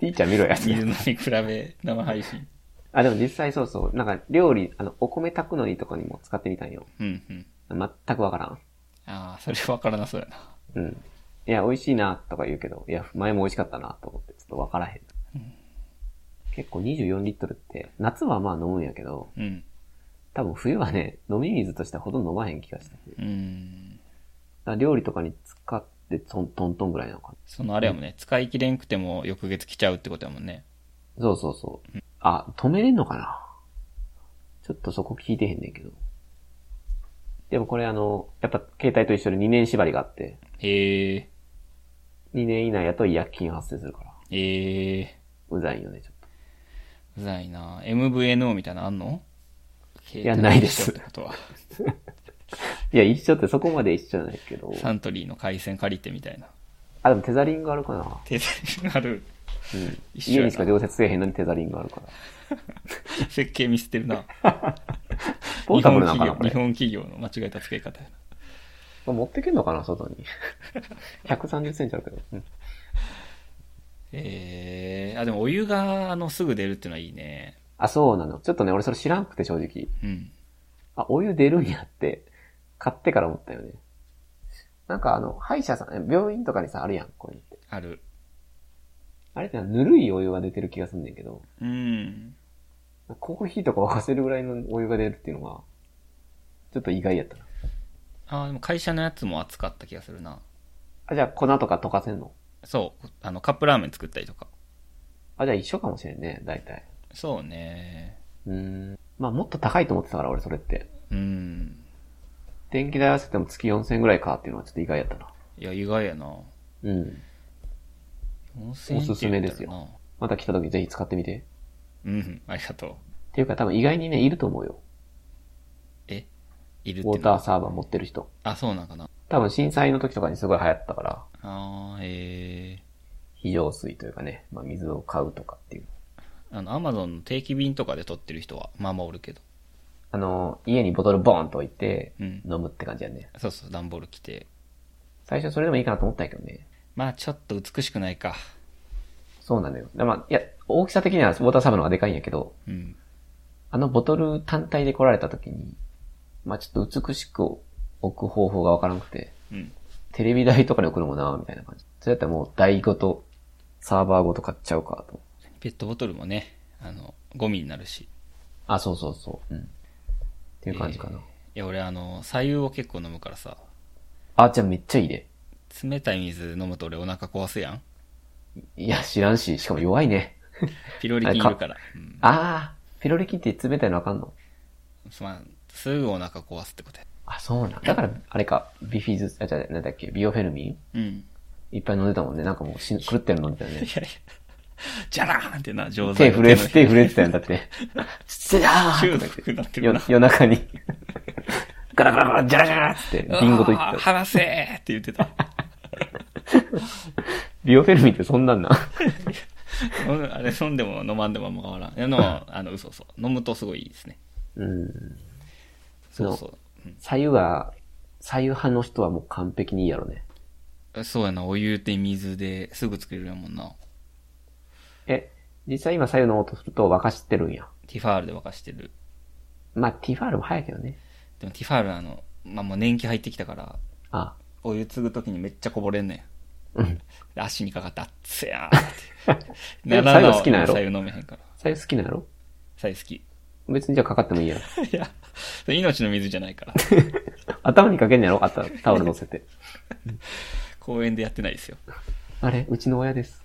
S1: ティーチャー見ろや。
S2: 水飲み比べ、生配信。
S1: あ、でも実際そうそう。なんか、料理、あの、お米炊くのにとかにも使ってみたんよ。
S2: うんうん。
S1: 全くわからん。
S2: ああ、それ分からなそうやな。
S1: うん。いや、美味しいな、とか言うけど、いや、前も美味しかったな、と思って、ちょっとわからへん。結構24リットルって、夏はまあ飲むんやけど、
S2: うん。
S1: 多分冬はね、飲み水としてはほとんど飲まへん気がしてて。だか
S2: うん。
S1: ら料理とかに使ってトントントンぐらいなのか
S2: そのあれやもんね、使い切れんくても翌月来ちゃうってことやもんね。
S1: な。そうそうそう。あ、止めれんのかなちょっとそこ聞いてへんねんけど。でもこれあの、やっぱ携帯と一緒で2年縛りがあって、
S2: へえ、
S1: 2年以内やと違約金発生するから、
S2: ええ、
S1: うざいよね、ちょっと。
S2: うざいな。MVNO みたいなのあんの
S1: いやないです
S2: 携帯一緒ってことは。
S1: いや、一緒ってそこまで一緒じゃないけど。
S2: サントリーの回線借りてみたいな。
S1: あ、でもテザリングあるかな。
S2: 手になる
S1: うん。
S2: 一緒
S1: 家
S2: やな
S1: にしか常設せえへんのにテザリングあるから。
S2: 設計見捨てるな。
S1: ポータブルなのかな、こ
S2: 日本
S1: れ。
S2: 企業日本企業の間違えた付け方やな。
S1: これ持ってけんのかな、外
S2: [laughs]
S1: に。130センチあるけど。うん
S2: えー、あ、でもお湯があのすぐ出るっていうのはいいね。
S1: あ、そうなの。ちょっとね、俺それ知らんくて、正直。
S2: うん。
S1: あ、お湯出るんやって、買ってから思ったよね。なんかあの、歯医者さん、病院とかにさ、あるやん、こういうのって。
S2: ある。
S1: あれってぬるいお湯が出てる気がすんねんけど、
S2: うん。
S1: コーヒーとか沸かせるぐらいのお湯が出るっていうのが、ちょっと意外やったな。
S2: あー、でも会社のやつも熱かった気がするな。
S1: あ、じゃあ粉とか溶かせんの
S2: そう。あの、カップラーメン作ったりとか。
S1: あ、じゃあ一緒かもしれんね、大体。
S2: そうね。
S1: うーん。まあもっと高いと思ってたから、俺それって。
S2: うん。
S1: 電気代合わせても月4000円ぐらいかっていうのはちょっと意外やったな。
S2: いや、意外やな。
S1: うん。
S2: 温泉って言ったらな
S1: おすすめですよ。また来た時ぜひ使ってみて。
S2: うん、ありがとう。
S1: っていうか多分意外にね、いると思うよ。
S2: えいるって
S1: ウォー
S2: の
S1: ターサーバー持ってる人。
S2: あ、そうなんかな。
S1: 多分震災の時とかにすごい流行ったから、
S2: あー、え
S1: 非常水というかね、まあ水を買うとかっていう。
S2: ー。あの、アマゾンの定期便とかで取ってる人は、まあまあおるけど。
S1: あの、家にボトルボーンと置いて、
S2: うん
S1: 飲むって感じやね。
S2: そうそう、段ボール着て。
S1: 最初それでもいいかなと思ったんやけどね。
S2: まあ、ちょっと美しくないか。
S1: そうなのよ。でまあ、いや、大きさ的にはウォーターサーバーの方がでかいんやけど、
S2: うん。
S1: あのボトル単体で来られた時に、まあちょっと美しく置く方法がわからなくて、
S2: うん。
S1: テレビ台とかに置くのもなみたいな感じ。それだったらもう台ごと、サーバーごと買っちゃうかと。
S2: ペットボトルもね、あの、ゴミになるし。
S1: あ、そうそうそう。うん。っていう感じかな。
S2: いや、俺、あの、左右を結構飲むからさ、
S1: あ、じゃあめっちゃいいで。
S2: 冷たい水飲むと俺お腹壊すやん。
S1: いや、知らんし、しかも弱いね。
S2: ピロリ菌いるから。うん。
S1: あー、ピロリ菌って冷たいのあかんの
S2: まあ、すぐお腹壊すってことや。
S1: あ、そうなんだ。から、あれか、ビフィズ、あ、じゃあ、なんだっけ、ビオフェルミン
S2: うん。
S1: いっぱい飲んでたもんね。なんかもうし、狂ってるのみた [laughs] よ
S2: い
S1: ね。
S2: やい [laughs] や、じゃらーんってな、上手
S1: 手震え、
S2: 手
S1: 手震えてたよ、だ [laughs] って。じゃーと
S2: 中
S1: か
S2: 毒になって
S1: 言
S2: る
S1: って
S2: な。
S1: 夜中に。 [laughs] ガラガラガラ、ジャラジャラって、 [laughs] ビンゴと言っ
S2: あー
S1: てた。
S2: 話せーって言ってた。
S1: ビオフェルミンってそんなんな。
S2: [laughs] うんあれ飲んでも飲まんでも変わらん。いや、飲まんあの、嘘嘘。飲むとすごいいいですね。
S1: [laughs] うん。
S2: そうそう。うん
S1: 左右が、左右派の人はもう完璧にいいやろね。
S2: えそうやな、お湯で水ですぐ作れるやもんな。
S1: え、実際今左右の音すると沸かしてるんや。
S2: ティファールで沸かしてる。
S1: まあ、ティファールも早いけどね。
S2: でもティファールあの、まあもう年季入ってきたから、
S1: あ、
S2: お湯継ぐときにめっちゃこぼれんね
S1: うん。
S2: ん。足にかかってあっつやー [laughs] って。
S1: でも
S2: ならな
S1: 白湯好きなんやろ
S2: 白湯飲めへんから。
S1: 左右好きなんやろ
S2: 白湯好き。 [laughs]
S1: 別にじゃあかかってもいいやろ。
S2: いや、それ命の水じゃないから。
S1: [laughs] 頭にかけんやろあった、タオル乗せて。
S2: 公園でやってないですよ。
S1: [laughs] あれうちの親です。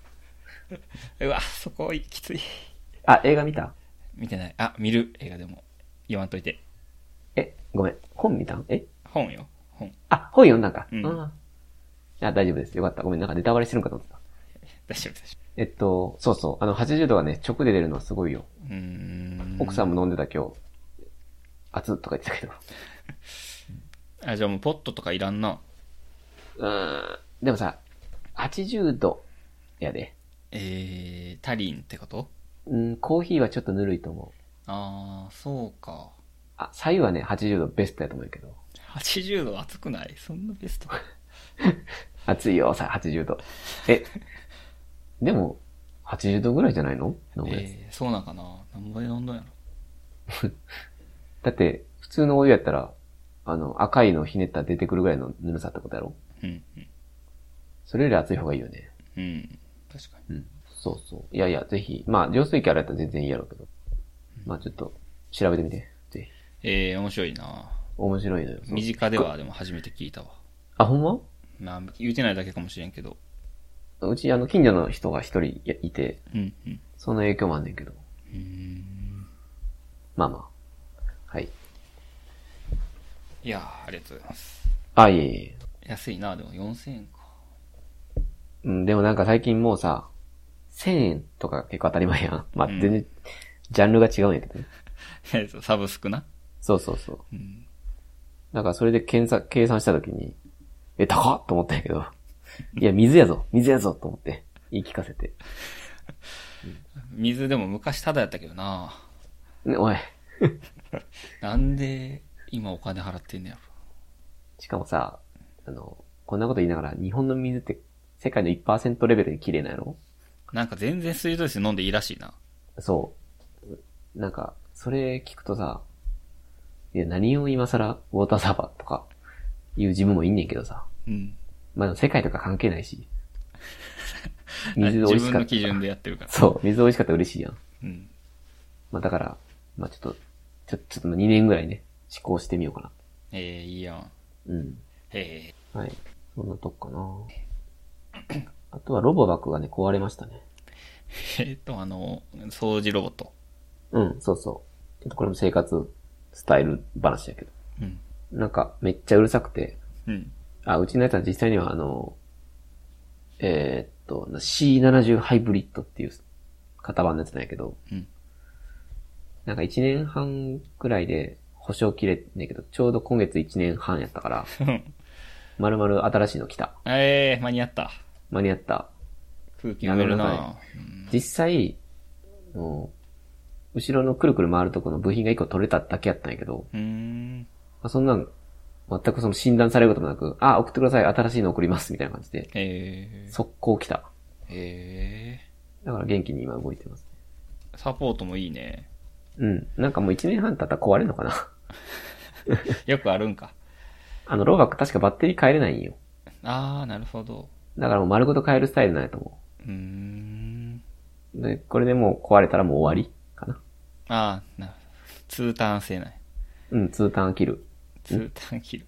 S2: うわ、そこいきつい。
S1: あ、映画見た
S2: 見てない。あ、見る映画でも。言わんといて。
S1: え、ごめん。本見たんえ
S2: 本よ。本。
S1: あ、本読んだんか。
S2: うん
S1: あーあ、大丈夫です。よかった。ごめん。なんかネタバレしてるんかと思ってた。
S2: 大丈夫です。
S1: えっと、そうそう。あの、80度がね、直で出るのはすごいよ。
S2: うーん。
S1: 奥さんも飲んでた今日。熱っとか言ってたけど。
S2: あ、じゃあもうポットとかいらんな。
S1: うーん。でもさ、80度やで。
S2: えー、タリンってこと
S1: うん、コーヒーはちょっとぬるいと思う。
S2: あー、そうか。
S1: あ、左右はね、80度ベストやと思うけど。
S2: 80度熱くないそんなベスト。
S1: 熱いよ、さ、80度。え、 [laughs] でも、80度ぐらいじゃないの飲むやつ
S2: えー、そうなんかな。なんぼで飲んだんやろ。
S1: だって、普通のお湯やったら、あの、赤いのひねったら出てくるぐらいのぬるさってことやろ
S2: うん、うん。
S1: それより熱い方がいいよね。
S2: うん。確かに。
S1: うん。そうそう。いやいや、ぜひ。まあ、浄水器あれやったら全然いいやろうけど。まあ、ちょっと、調べてみて。ぜひ。
S2: えー、面白いな。
S1: 面白いのよ。
S2: 身近ではでも初めて聞いたわ。
S1: あ、ほんま
S2: まあ、言うてないだけかもしれんけど。
S1: うち、あの、近所の人が一人いいて、
S2: うん、うん。
S1: その影響もあんねんけど。
S2: うーん。
S1: まあまあ。はい。
S2: いやー、ありがとうございます。
S1: あ、いえいえ。
S2: 安いな、でも4000円か。
S1: うん、でもなんか最近もうさ、1000円とか結構当たり前やん。まあ、 [laughs]
S2: うん
S1: 全然、ジャンルが違うんやけどね。
S2: [laughs] えっとサブスクな。
S1: そうそうそう。
S2: うん。
S1: だからそれで検査、計算したときに、え、高っと思ったんやけど、いや、水やぞ、水やぞと思って、言い聞かせて。
S2: 水でも昔タダやったけどな。
S1: ね、おい。
S2: なんで今お金払ってんねやろ。
S1: しかもさ、あの、こんなこと言いながら、日本の水って世界の1%レベルで綺麗なんやろ
S2: なんか全然水道水飲んでいいらしいな。
S1: そう。なんか、それ聞くとさ、いや、何を今更、ウォーターサーバーとか、いう自分もいんねんけどさ。
S2: うん。
S1: まあ、でも世界とか関係ない
S2: [laughs]
S1: し。水美味しか
S2: 自分
S1: っ
S2: の基
S1: た。
S2: 準でやってるから。
S1: そう、水美味しかったら嬉しいやん。
S2: うん。
S1: まあだから、まあちょっと、ちょ、ちょっと2年ぐらいね、試行してみようか
S2: ええいいやん。
S1: な。うん。
S2: ええ
S1: はい。そんなとこかなあとはロボバックがね、壊れましたね。
S2: えっと、あの、掃除ロボット。
S1: うん、そうそう。ちょっとこれも生活スタイル話やけど。
S2: うん。
S1: なんか、めっちゃうるさくて、
S2: うん。 [laughs]
S1: あ、うちのやつは実際にはあの、えーっと、な C70 ハイブリッドっていう型番のやつなんやけど、
S2: うん。
S1: なんか1年半くらいで保証切れてんねんけど、ちょうど今月1年半やったから、まるまる新しいの来た。
S2: ええ間に合った。
S1: 間に合った。
S2: 空気読める
S1: なるほ
S2: なうん
S1: 実際、もう後ろのくるくる回るとこの部品が1個取れただけやったんやけど、
S2: うーん。
S1: まあ、そんなん、全くその診断されることもなく、あ、送ってください、新しいの送ります、みたいな感じで、
S2: ええ
S1: 速攻来た。
S2: え
S1: だから元気に今動いてます。
S2: えサポートもいいね。
S1: うん。なんかもう1年半経ったら壊れるのかな [laughs]
S2: よくあるんか。
S1: あの、ローバック確かバッテリー変えれないんよ。
S2: ああ、なるほど。
S1: だからもう丸ごと変えるスタイルなんやと思
S2: うーん。
S1: う。で、これでもう壊れたらもう終わりかな。
S2: ああ、な、通単せない。
S1: うん、通単飽きる。
S2: 通単切る。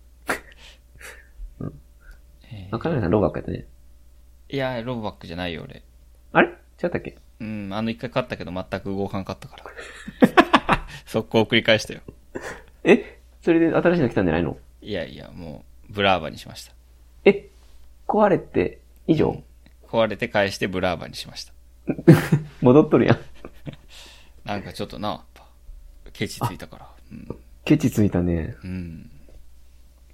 S2: え
S1: あ、かなりさんローバックやったね。
S2: ーいや、ロボバックじゃないよ、俺。
S1: あれ違ったっけ
S2: うん、あの一回勝ったけど全く動かんかったから。
S1: [laughs]
S2: 速攻繰り返したよ。
S1: えそれで新しいの来たんじゃないの
S2: いやいや、もう、ブラーバにしました。
S1: え壊れて、以上、
S2: 壊れて返してブラーバにしました。
S1: 戻っとるやん。
S2: なんかちょっとな、やっぱケチついたから。うん。
S1: ケチついたね。
S2: うん。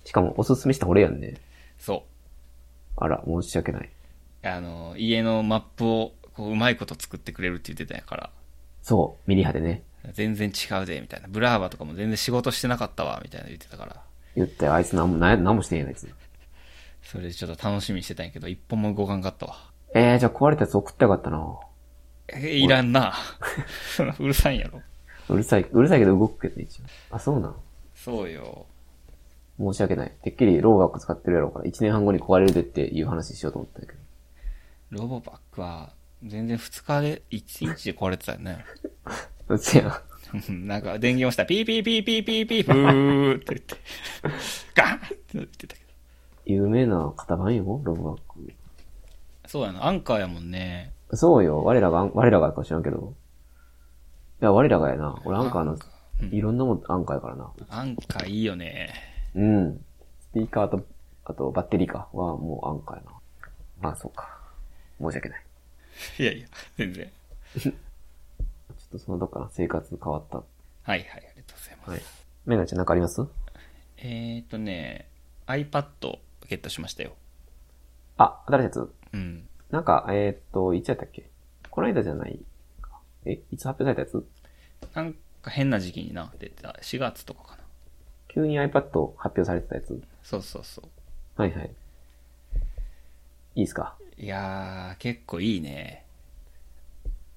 S1: しかもおすすめした俺やんね。
S2: そ
S1: あら、申し訳ない。
S2: う。あの、家のマップを、こう、うまいこと作ってくれるって言ってたんやから。
S1: そう、ミリ波でね。
S2: 全然違うで、みたいな。ブラーバとかも全然仕事してなかったわ、みたいな言ってたから。
S1: 言ったよ、あいつなんも、なんなんもしてんやん、あいつ。
S2: それでちょっと楽しみにしてたんやけど、一本も動かんかったわ。
S1: えー、じゃあ壊れたやつ送ってよかったな。
S2: え、いらんな。 [laughs] うるさいんやろ。
S1: うるさい、うるさいけど動くけどね、一応。あ、そうなん。
S2: そうよ。
S1: 申し訳ない。てっきりローバック使ってるやろうから、1年半後に壊れるでっていう話しようと思ったんやけど。
S2: ロボバックは、全然2日で、1日で壊れてたよね。 [laughs]
S1: うちやん。
S2: うんなんか電源押したらピーピーピーピーピーピーふーって言って、 [laughs] ガーンって言ってたけど。
S1: 有名な型番よ、ローバッ
S2: そうやな、アンカーやもんね。
S1: ク。そうよ、我らが、我らがか知らんけど。いや、我らがやな。俺アンカーの、いろんなもんアンカーやからな。
S2: アンカーいいよね。
S1: うん。スピーカーと、あとバッテリーかはもうアンカーやな。まあそうか。申し訳ない。
S2: いやいや、全然。
S1: ちょっとそのどっかな生活変わった。
S2: はいはい、ありがとうございます。
S1: はい。メガちゃんなんかあります
S2: えーとね、iPad ゲットしましたよ。
S1: あ、新しいやつ。
S2: うん。
S1: なんか、えー、っと、いつやったっけこの間じゃないかえ、いつ発表されたやつ
S2: なんか変な時期にな、出てた。4月とかかな。
S1: 急に iPad 発表されてたやつ
S2: そうそうそう。
S1: はいはい。いいっすか
S2: いやー、結構いいね。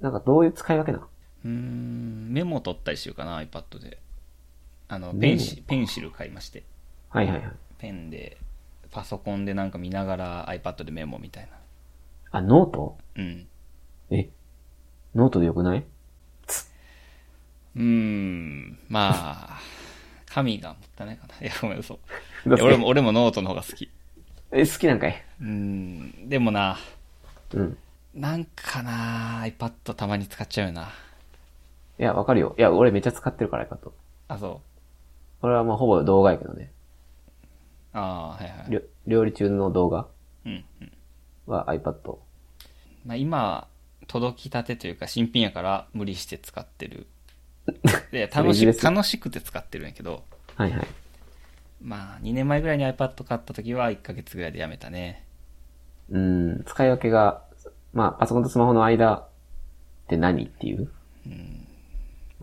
S1: なんかどういう使い分けな
S2: うーん、メモ取ったりしようかな、iPad で。あの、
S1: メモ
S2: ペンシペンシル買いまして。
S1: はいはいはい。
S2: ペンでパソコンでなんか見ながら iPad でメモみたいな
S1: あ、ノート
S2: うん
S1: え、ノートでよくないう
S2: ーんまあ紙がもったいないかないやごめんそう
S1: だって
S2: 俺も俺もノートの方が好き
S1: え、好きなんかいう
S2: ーんでもな
S1: うん。
S2: なんかな iPad たまに使っちゃうよない
S1: や、わかるよ。いや、俺めっちゃ使ってるから、iPad。
S2: あそ
S1: これはまあほぼ動画やけどね。
S2: うああはいはい
S1: りょ料理中の動画
S2: うん、うん
S1: は iPad。 [laughs]
S2: まあ、今届きたてというか新品やから無理して使ってる
S1: れ
S2: で、楽
S1: いじ
S2: し
S1: めす、る
S2: 楽しくて使ってるんやけど、
S1: はいはい。
S2: まあ、2年前ぐらいに iPad 買った時は1ヶ月ぐらいでやめたね。
S1: うん、使い分けが、まあ、パソコンとスマホの間って何っていう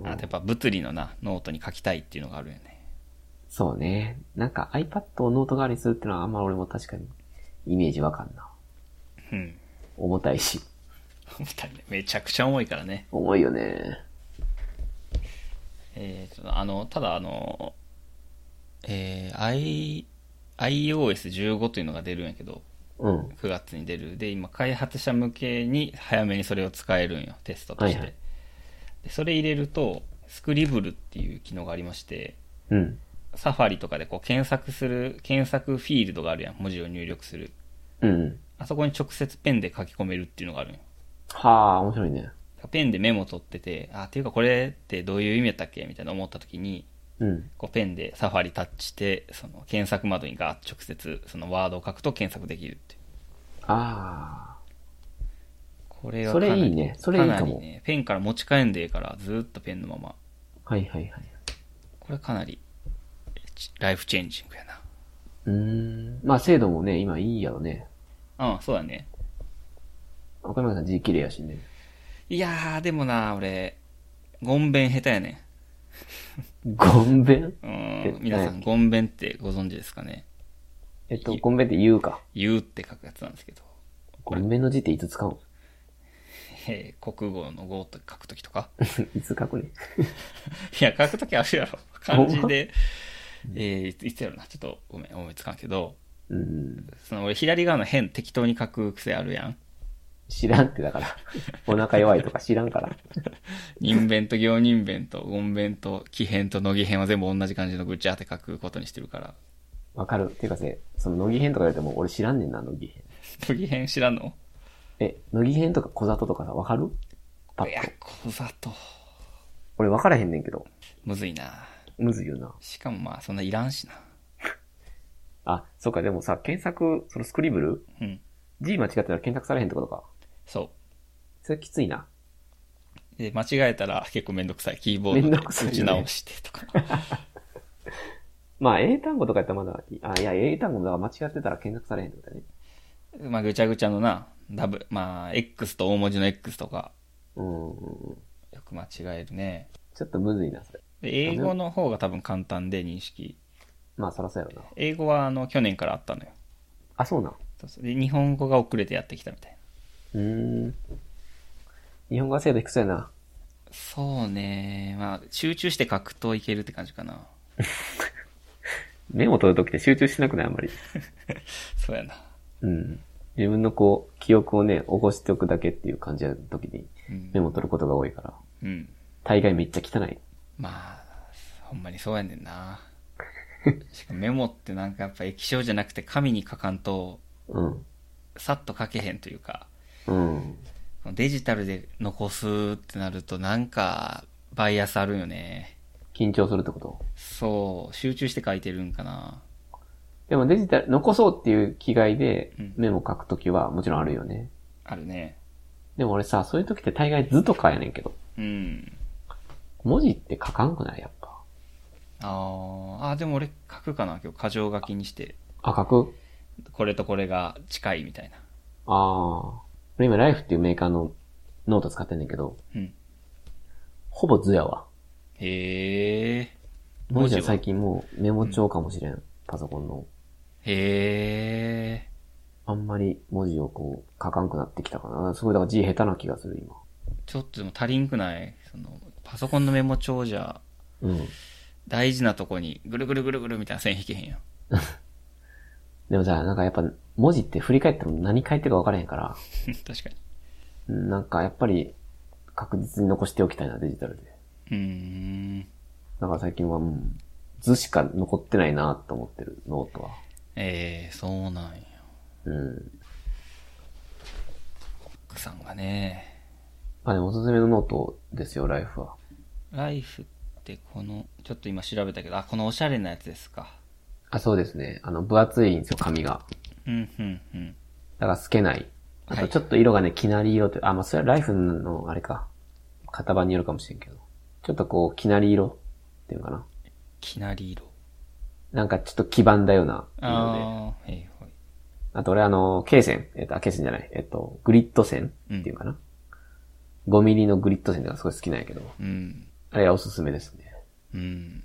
S2: あとやっぱ物理のな、ノートに書きたいっていうのがあるよね。
S1: そうね。なんか iPad をノート代わりにするってのはあんま俺も確かにイメージわかんな。
S2: うん。 [laughs]
S1: 重たいし。
S2: 重たいねめちゃくちゃ重いからね。
S1: 重いよね。
S2: えーと、あの、ただあの、えー、I、iOS15 というのが出るんやけど、
S1: うん。
S2: 9月に出る。で、今、開発者向けに早めにそれを使えるんよ、テストとして。
S1: はいはい
S2: でそれ入れると、スクリブルっていう機能がありまして、
S1: うん。
S2: サファリとかでこう検索する、検索フィールドがあるやん、文字を入力する。
S1: うん。
S2: あそこに直接ペンで書き込めるっていうのがあるんよ。
S1: はあ、面白いね。
S2: ペンでメモ取ってて、あ、っていうかこれってどういう意味やったっけみたいな思った時に、
S1: うん。
S2: こうペンでサファリタッチして、その検索窓にガーッと直接そのワードを書くと検索できるっていう。
S1: あ
S2: これは
S1: それ
S2: かなり
S1: いいねそれいいかも
S2: なりね。ペンから持ち帰んでええから、ずーっとペンのまま。
S1: あ。はいはいはい。
S2: これかなり、ちライフチェンジングやな。
S1: うーん。まあ、精度もね、今いいやろね。
S2: うん、そうだね。
S1: 岡山さん字綺麗やしね。
S2: いやー、でもな、俺、ゴンベン下手やね
S1: ごんべん
S2: ん。う
S1: え
S2: ーん、皆さん、
S1: ね
S2: ゴンベンってご存知ですかね。
S1: えっと、ごんべんって言うか。
S2: 言うって書くやつなんですけど。
S1: ごんべんの [laughs] 字っていつ使うの
S2: えー国語の語と書くとき
S1: [laughs]
S2: とか。
S1: いつ書くね。
S2: いや、書くときあるやろ。漢字で。えー、いつやろな。ちょっとごめん、思いつかんけど。
S1: うん。
S2: その俺、左側の変適当に書く癖あるやん。
S1: 知らんってだから。 [laughs] お腹弱いとか知らんから。
S2: 人弁と行人弁と言弁と奇変と乃木変は全部同じ感じのぐちゃって書くことにしてるから。
S1: わかる。ていうかせ、その、乃木編とか言われても俺知らんねんな、乃木編。
S2: 乃木変知らんの
S1: え、乃木編とか小里とかさ、わかるパ
S2: い
S1: ッ
S2: や
S1: と。、
S2: 小里。
S1: 俺わからへんねんけど。
S2: むずいな。
S1: むずいよな。
S2: しかもまあ、そんないらんしな。
S1: あ、そうか、でもさ、検索、そのスクリブル
S2: うん。
S1: ?G 間違ってたら検索されへんってことか。
S2: そ
S1: それきついな。
S2: う。で、間違えたら結構めんどくさい。キーボー
S1: めん
S2: ドで
S1: どくさい
S2: 打
S1: ね
S2: ち直してとか。
S1: まあ、英単語とかやったらまだいい、あ、いや、英単語もだから間違ってたら検索されへんってことだね。
S2: まあ、ぐちゃぐちゃのな、ダブ、まあ、X と大文字の X とか、
S1: うんうんうん。
S2: よく間違えるね。
S1: ちょっとむずいな、それ。
S2: で英語の方が多分簡単で認識。
S1: まあ、そらそうやろな。
S2: 英語はあの、去年からあったのよ。
S1: あ、そうなん。
S2: そうそうで、日本語が遅れてやってきたみたいな。
S1: うーん。日本語は精度低そうやな。
S2: そうね。まあ、集中して書くといけるって感じかな。
S1: メモ取るときって集中しなくない、あんまり。
S2: そうやな。
S1: うん。自分のこう、記憶をね、起こしておくだけっていう感じの時に
S2: うん
S1: メモ取ることが多いから、
S2: うん。
S1: 大概めっちゃ汚い。
S2: まあ、ほんまにそうやねんな。しかもメモってなんかやっぱ液晶じゃなくて紙に書かんと、
S1: うん。
S2: さっと書けへんというか、
S1: うん。
S2: デジタルで残すってなるとなんかバイアスあるよね。
S1: 緊張するってこと
S2: そう、集中して書いてるんかな。
S1: でもデジタル、残そうっていう気概で
S2: うん
S1: メモ書くときはもちろんあるよね。
S2: あるね。
S1: でも俺さ、そういう時って大概図とかやねんけど、
S2: うん。
S1: 文字って書かんくないやっぱ。
S2: あーあー、でも俺書くかな。今日過剰書きにして、
S1: あ、書く
S2: これとこれが近いみたいな。
S1: ああ。俺今ライフっていうメーカーのノート使ってんねんけど、
S2: うん。
S1: ほぼ図やわ。
S2: へえ。
S1: 文字
S2: 文
S1: は
S2: 字は
S1: 最近もうメモ帳かもしれん。パソコンの。
S2: へえ。
S1: あんまり文字をこう書かんくなってきたかな。すごい、だから字下手な気がする、今。
S2: ちょっとでも足りんくないその、パソコンのメモ帳じゃ、
S1: うん。
S2: 大事なとこにぐるぐるぐるぐるみたいな線引けへんやん。 [laughs]
S1: でもさ、なんかやっぱ文字って振り返っても何書いてるか分からへんから、
S2: 確かに。
S1: うんなんかやっぱり確実に残しておきたいな、デジタルで。
S2: うーん。
S1: だから最近は、うん、図しか残ってないなと思ってる、ノートは。
S2: ええそうなんや。
S1: うん。
S2: 奥さんがね、
S1: まあでもおすすめのノートですよ、ライフは。
S2: ライフってこの、ちょっと今調べたけど、あ、このおしゃれなやつですか。
S1: あ、そうですね。あの、分厚いんですよ、紙が。
S2: うん、うん、うん。
S1: だから透けない。あ
S2: は
S1: と
S2: い
S1: ちょっと色がね、きなり色という、あ、まあそれはライフのあれか。型番によるかもしれんけど。ちょっとこう、きなり色っていうのかな。
S2: きなり色。
S1: なんかちょっと黄ばんだような色で。
S2: ああ、はいはい。
S1: あと俺あの、K 線、えっと、あ、K 線じゃない、えっと、グリッド線っていうかな。5ミリのグリッド線がすごい好きなんやけど、
S2: うん。
S1: あれはおすすめですね。
S2: うん。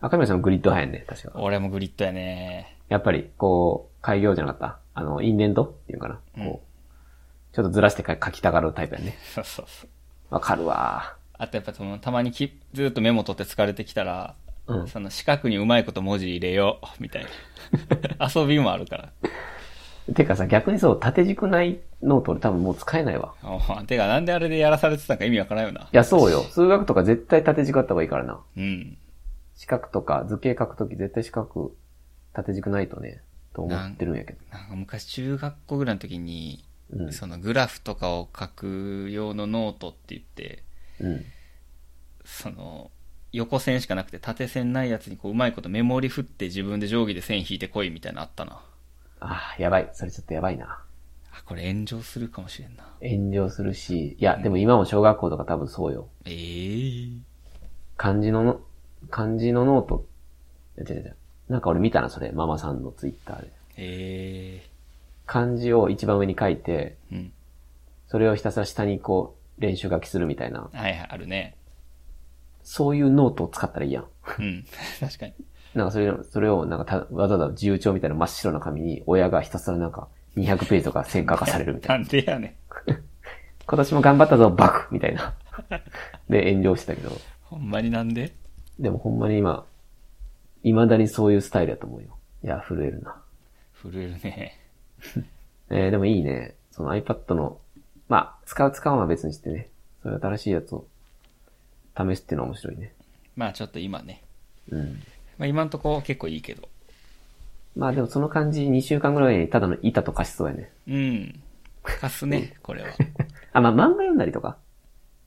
S1: 赤宮さんもグリッド派やんね、確か。
S2: 俺もグリッドやね。
S1: やっぱり、こう、開業じゃなかったあの、インデントっていうかな。こう、
S2: うん
S1: ちょっとずらしてか書きたがるタイプやね。
S2: そうそうそう。
S1: わかるわ
S2: あとやっぱその、たまにきずっとメモ取って疲れてきたら、
S1: うん
S2: その四角にうまいこと文字入れよう、みたいな。 [laughs] 遊びもあるから。
S1: てかさ、逆にそう、縦軸ないノート俺多分もう使えないわ。
S2: あてか、なんであれでやらされてたんか意味わからんよな。
S1: いや、そうよ。数学とか絶対縦軸あった方がいいからな。
S2: うん。
S1: 四角とか図形書くとき絶対四角、縦軸ないとね、と思ってるんやけど。
S2: なんか昔中学校ぐらいの時に、
S1: うん。
S2: そのグラフとかを書く用のノートって言って、
S1: うん。
S2: その、横線しかなくて縦線ないやつにこううまいことメモリ振って自分で定規で線引いてこいみたいなのあったな。
S1: ああ、やばい。それちょっとやばいな。
S2: あ、これ炎上するかもしれんな。
S1: 炎上するし、いや、でも今も小学校とか多分そうよ。
S2: ええー。
S1: 漢字のの、漢字のノート、いや違う違う。なんか俺見たな、それ。ママさんのツイッターで。
S2: え
S1: 漢字を一番上に書いて、
S2: えー。うん。
S1: それをひたすら下にこう、練習書きするみたいな。
S2: はいはい、あるね。
S1: そういうノートを使ったらいいやん。
S2: うん。 [laughs] 確かに。
S1: なんかそれ、それをなんかたわざわざ自由帳みたいな真っ白な紙に親がひたすらなんか200ページとか線書かされるみたいな。
S2: なんでやねん。
S1: 今年も頑張ったぞ、バクみたいな。で、炎上してたけど。
S2: ほんまになんで
S1: でもほんまに今、未だにそういうスタイルやと思うよ。いや、震えるな。
S2: 震えるね。
S1: えー、でもいいね。その iPad の、まあ、使う使うのは別にしてね。そういう新しいやつを試すっていうのは面白いね。
S2: まあちょっと今ね。
S1: うん。
S2: まあ今んとこ結構いいけど。
S1: まあでもその感じ2週間ぐらいにただの板とかしそうやね。
S2: うん。貸すね、これは。
S1: あ、まあ漫画読んだりとか。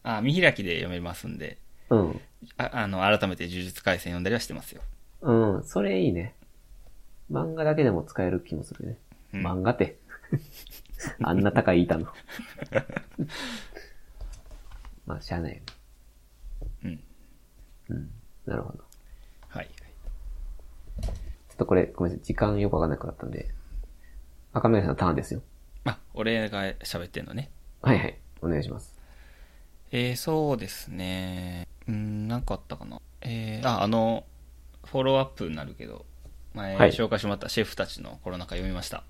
S2: あ、見開きで読めますんで。
S1: うん。
S2: ああの、改めて呪術回戦読んだりはしてますよ。
S1: うん、それいいね。漫画だけでも使える気もするね。
S2: うん
S1: 漫画って。 [laughs] あんな高い
S2: [laughs]
S1: 板の。まあ、しゃあないよね。
S2: うん。
S1: うん。なるほど。ちょ
S2: はい。
S1: っとこれ、ごめんなさい。時間よくわかんなくなったんで。赤嶺さんのターンですよ。
S2: あ、俺が喋ってんのね。
S1: はいはい。お願いします。
S2: えー、そうですね。うん、なんかあったかな。えー、あ、あの、フォローアップになるけど、前
S1: はい
S2: 紹介してもらったシェフたちのコロナ禍読みました。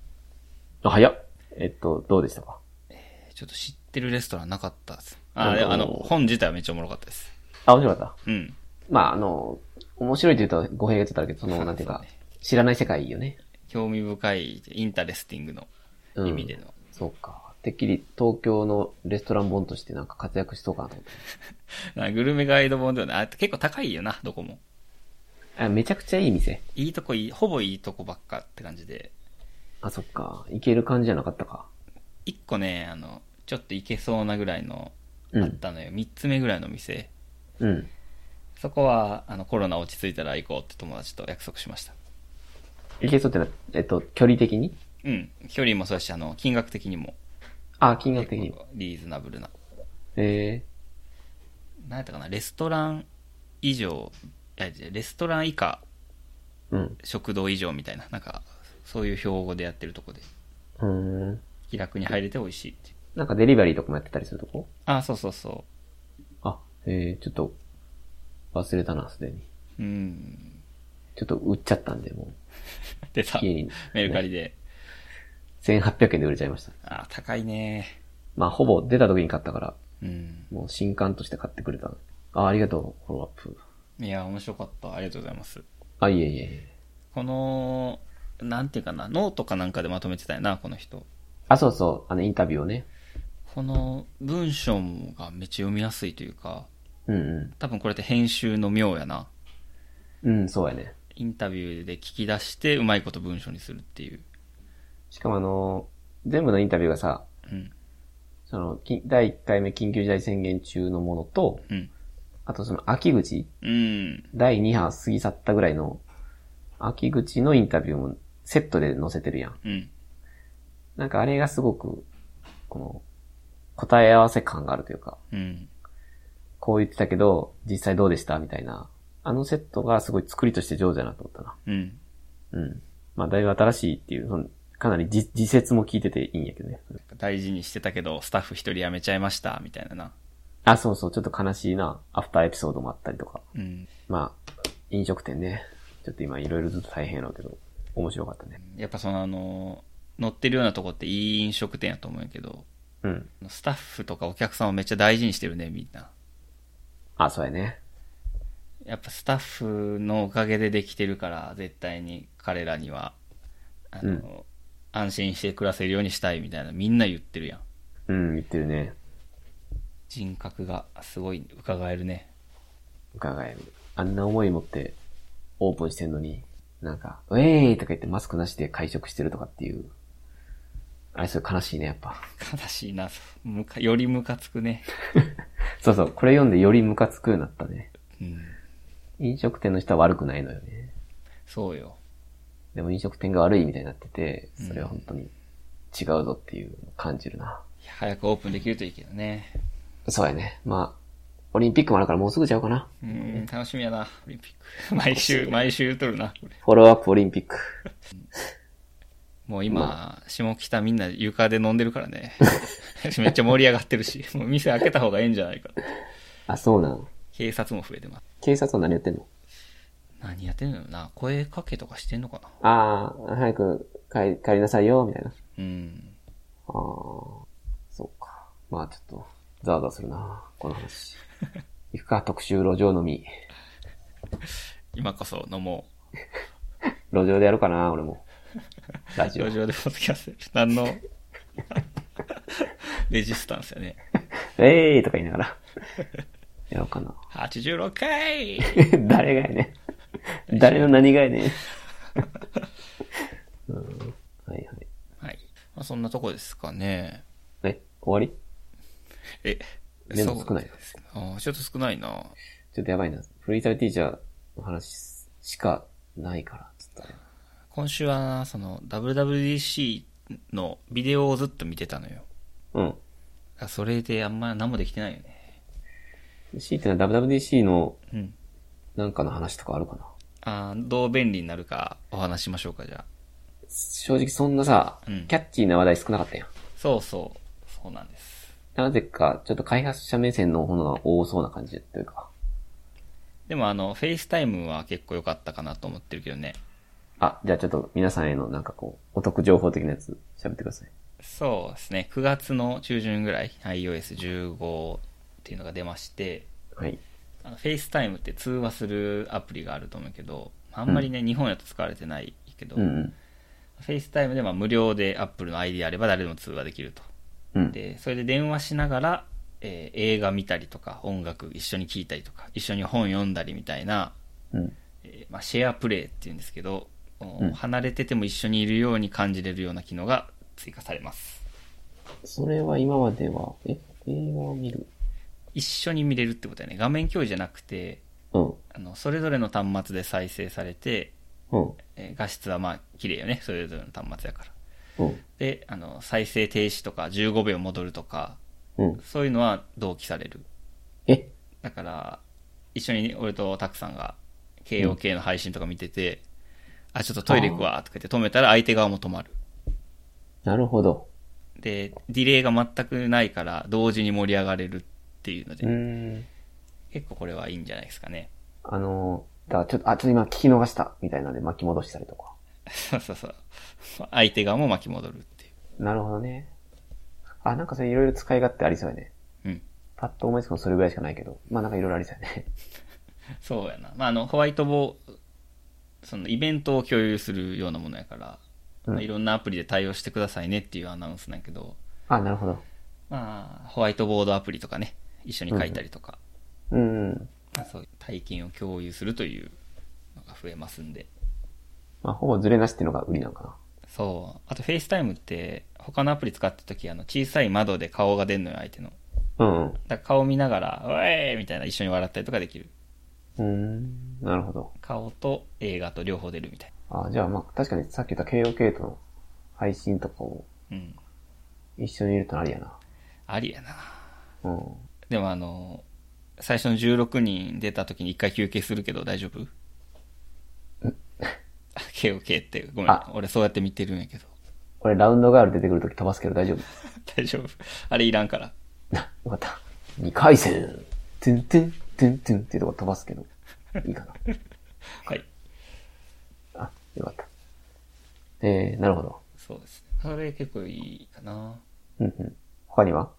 S1: あ、早っ。えっと、どうでしたか
S2: えーちょっと知ってるレストランなかったです。あ、
S1: おー
S2: であの、本自体はめっちゃおもろかったです。
S1: あ、面白かった。
S2: うん。
S1: まあ、あの、面白いと言うと語弊が出たらけど、そ
S2: そ
S1: の、
S2: う
S1: なんていうか
S2: そうね、
S1: 知らない世界いいよね。
S2: 興味深い、インタレスティングの
S1: うん
S2: 意味での。
S1: そうか。てっきり東京のレストラン本としてなんか活躍しそうかなと思って。
S2: なグルメガイド本ではない。あ結構高いよな、どこも。
S1: あ、めちゃくちゃいい店。
S2: いいとこいい、ほぼいいとこばっかって感じで。
S1: あ、そっか。行ける感じじゃなかったか。
S2: 一個ね、あの、ちょっと行けそうなぐらいの、
S1: うん
S2: あったのよ。三つ目ぐらいの店。
S1: うん。
S2: そこは、あの、コロナ落ち着いたら行こうって友達と約束しました。
S1: 行けそうってのは、えっと、距離的に
S2: うん。距離もそうだし、あの、金額的にも。
S1: あ、金額的にも。
S2: リーズナブルな。
S1: え
S2: なんやったかな、レストラン以上、いや、レストラン以下、
S1: えー。
S2: 食堂以上みたいな、なんか、そういう標語でやってるとこで、
S1: うん。うーん。
S2: 気楽に入れて美味しいっていう。
S1: なんかデリバリーとかもやってたりするとこ
S2: あ、そうそうそ
S1: あ、ええちょっと、忘れたな、すでに。
S2: う。うん。
S1: ちょっと売っちゃったんで、も
S2: でさ
S1: う、、家に。
S2: メルカリで、
S1: 1800円で売れちゃいました。
S2: あ、高いね。
S1: まあ、ほぼ出た時に買ったから、
S2: うん。
S1: もう新刊として買ってくれた。あ、ありがとう、フォローアップ。
S2: いや、面白かった。ありがとうございます。
S1: あ、いえいえいえ。
S2: この、なんていうかな、ノートかなんかでまとめてたよな、この人。
S1: あ、そうそう、あの、インタビューをね。
S2: この文章がめっちゃ読みやすいというか、
S1: うんう
S2: 多分これって編集の妙やな。
S1: ん。うん、そうやね。
S2: インタビューで聞き出して、うまいこと文章にするっていう。
S1: しかもあの、全部のインタビューがさ、
S2: うん。
S1: その、き第1回目緊急事態宣言中のものと、
S2: うん。
S1: あとその秋口、
S2: うん。
S1: 第2波過ぎ去ったぐらいの、秋口のインタビューもセットで載せてるやん。
S2: うん。
S1: なんかあれがすごく、この、答え合わせ感があるというか、
S2: うん。
S1: こう言ってたけど、実際どうでしたみたいな。あのセットがすごい作りとして上手だなと思ったな。
S2: うん。
S1: うん。まあ、だいぶ新しいっていう、そのかなり自自説も聞いてていいんやけどね。
S2: 大事にしてたけど、スタッフ一人辞めちゃいました、みたいなな。
S1: あ、そうそう、ちょっと悲しいな。アフターエピソードもあったりとか。
S2: うん。
S1: まあ、飲食店ね。ちょっと今いろいろずっと大変やろうけど、面白かったね。
S2: やっぱそのあの、乗ってるようなとこっていい飲食店やと思うんやけど、
S1: うん。
S2: スタッフとかお客さんをめっちゃ大事にしてるね、みんな。
S1: あ、そうやね。
S2: やっぱスタッフのおかげでできてるから、絶対に彼らには、あの、
S1: うん
S2: 安心して暮らせるようにしたいみたいな、みんな言ってるや
S1: う
S2: ん。
S1: ん、言ってるね。
S2: 人格がすごい伺えるね。
S1: 伺える。あんな思い持ってオープンしてんのに、なんか、ウェーイとか言ってマスクなしで会食してるとかっていう。あれ、それ悲しいね、やっぱ。
S2: 悲しいな、そうむかよりムカつくね。
S1: そうそう、これ読んでよりムカつくようになったね。
S2: うん。
S1: 飲食店の人は悪くないのよね。
S2: そうよ。
S1: でも飲食店が悪いみたいになってて、それは本当に違うぞっていうのを感じるな。
S2: いや早くオープンできるといいけどね。
S1: そうやね。まあ、オリンピックもあるからもうすぐちゃうかな。
S2: うん、楽しみやな、オリンピック。毎週、毎週撮るな、これ。
S1: フォローアップオリンピック。
S2: もう今、下北みんな床で飲んでるからね。 [laughs] めっちゃ盛り上がってる [laughs] し、もう店開けた方がいいんじゃないかって。
S1: あ、そうなん。
S2: 警察も増えてます。
S1: 警察は何やってんの
S2: 何やってんのよな。声かけとかしてんのかな。
S1: ああ、早く帰帰りなさいよ、みたいな。
S2: うん。
S1: ああ、そうか。まあちょっと、ざわざわするな、この話。行くか、特集路上飲み。
S2: 今こそ飲も
S1: 路上でやるかな、俺も。ラ
S2: う。
S1: ジオ
S2: 路。上でポッドキャス [laughs] ト。何の、レジスタンスよね。
S1: えーとか言いながら。やろうかな。 [laughs]
S2: 86回
S1: 誰がやねん。誰の何がやねん。うん、はいはい。
S2: はい。まあ、そんなとこですかね。
S1: え、終わり
S2: え、
S1: メモ少ない
S2: そうですねあーちょっと少ないな。
S1: ちょっとやばいな。フリータルティーチャーの話しかないから、ちょっとね。
S2: 今週は、その、WWDC のビデオをずっと見てたのよ。
S1: うん。
S2: あそれであんま何もできてないよね。
S1: C ってのは WWDC の
S2: うん。
S1: なんかの話とかあるかな。
S2: あーどう便利になるかお話ししましょうか、じゃあ。
S1: 正直そんなさ、
S2: うん
S1: キャッチーな話題少なかったやん。
S2: そうそう。そうなんです。
S1: なぜか、ちょっと開発者目線のものが多そうな感じというか。
S2: でもあの、フェイスタイムは結構良かったかなと思ってるけどね。
S1: あ、じゃあちょっと皆さんへのなんかこう、お得情報的なやつ喋ってください。
S2: そうですね。9月の中旬ぐらい、iOS15 っていうのが出まして、
S1: はい。
S2: あのフェイスタイムって通話するアプリがあると思うけど、あんまりね、日本やと使われてないけど、
S1: うんうん。
S2: フェイスタイムでまあ無料で Apple の ID あれば誰でも通話できると。
S1: うん。
S2: で、それで電話しながら、えー映画見たりとか、音楽一緒に聴いたりとか、一緒に本読んだりみたいな、
S1: うん。
S2: えーまあ、シェアプレイっていうんですけど、お
S1: うん
S2: 離れてても一緒にいるように感じれるような機能が追加されます。
S1: それは今までは、え、映画を見る
S2: 一緒に見れるってことだよね。画面共有じゃなくて、
S1: うん。
S2: あのそれぞれの端末で再生されて、
S1: うん。
S2: えー画質はまあ綺麗よね。それぞれの端末やから。
S1: うん。
S2: で、あの再生停止とか15秒戻るとか、
S1: うん。
S2: そういうのは同期される。
S1: え
S2: だから、一緒に俺とタクさんが KOK の配信とか見てて、あ、ちょっとトイレ行くわとか言って止めたら相手側も止まる。
S1: なるほど。
S2: で、ディレイが全くないから同時に盛り上がれるっていうので、
S1: うーん。
S2: 結構これはいいんじゃないですかね。 [laughs]
S1: あの、だからちょっと、あ、ちょっと今聞き逃した、みたいなので巻き戻したりとか。
S2: そうそうそう。相手側も巻き戻るってい
S1: なるほどね。あ、なんかそれいろいろ使い勝手ありそうやね。
S2: う。うん。
S1: パッと思いつくのそれぐらいしかないけど。まあなんかいろいろありそうやね。 [laughs]
S2: そうやな。まあ、あの、ホワイトボー、そのイベントを共有するようなものやから、
S1: うん
S2: まあいろんなアプリで対応してくださいねっていうアナウンスなんやけど、
S1: あ、なるほど。
S2: まあ、ホワイトボードアプリとかね、一緒に書いたりとか、
S1: うん。
S2: まあそういう体験を共有するというのが増えますんで。
S1: まあほぼズレなしっていうのが売りなのかな。
S2: そう。あと、フェイスタイムって、他のアプリ使った時、あの、小さい窓で顔が出んのよ、相手の。
S1: うん、うん。
S2: だから顔見ながら、うえーみたいな、一緒に笑ったりとかできる。
S1: うーん、なるほど。
S2: 顔と映画と両方出るみたい
S1: あじゃあまあ、確かにさっき言った KOK との配信とかを
S2: な。うん。
S1: 一緒にいるとありやな。
S2: ありやな。
S1: うん。
S2: でも、あの、最初の16人出た時に一回休憩するけど大丈夫 ?KOK って、ごめん
S1: あ。
S2: 俺そうやって見てるんやけど。 [laughs]
S1: 俺ラウンドガール出てくるとき飛ばすけど大丈夫。 [laughs]
S2: 大丈夫。あれいらんから。
S1: な、よかった。二回戦、トゥントゥン、トゥントゥンっていうとこ飛ばすけど、いいかな。
S2: はい。
S1: あ、よかった。えー、なるほど。
S2: そうですね。あれ結構いいかな。
S1: うんうん。他には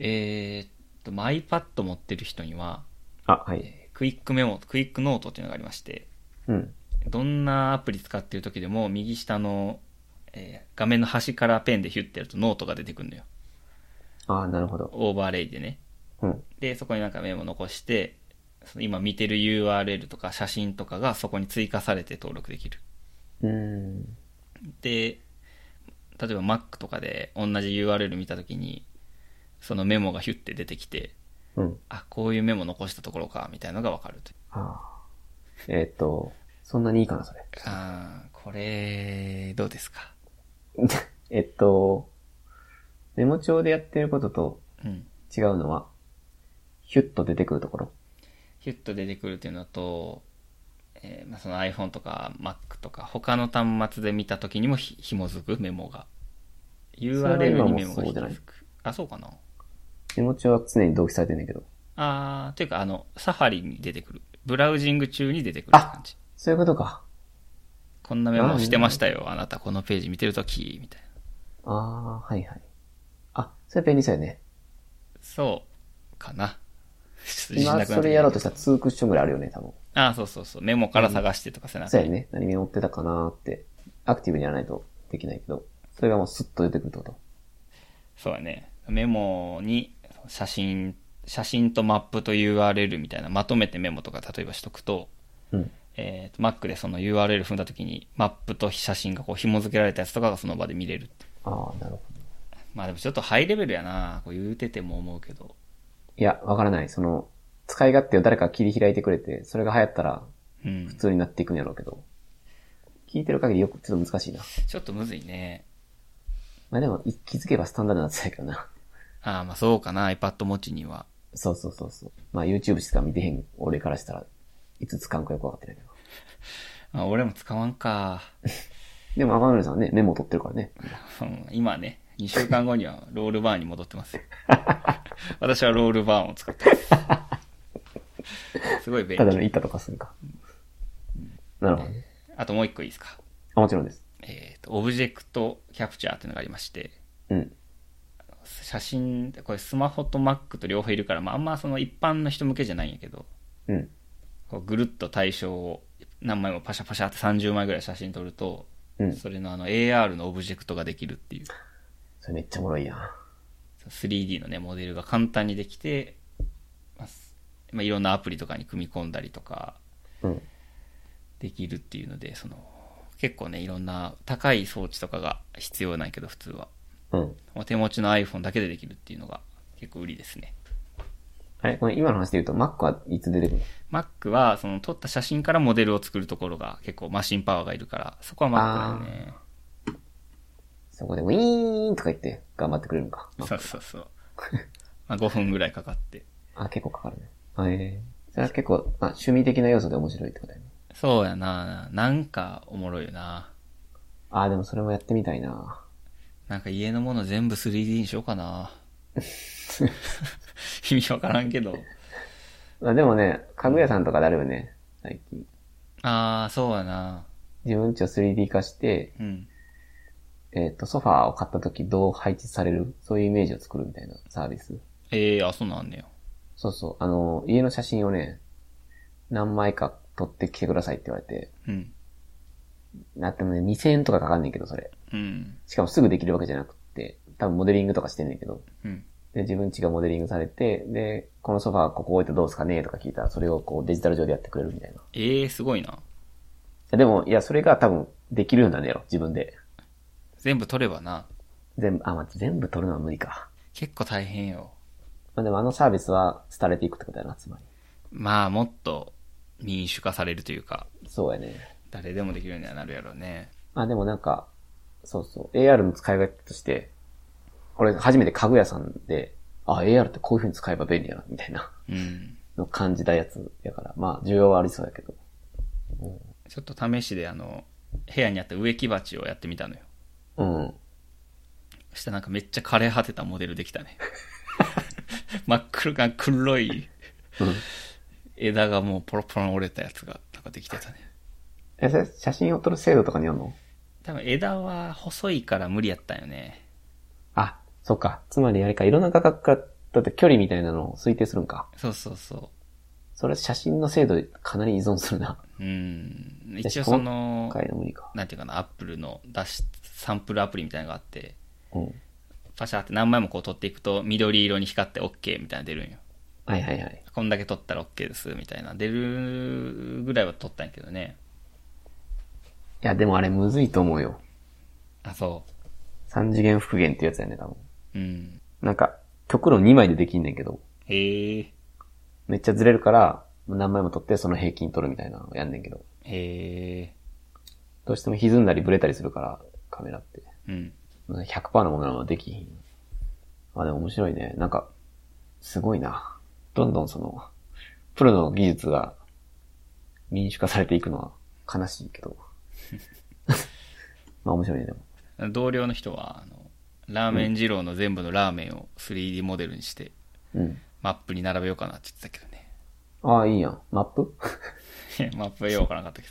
S2: えーっと、マイパッド持ってる人には、
S1: あ、はい。
S2: えークイックメモ、クイックノートっていうのがありまして、
S1: うん。
S2: どんなアプリ使ってる時でも右下の、えー画面の端からペンでヒュッてやるとノートが出てくるのよ。
S1: あーなるほど。
S2: オーバーレイでね。
S1: うん。
S2: で、そこになんかメモ残して、その今見てる URL とか写真とかがそこに追加されて登録できる。
S1: うーん。
S2: で、例えば Mac とかで同じ URL 見た時に、そのメモがヒュッて出てきて、
S1: うん。
S2: あ、こういうメモ残したところか、みたいなのがわかるという。
S1: あーえーっと、そんなにいいかな、それ。
S2: あーこれ、どうですか
S1: えっと、メモ帳でやってることと
S2: うん。
S1: 違うのは、ヒュッと出てくるところ。
S2: ヒュッと出てくるっていうのと、えーまあ、その iPhone とか Mac とか他の端末で見た時にもひ紐づくメモが。
S1: は
S2: URL
S1: 今
S2: に
S1: も
S2: メ
S1: そ
S2: モが紐
S1: うじゃない
S2: づく。あ、そうかな
S1: メモ帳は常に同期されてんだけど。
S2: あー、というかあの、サファリに出てくる。ブラウジング中に出てくる感じ。
S1: そういうことか。
S2: こんなメモをしてましたよ、あなたこのページ見てるとき、みたいな。
S1: あー、はいはい。あ、それ便利そうよね。
S2: そう、かな。ちょっと自信
S1: 今
S2: なくなってきた
S1: それやろうとしたら2クッションぐらいあるよね、多分。
S2: あー、そうそうそう。メモから探してとか背中
S1: そうやね。何メモってたかなーって。アクティブにやらないとできないけど。それがもうスッと出てくるってこと。
S2: そうだね。メモに写真、写真とマップと URL みたいな、まとめてメモとか例えばしとくと、
S1: うん。
S2: えーと、Mac でその URL 踏んだ時に、マップと写真がこう紐付けられたやつとかがその場で見れるって。
S1: あー、なるほど。
S2: まあでもちょっとハイレベルやなこう言うてても思うけど。
S1: いや、わからない。その、使い勝手を誰か切り開いてくれて、それが流行ったら
S2: うん
S1: 普。通になっていくんやろうけど。聞いてる限りよく、ちょっと難しいな。
S2: ちょっとむずいね。
S1: まあでも、い気づけばスタンダードなってたけどな。
S2: ああ、まあそうかな、iPad 持ちには。
S1: そうそうそうそう。まあ YouTube しか見てへん俺からしたら、いつ使うんかよくわかってないけど。
S2: あ俺も使わんか。
S1: でも赤森さんはね、メモ取ってるからね。
S2: うん今ね、2週間後にはロールバーンに戻っ
S1: [laughs]
S2: てますよ。私はロールバーンを使ってます。すごい便
S1: ただ
S2: 利。
S1: の行ったとかするか。なるほどね。
S2: あともう一個いいですか。
S1: あ、もちろんです。
S2: えっ、と、オブジェクトキャプチャーっていうのがありまして、
S1: うん。
S2: 写真、これスマホと Mac と両方いるから、まああんまその一般の人向けじゃないんやけど、
S1: うん。
S2: こうぐるっと対象を何枚もパシャパシャって30枚ぐらい写真撮ると、
S1: うん。
S2: それのあの AR のオブジェクトができるっていう、
S1: それめっちゃおもろいやん。
S2: 3D のね、モデルが簡単にできて、まあすまあ、いろんなアプリとかに組み込んだりとか
S1: うん。
S2: できるっていうので、その、結構ね、いろんな高い装置とかが必要ないけど、普通は。
S1: うん。
S2: お手持ちの iPhone だけでできるっていうのが結構売りですね。
S1: あれ、これ今の話で言うと、Mac はいつ出てくるの
S2: Mac はその撮った写真からモデルを作るところが結構マシンパワーがいるから、そこは Mac だよね。
S1: そこでウィーンとか言って頑張ってくれるのか。
S2: そうそうそう。まあ5分ぐらいかかって。
S1: あ、結構かかるね。ええそれは結構、まあ、趣味的な要素で面白いってことだよね。
S2: そうやな。なんかおもろいよな。
S1: あーでもそれもやってみたいな
S2: なんか家のもの全部 3D にしようかな。 [laughs] 意味わからんけど。
S1: まあでもね、家具屋さんとかであるよね、最近。
S2: ああ、そうやな。
S1: 自分家を 3D 化して、
S2: うん。
S1: えっ、と、ソファーを買った時どう配置されるそういうイメージを作るみたいなサービス。
S2: ええあ、そうなんねよ。
S1: そうそう。あの、家の写真をね、何枚か撮ってきてくださいって言われて、
S2: うん。
S1: なってもね、2000円とかかかんねんけど、それ。
S2: うん。
S1: しかもすぐできるわけじゃなくって、多分モデリングとかしてんねんけど。
S2: うん。
S1: で、自分家がモデリングされて、で、このソファーここ置いてどうですかねとか聞いたら、それをこうデジタル上でやってくれるみたいな。い
S2: ええすごいな。
S1: やでも、いや、それが多分できるようになるやろ、自分で。
S2: 全部撮ればな。
S1: 全部、あ、待って、全部取るのは無理か。
S2: 結構大変よ。
S1: まあでもあのサービスは廃れていくってことやな、つまり。
S2: まあ、もっと民主化されるというか、
S1: そうやね。
S2: 誰でもできるようにはなるやろうね。
S1: あ、でもなんか、そうそう、AR の使い方として、俺初めて家具屋さんであ、AR ってこういう風に使えば便利やな、みたいな
S2: うん。
S1: の感じたやつやから、まあ、需要はありそうやけど。
S2: ちょっと試しであの、部屋にあった植木鉢をやってみたのよ。
S1: うん。
S2: そしたらなんかめっちゃ枯れ果てたモデルできたね。 [laughs] 真っ黒が黒い枝がもうポロポロ折れたやつが、なんかできてたね。
S1: え、それ写真を撮る精度とかによるの
S2: 多分枝は細いから無理やったんよね。
S1: あ、そっか。つまりあれか、いろんな画角から、だって距離みたいなのを推定するんか。
S2: そうそうそ
S1: それ写真の精度かなり依存するな。
S2: う。うん。一応その
S1: 今、回の無理か。
S2: なんていうかな、アップルの出し、サンプルアプリみたいなのがあって、
S1: うん。
S2: パシャって何枚もこう取っていくと緑色に光って OK みたいなの出るんよ。
S1: はいはいはい。
S2: こんだけ取ったら OK ですみたいな出るぐらいは取ったんやけどね。
S1: いや、でもあれむずいと思うよ。
S2: あ、そ
S1: 三次元復元ってやつやね、多分。
S2: う。うん。
S1: なんか、極論2枚でできんねんけど、
S2: へえ。
S1: めっちゃずれるから、何枚も撮ってその平均撮るみたいなのやんねんけど、
S2: へえ。
S1: どうしても歪んだりブレたりするから、カメラって。
S2: うん。
S1: 100%のものはできひん。あ、でも面白いね。なんか、すごいな。どんどんその、プロの技術が民主化されていくのは悲しいけど。まあ面白いね、でも。
S2: 同僚の人は、あの、ラーメン二郎の全部のラーメンを 3D モデルにして、
S1: うん。
S2: マップに並べようかなって言ってたけどね。
S1: ああ、いいやん。マップ [laughs]
S2: いやマップはよくわからなかっ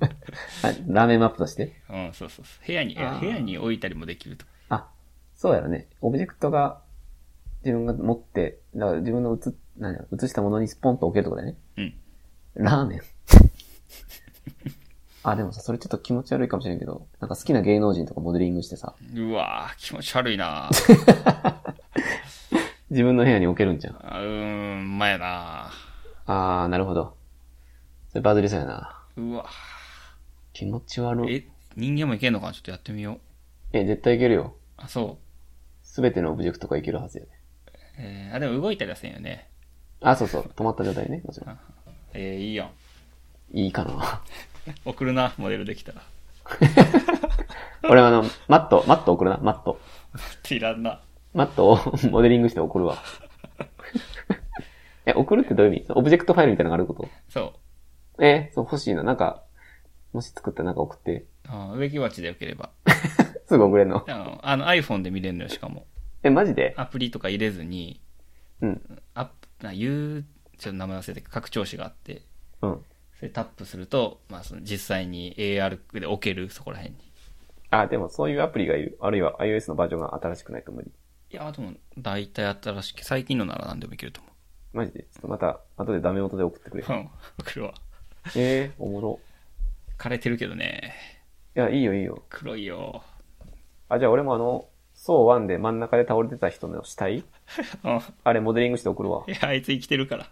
S2: たけ
S1: あラーメンマップとして
S2: ど。うん、そうそうそう。部屋に、いや
S1: あー
S2: 部屋に置いたりもできると。
S1: あ、そうやろね。オブジェクトが自分が持って、だから自分の映っ、なんだ映したものにスポンと置けるとこだよね。
S2: うん。
S1: ラーメン。 [laughs] あ、でもさ、それちょっと気持ち悪いかもしれんけど、なんか好きな芸能人とかモデリングしてさ、
S2: うわー気持ち悪いな
S1: 自分の部屋に置けるんじゃん。
S2: あうーん、前やな
S1: あー、なるほど。それバズりそうやな。
S2: うわ
S1: 気持ち悪い。
S2: え、人間もいけんのかなちょっとやってみよう。
S1: え、絶対いけるよ。
S2: あ、そ
S1: すべてのオブジェクトがいけるはずやね。
S2: う。えーあ、でも動いたりはせんよね。
S1: あ、そうそう。止まった状態ね。もちろん。
S2: えーいいやん。
S1: いいかな。
S2: 送るな、モデルできたら。 [laughs]
S1: 俺はあの、マット、マット送るな、マット。
S2: いらんな。
S1: マットを [laughs] モデリングして送るわ。 [laughs] え、送るってどういう意味オブジェクトファイルみたいなのがあること
S2: そう。
S1: えーそう、欲しいな。なんか、もし作ったらなんか送って。
S2: あ植木鉢でよければ。
S1: すぐ送れんの
S2: あの、あの iPhone で見れるのよ、しかも。
S1: え、マジで
S2: アプリとか入れずに、
S1: うん。
S2: アップ、な、言う、ちょっと名前忘れて、拡張子があって、
S1: うん。
S2: それタップすると、まあ、その実際に AR で置ける、そこら辺に。
S1: あ、でもそういうアプリがいる。あるいは iOS のバージョンが新しくないと無理。
S2: いや、でも、大体新しく、最近のなら何でもいけると思
S1: マジで。ちょっとまた、後でダメ元で送って
S2: [laughs]
S1: くれ。
S2: う。うん、僕らは。
S1: えー、おもろ。
S2: 枯れてるけどね。
S1: いや、いいよいいよ。
S2: 黒いよ。
S1: あ、じゃあ俺もあの、ソー1で真ん中で倒れてた人の死体
S2: うん
S1: あれモデリングして送るわ
S2: い。や、あいつ生きてるから。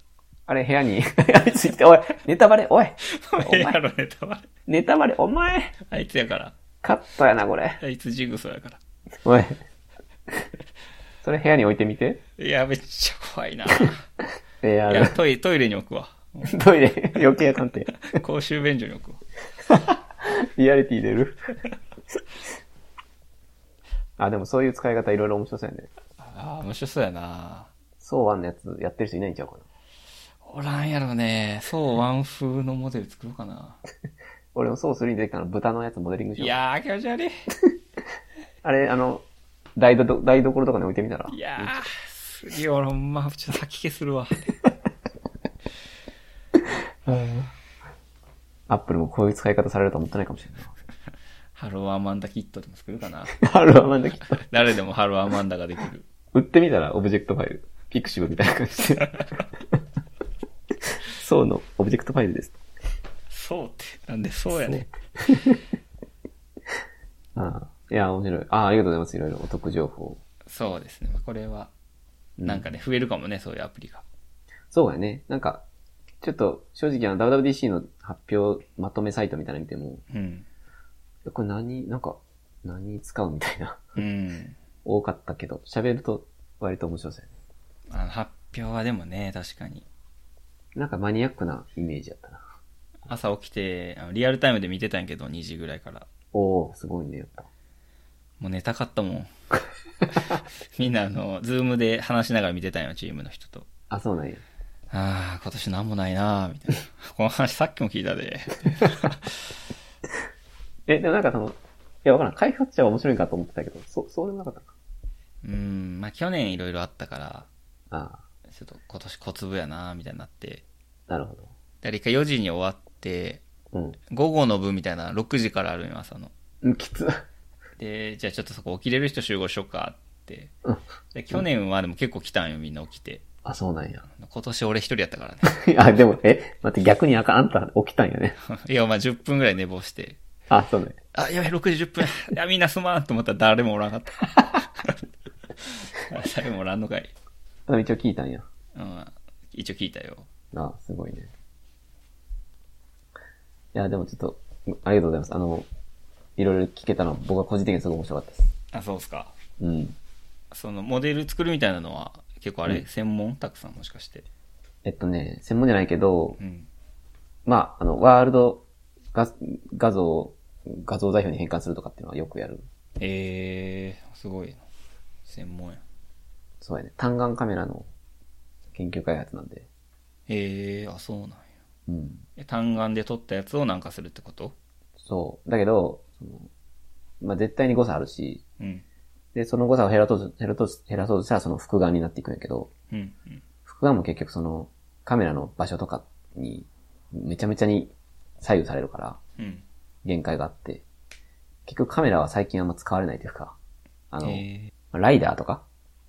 S1: あれ部屋に、 [laughs] あいついて、おい、ネタバレ、おい、お前
S2: AR のネタバレ。
S1: ネタバレ、お前、
S2: あいつやから。
S1: カットやな、これ。
S2: あいつジグソーやから。
S1: おい。それ部屋に置いてみて。
S2: いや、めっちゃ怖いな。い
S1: え [laughs] ー、あ
S2: や、
S1: れ、
S2: トイレ、トイレに置くわ。
S1: トイレ、余計鑑定。
S2: 公衆便所に置くわ。
S1: リアリティ出る。 [laughs] あ、でもそういう使い方いろいろ面白そうやね。
S2: ああ、面白そうやな。
S1: そうワンのやつやってる人いないんちゃうかな。
S2: おらんやろね。そう、ワン風のモデル作ろうかな。
S1: 俺もそう3に出てきたの豚のやつモデリングし
S2: い
S1: よう。
S2: やー、気持ち悪い。
S1: あれ、あの、台所台所とかに置いてみたら。
S2: いやー、すげえ、俺、ほんま、ちょっと吐き気するわ。
S1: アップルもこういう使い方されるとは思ってないかもしれない。
S2: [laughs] ハローアマンダキットでも作るかな。
S1: [laughs] あるわ、まんだきっと。
S2: 誰でもハローアマンダができる。
S1: 売ってみたらオブジェクトファイル。ピクシブみたいな感じ [laughs] で。そうのオブジェクトファイルです。
S2: そうって。なんで、そうやね。
S1: ああいや、面白い。ああ、ありがとうございます。いろいろお得情報。
S2: そうですね。まあこれは、
S1: うん
S2: なんかね、増えるかもね、そういうアプリが。
S1: そうやね。なんか、ちょっと、正直あの、WWDC の発表まとめサイトみたいなの見ても、
S2: うん。
S1: えこれ何、なんか、何に使うみたいな、 [laughs]
S2: うん。
S1: 多かったけど、喋ると割と面白そうやね。
S2: あの発表はでもね、確かに。
S1: なんかマニアックなイメージやったな。
S2: 朝起きて、あのリアルタイムで見てたんやけど、2時ぐらいから。
S1: おー、すごいね、やっぱ。
S2: [laughs] もう寝たかったもん。みんなあの、ズームで話しながら見てたんよ、チームの人と。
S1: あ、そうなんや。
S2: ああ、今年なんもないなーみたいな。 [laughs] この話さっきも聞いたで。
S1: え、でもなんかその、いや、わからん。開発者は面白いかと思ってたけど、そ、そうでもなかったのか。
S2: うん、まあ去年いろいろあったから、
S1: あ
S2: ちょっと今年小粒やなーみたいになって。
S1: あ、なるほ
S2: 誰か4時に終わって、
S1: ど。うん
S2: 午後の部みたいな6時からあるんよ、朝の。
S1: うん。きつ。
S2: で、じゃあちょっとそこ起きれる人集合しようかって。
S1: うん。
S2: で去年はでも結構来たんよ、みんな起きて。
S1: あ、そうなんや。 [laughs]
S2: 今年俺一人やったからね。
S1: あ、でも、え、待って、逆にあかん、あんた起きたんやね。
S2: [laughs] いや、まあ10分ぐらい寝坊して。
S1: あ、そうね。
S2: あ、やべ、6時10分。いや、みんなすまんと思った [laughs] ら誰もおらんかった。誰もおらんのかい。
S1: あ一応聞いたんや。
S2: うん。一応聞いたよ。
S1: あ、すごいね。いや、でもちょっと、ありがとうございます。あの、いろいろ聞けたの、僕は個人的にすごい面白かったです。
S2: あ、そうっすか。
S1: うん。
S2: その、モデル作るみたいなのは、結構あれ、
S1: うん
S2: 専門たくさんもしかして。
S1: えっとね、専門じゃないけど
S2: う、ん。
S1: まあ、あの、ワールド画画像を画像材料に変換するとかっていうのはよくやる。
S2: えー、すごいな。専門や。
S1: そうやね。単眼カメラの研究開発なんで。
S2: えー、あ、そうなんや。
S1: うん。
S2: え単眼で撮ったやつをなんかするってこと
S1: そう。だけど、そのまあ、絶対に誤差あるし、
S2: うん。
S1: で、その誤差を減らそうと、減らそうと、減らそうとしたらその複眼になっていくんやけど、
S2: うん。うん
S1: 複眼も結局そのカメラの場所とかにめちゃめちゃに左右されるから
S2: うん。
S1: 限界があって、結局カメラは最近あんま使われないというか、あの、
S2: えー
S1: ライダーとか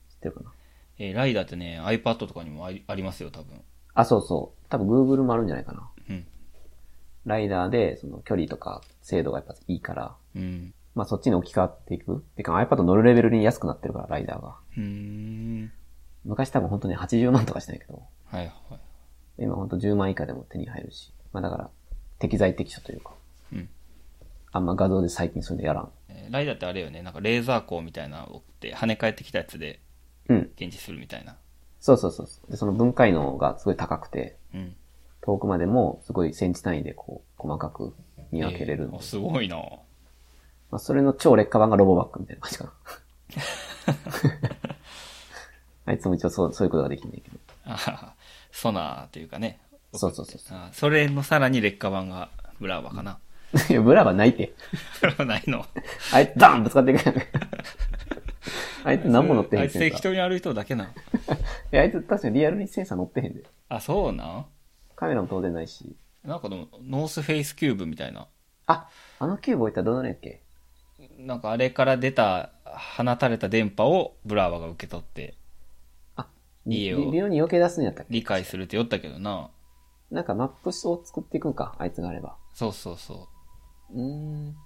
S1: 知ってるかな
S2: えーライダーってね、iPad とかにもありありますよ、多分。
S1: あ、そうそう。多分 Google もあるんじゃないかな。
S2: うん。
S1: ライダーでその距離とか精度がやっぱいいから、
S2: うん。
S1: まあそっちに置き換わっていく。てか iPad 乗るレベルに安くなってるから、ライダーが。
S2: うーん。
S1: 昔多分本当に80万とかしないけど、
S2: はいは
S1: 今本当10万以下でも手に入るし。まあだから、適材適所というか、
S2: い。うん。
S1: あんま画像で最近そういうのやらん。
S2: えーライダーってあれよね、なんかレーザー光みたいなのを追って跳ね返ってきたやつで
S1: うん。
S2: 検知するみたいな。
S1: そうそうそうそう。で、その分解能がすごい高くて、
S2: うん。
S1: 遠くまでもすごいセンチ単位でこう、細かく見分けれるん
S2: えー
S1: で
S2: あすごいな
S1: まあ、それの超劣化版がロボバックみたいな感じかな。
S2: [laughs]
S1: あいつも一応そう、そういうことができんねんけど。
S2: あはは [laughs] ソナーというかね。
S1: そうそうそうそ
S2: あそれのさらに劣化版がブラーバ
S1: [laughs]
S2: かな。
S1: う。いや、ブラはないって。
S2: ないの。
S1: あいつ、ダーンぶつかっていくやん。あいつ何も乗ってへ
S2: あ
S1: ん
S2: いつ
S1: センサ
S2: 適
S1: ー。い
S2: 当に歩いとるだけなの。
S1: や、あいつ確かにリアルにセンサー乗ってへんで。
S2: あ、そうなん
S1: カメラも当然ないし。
S2: なんかでも、ノースフェイスキューブみたいな。
S1: あ、あのキューブ置いたらどうなるんやっけ
S2: なんかあれから出た、放たれた電波をブラーバが受け取って
S1: あ、
S2: 家を
S1: り理論に避け出すんやったっけ
S2: 理解するって言ったけどな。
S1: なんかマップを作っていくんか、あいつがあれば。
S2: そうそうそう
S1: ーん。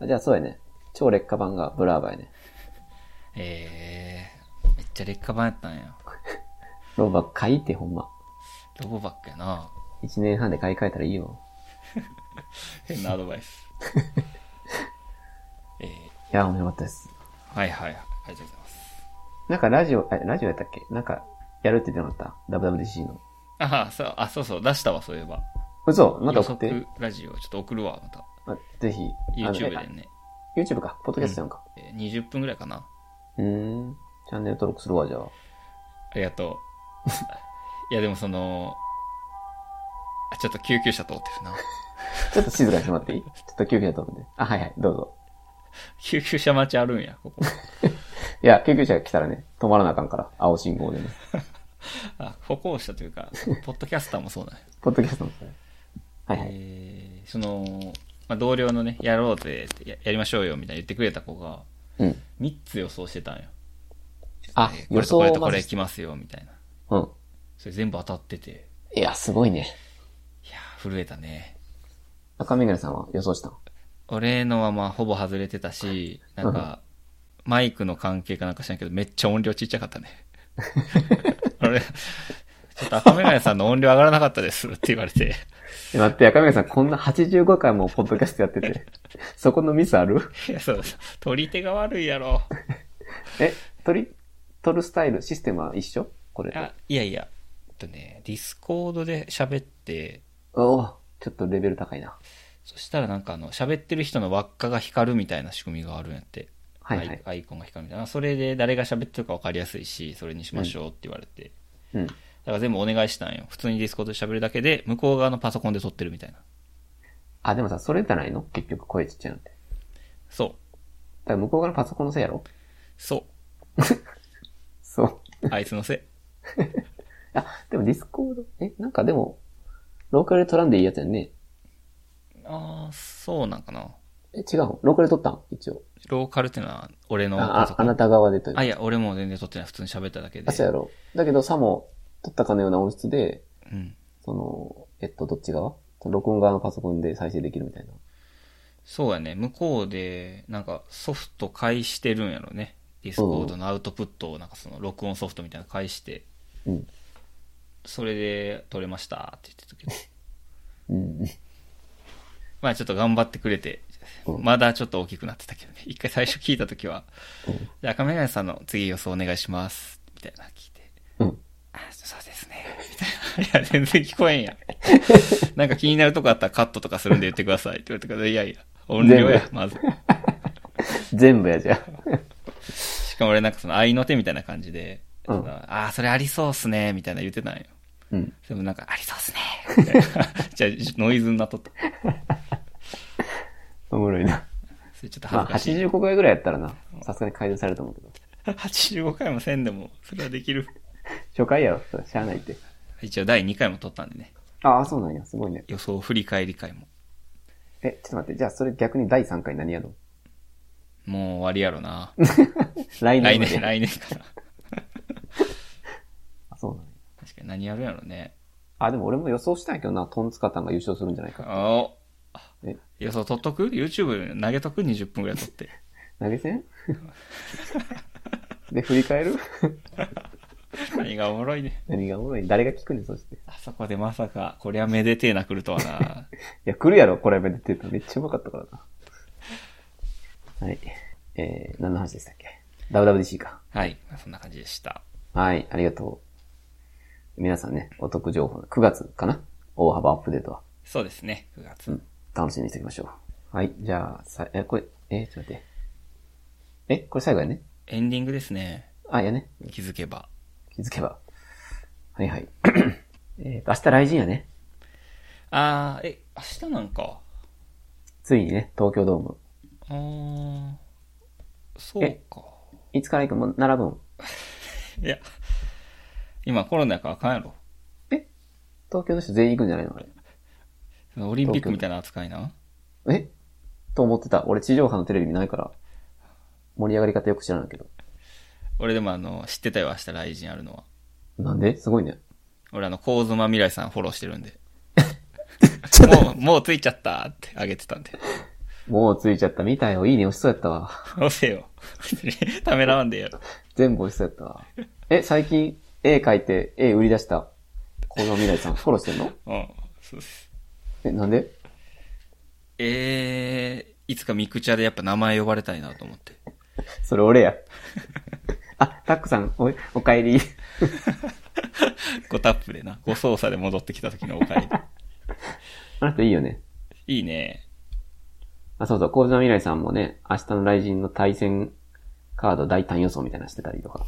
S1: あじゃあそうやね。超劣化版がブラーバやね。
S2: う。えー、めっちゃ劣化版やったんや。
S1: ロボバック買いってほんま。
S2: ロボバックや
S1: [laughs]
S2: な。
S1: 一年半で買い替えたらいいよ。
S2: 変なアドバイス。えー、
S1: いや、面白かったです。
S2: はいはい、ありがとうございます。
S1: なんかラジオ、え、ラジオやったっけなんか、やるって言ってなかった ?WWDC の。
S2: あそう、あ、そうそう、出したわ、そういえば。
S1: 嘘また送っ
S2: 予
S1: て。
S2: 測ラジオ、ちょっと送るわ、また。
S1: あぜひ。あの
S2: YouTube
S1: え
S2: でね。
S1: あ YouTube か。ポッドキャストやんか。
S2: えー20分ぐらいかな。
S1: うーん。チャンネル登録するわ、じゃあ。
S2: ありがとう。 [laughs] いや、でもその、あちょっと救急車通ってるな。 [laughs]
S1: ちょっと静かにしてもらっていいちょっと救急車飛ぶんで。あ、はいはい、どうぞ。
S2: 救急車待ちあるんや、ここ。
S1: [laughs] いや、救急車が来たらね、止まらなあかんから。青信号でね。
S2: あ、歩行者というか、ポッドキャスターもそうなんや。
S1: ポッドキャストもそれ。はいはい。
S2: えーその、まあ、同僚のね、やろうぜってや、やりましょうよ、みたいな言ってくれた子が、
S1: うん。
S2: 3つ予想してたんよ。
S1: あ
S2: えー、こ
S1: 予
S2: れとこ
S1: 想
S2: れ
S1: を
S2: とこ
S1: ま
S2: れ
S1: ず。
S2: 来ますよ、みたいな。
S1: うん。
S2: それ全部当たってて、
S1: いや、すごいね。
S2: いやー、震えたね。
S1: 赤メガネさんは予想したの
S2: 俺のはまあ、ほぼ外れてたし、なんか、マイクの関係かなんか知らんけど、めっちゃ音量ちっちゃかったね。 [laughs] 俺、ちょっと赤メガネさんの音量上がらなかったですって言われて、
S1: え待って、赤嶺さん、こんな85回もポッドキャストやってて、 [laughs] そこのミスある
S2: いや、そう、取り手が悪いやろ。
S1: え、取り、取るスタイル、システムは一緒これと
S2: あ。いやいや、えっとね、ディスコードで喋って、
S1: おおちょっとレベル高いな。
S2: そしたらなんかあの、喋ってる人の輪っかが光るみたいな仕組みがあるんやって。
S1: はいはい
S2: アイアイコンが光るみたいな。それで誰が喋ってるか分かりやすいし、それにしましょうって言われて。
S1: うん。
S2: だから全部お願いしたんよ。普通にディスコードで喋るだけで、向こう側のパソコンで撮ってるみたいな。
S1: あ、でもさ、それじゃないの結局声ちっちゃいのって。だ
S2: そう。
S1: から向こう側のパソコンのせいやろ
S2: そ
S1: そう。
S2: う。あいつのせい。
S1: あ、でもディスコード、え、なんかでも、ローカルで取らんでいいやつやんね。
S2: ああ、そうなんかな。
S1: え、違うのローカルで取ったん一応。
S2: ローカルってのは、俺の
S1: あ
S2: パソ
S1: あ、
S2: コ
S1: あ
S2: ン。
S1: なた側でという
S2: あ、いや、俺も全然撮ってない。普通に喋っただけで
S1: あ、。そうやろ。だけど、さも、取ったかのような音質で、
S2: うん。
S1: その、えっと、どっち側その録音側のパソコンで再生できるみたいな。
S2: そうやね。向こうで、なんかソフト介してるんやろね。ディスコードのアウトプットを、なんかその録音ソフトみたいなの介して、
S1: うん。
S2: それで撮れましたって言ってたけど。
S1: うん。
S2: まあちょっと頑張ってくれて、
S1: うん
S2: まだちょっと大きくなってたけどね。 [laughs] 一回最初聞いたときは、
S1: うん
S2: じゃあ赤眼鏡さんの次予想お願いします。みたいなの聞いて。
S1: うん。
S2: あそうですね。みたいな。いや、 [laughs] 全然聞こえんや
S1: [laughs]
S2: ん。なんか気になるとこあったらカットとかするんで言ってくださいって言われたから、いやいや、音量や
S1: 全、
S2: まず。
S1: 全部やじゃ
S2: しかも俺なんかその合いの手みたいな感じで、
S1: うん
S2: そのああ、それありそうっすね、みたいな言ってたんよ。
S1: ん。うん。
S2: でもなんか、ありそうっすね。みたいな [laughs] じゃあ、ノイズになっとった。
S1: おもろいな。
S2: [laughs] それちょっと
S1: まあ、
S2: 恥ずかしい。 [laughs]
S1: 85回ぐらいやったらな、さすがに改善されると思うけど。
S2: 85回もせんでも、それはできる。
S1: 初回やろ、それしゃあないって。
S2: 一応第2回も撮ったんでね。
S1: ああ、そうなんや、すごいね。
S2: 予想振り返り会も。
S1: え、ちょっと待って、じゃあそれ逆に第3回何やろう
S2: もう終わりやろな。
S1: 来
S2: 来
S1: 年ま
S2: 年、
S1: で。
S2: 来年かな。
S1: あ、そうなんや。
S2: 確かに何やるやろね。
S1: あ、でも俺も予想したんやけどな、トンツカタンが優勝するんじゃないか。
S2: お
S1: え
S2: 予想取っとく ?YouTube 投げとく ?20 分ぐらい取って。
S1: 投げ
S2: [laughs]
S1: 銭で、振り返る
S2: 何がおもろいね。
S1: 何がおもろい誰が聞くねん、そして。い
S2: あそこでまさか、こりゃめでてえな来るとはな。
S1: や、来るやろ、これめでてた。めっちゃうまかったからな。はい。えー、何の話でしたっけ ?WWDC か。
S2: はい。まあそんな感じでした。
S1: はい、ありがとう。皆さんね、お得情報、9月かな大幅アップデートは。
S2: そうですね、9月。
S1: うん、楽しみにしておきましょう。はい、じゃあ、さ、え、これ、え、ちょっと待って。え、これ最後やね
S2: エンディングですね。
S1: あ、いやね。
S2: 気づけば。
S1: 気づけば。はいはい。 [clears throat] えー、明日来人やね。
S2: あー、え、明日なんか。
S1: ついにね、東京ドーム。
S2: あー、そうか。
S1: いつから行くも並ぶん。
S2: いや、今コロナやからあかんやろ。
S1: え東京の人全員行くんじゃないのあれ。
S2: そのオリンピックみたいな扱いな。
S1: えと思ってた。俺地上波のテレビ見ないから、盛り上がり方よく知らないけど。
S2: 俺でもあの、知ってたよ、明日来人あるのは。
S1: なんですごいね。
S2: 俺あの、コウズマ未来さんフォローしてるんで。
S1: [laughs] ちょっと
S2: もう、もうついちゃったってあげてたんで。
S1: もうついちゃった。見たよ。いいね。押しそうやったわ。
S2: 押せよ。 [laughs] ためらわんでええやろ。
S1: 全部美味しそうやったわ。え、最近絵描いて絵売り出した小野未来さん、フォローしてんの
S2: うん、そうです。
S1: え、なんで
S2: えー、いつかミクチャでやっぱ名前呼ばれたいなと思って。
S1: それ俺や。あ、タックさん、おい、お帰り。
S2: ごタップでな、ご操作で戻ってきた時のおか
S1: [laughs]
S2: え
S1: あの人いいよね。
S2: り。いいね。
S1: あ、そうそう、小野未来さんもね、明日の雷神の対戦カード大胆予想みたいなのしてたりとか。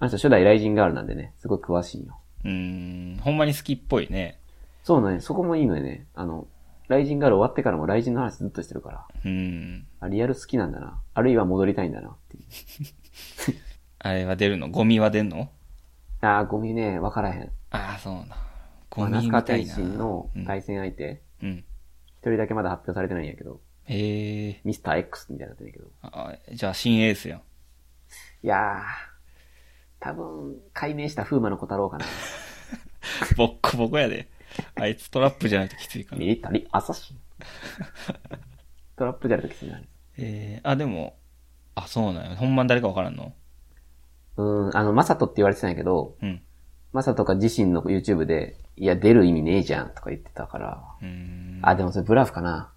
S1: あの人初代雷神ガールなんでね、すごい詳しいよ。
S2: うーん、ほんまに好きっぽいね。
S1: そうね、そこもいいのよね。あの、雷神ガール終わってからも雷神の話ずっとしてるから。
S2: うーん。
S1: あ、リアル好きなんだな。あるいは戻りたいんだなっていう。
S2: あれは出るのゴミは出んの
S1: あー、ゴミね、わからへん。
S2: ああ、そうな。ゴ
S1: 真
S2: ミみ
S1: 中
S2: たい
S1: 天
S2: な。
S1: 心の
S2: うん。
S1: 対戦相手、
S2: うん、
S1: 一人だけまだ発表されてないんやけど、
S2: ええ
S1: ミスター X みたいになってるけど。
S2: あじゃあ新エースやん。 [laughs]
S1: いやー、多分、解明した風魔の小太郎かな。
S2: ボッコボコやで。あいつトラップじゃないときついから。
S1: ミリタリーアサシン。 [laughs] トラップじゃなくてきついな。
S2: ええあ、でも、あ、そうなんや。ほんまに誰かわからんの
S1: うーん、あの、マサトって言われてたんやけど、
S2: うん。
S1: マサトが自身の YouTube で、いや、出る意味ねえじゃんとか言ってたから。
S2: うーん。
S1: あ、でもそれブラフかな。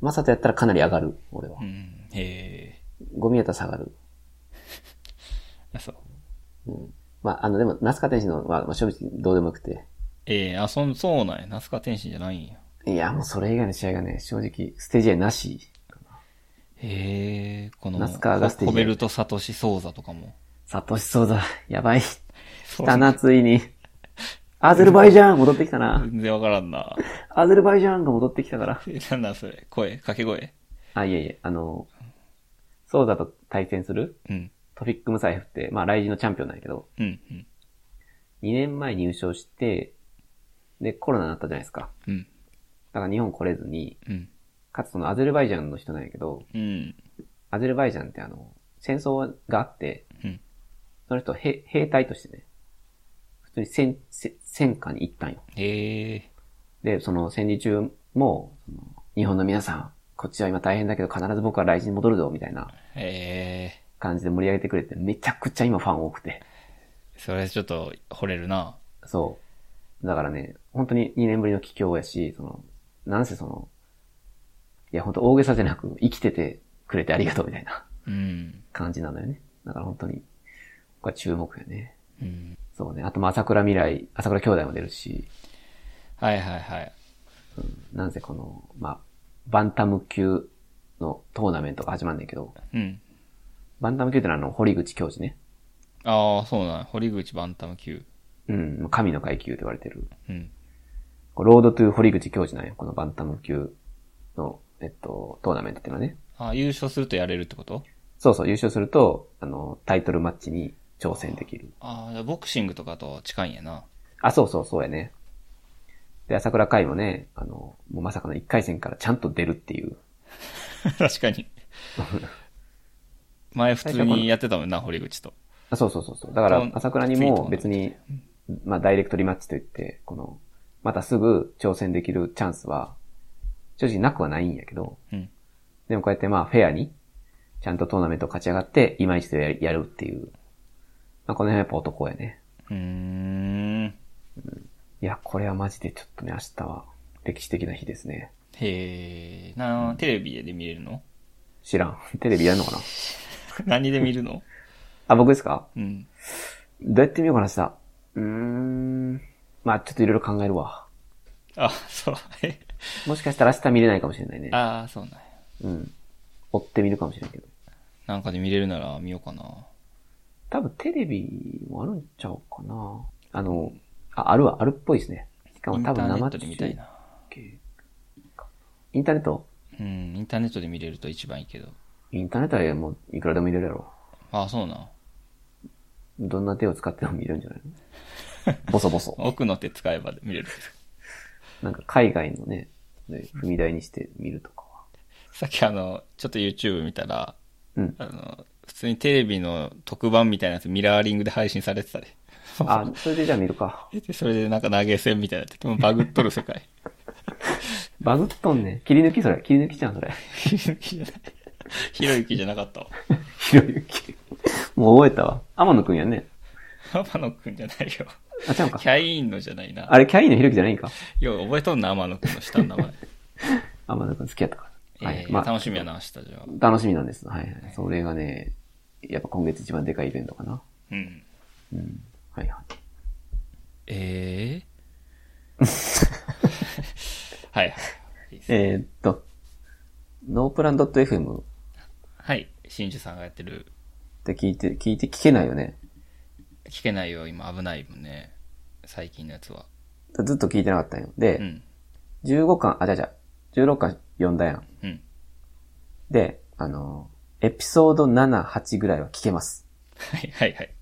S1: マサトやったらかなり上がる、俺は
S2: う。ん。え
S1: ゴミやったら下がる。
S2: えあ、そう。
S1: まあ、あの、でも、ナスカ天心のは、まあ、正直どうでもよくて。
S2: ええあ、そ、そうなんや。ナスカ天心じゃないんや。
S1: いや、もうそれ以外の試合がね、正直、ステージ A なし。
S2: へへえ、この、
S1: ナスカーがステー
S2: コ
S1: ジで
S2: ベルト・サトシ・ソーザとかも。
S1: サトシソーザ、やばい。
S2: そ
S1: 来たな、ついに。アゼルバイジャン戻ってきたな。
S2: 全然わからんな。 [laughs]
S1: アゼルバイジャンが戻ってきたから。
S2: えなんなんそれ声掛け声
S1: あ、いえいえ、あの、ソーザと対戦する
S2: うん。
S1: トフィック・ムサイフって、まあ、ライジンのチャンピオンなんやけど、
S2: うん。うん。
S1: 2年前入賞して、で、コロナになったじゃないですか。
S2: うん。
S1: だから日本来れずに、
S2: うん。
S1: かつそのアゼルバイジャンの人なんやけど、
S2: うん。
S1: アゼルバイジャンってあの、戦争があって、
S2: うん。
S1: その人兵兵隊としてね、普通に戦、戦戦火に行ったんよ。
S2: へえ。
S1: で、その戦時中も、その日本の皆さん、こっちは今大変だけど必ず僕は来日に戻るぞ、みたいな
S2: へえ。
S1: 感じで盛り上げてくれて、めちゃくちゃ今ファン多くて。
S2: それちょっと惚れるな。
S1: そう。だからね、本当に2年ぶりの帰郷やし、その、なんせその、いや本当大げさじゃなく、生きててくれてありがとうみたいな
S2: うん。
S1: 感じなのよね。だから本当に、これは注目やね。
S2: うん。
S1: そうね。あと、まあ、朝倉未来、朝倉兄弟も出るし、
S2: はいはいはい。
S1: なんせこの、まあ、バンタム級のトーナメントが始まるんだけど、
S2: うん。
S1: バンタム級ってのはあの、堀口教授ね。
S2: ああ、そうなんや。堀口バンタム級。
S1: うん、神の階級と言われてる。
S2: うん。
S1: こうロードトゥー堀口教授なんよ。このバンタム級の、えっと、トーナメントっていうのはね。
S2: あ優勝するとやれるってこと
S1: そうそう、優勝すると、あの、タイトルマッチに挑戦できる。
S2: ああ、じゃあボクシングとかと近いんやな。
S1: あ、そうそう、そうやね。で、朝倉海もね、あの、もうまさかの1回戦からちゃんと出るっていう。
S2: [laughs] 確か [laughs] に。前普通にやってたもんな、堀口と。
S1: あそうそうそうそう。だから、朝倉にも別に、まあ、ダイレクトリマッチといって、この、またすぐ挑戦できるチャンスは、正直なくはないんやけど、
S2: うん。
S1: でもこうやってまあ、フェアに、ちゃんとトーナメントを勝ち上がって、今一度やるやるっていう。まあ、この辺はやっぱ男やね。
S2: うーん。
S1: いや、これはマジでちょっとね、明日は歴史的な日ですね。
S2: へえ。な、テレビで見れるの [laughs]
S1: 知らん。 [laughs] テレビやるのかな
S2: 何で見るの
S1: あ、僕ですか
S2: うん。
S1: どうやってみようかな、明日。うーん。まあちょっといろいろ考えるわ。
S2: あ、そう。 [laughs] え
S1: もしかしたら明日見れないかもしれないね。
S2: ああ、そうなんや。
S1: うん。追ってみるかもしれないけど。
S2: なんかで見れるなら見ようかな。
S1: 多分テレビもあるんちゃうかな。あの、あ、あるわ、あるっぽいですね。しか
S2: イ
S1: も
S2: ンタ
S1: 多分
S2: ーネッ
S1: 生
S2: ト
S1: 中
S2: で見たいな。
S1: 継インターネット
S2: うん、インターネットで見れると一番いいけど。
S1: インターネットはもういくらでも見れるやろ。
S2: ああ、そうなん。
S1: どんな手を使っても見れるんじゃない
S2: [laughs]
S1: のボソボソ。
S2: 奥の手使えば見れる。
S1: なんか海外のね、ね踏み台にして見るとかは。
S2: さっきあの、ちょっと YouTube 見たら、
S1: うん。
S2: あの、普通にテレビの特番みたいなやつミラーリングで配信されてたで。
S1: あ、それでじゃあ見るか。
S2: [laughs] でそれでなんか投げ銭みたいなやつ。もうバグっとる世 [laughs] 界。
S1: バグっとんね。切り抜きそれ。切り抜きじゃん、それ。 [laughs]
S2: ひろゆきじゃない。ひろゆきじゃなかったわ。
S1: ひろゆき。もう覚えたわ。天野くんやね。
S2: 天野くんじゃないよ。
S1: あ、ちゃうか
S2: キ。ャインのじゃないな。
S1: あれ、キャインのひろゆきじゃないんか。
S2: よう覚えとんな、天野くんの下の名 [laughs] 前。
S1: 天野くん好きやったから。はい。
S2: えー
S1: まあ
S2: 楽、しみやな、明日じゃあ。
S1: 楽しみなんです。はいはい。それがね、やっぱ今月一番でかいイベントかな。
S2: うん。
S1: うん。はいはい。
S2: ええ [laughs] はいはい。いいです
S1: えーっと、ノープラン .fm っ
S2: はい。真珠さんがやってる。
S1: て聞いて、聞いて聞けないよね。
S2: 聞けないよ、今危ないもんね。最近のやつは。
S1: ずっと聞いてなかったんよ。
S2: う
S1: で、
S2: ん。
S1: 15巻、あ、じゃあじゃあ16巻読んだやん。
S2: うん。
S1: で、あの、エピソード7、8ぐらいは聞けます。
S2: はいはいはい。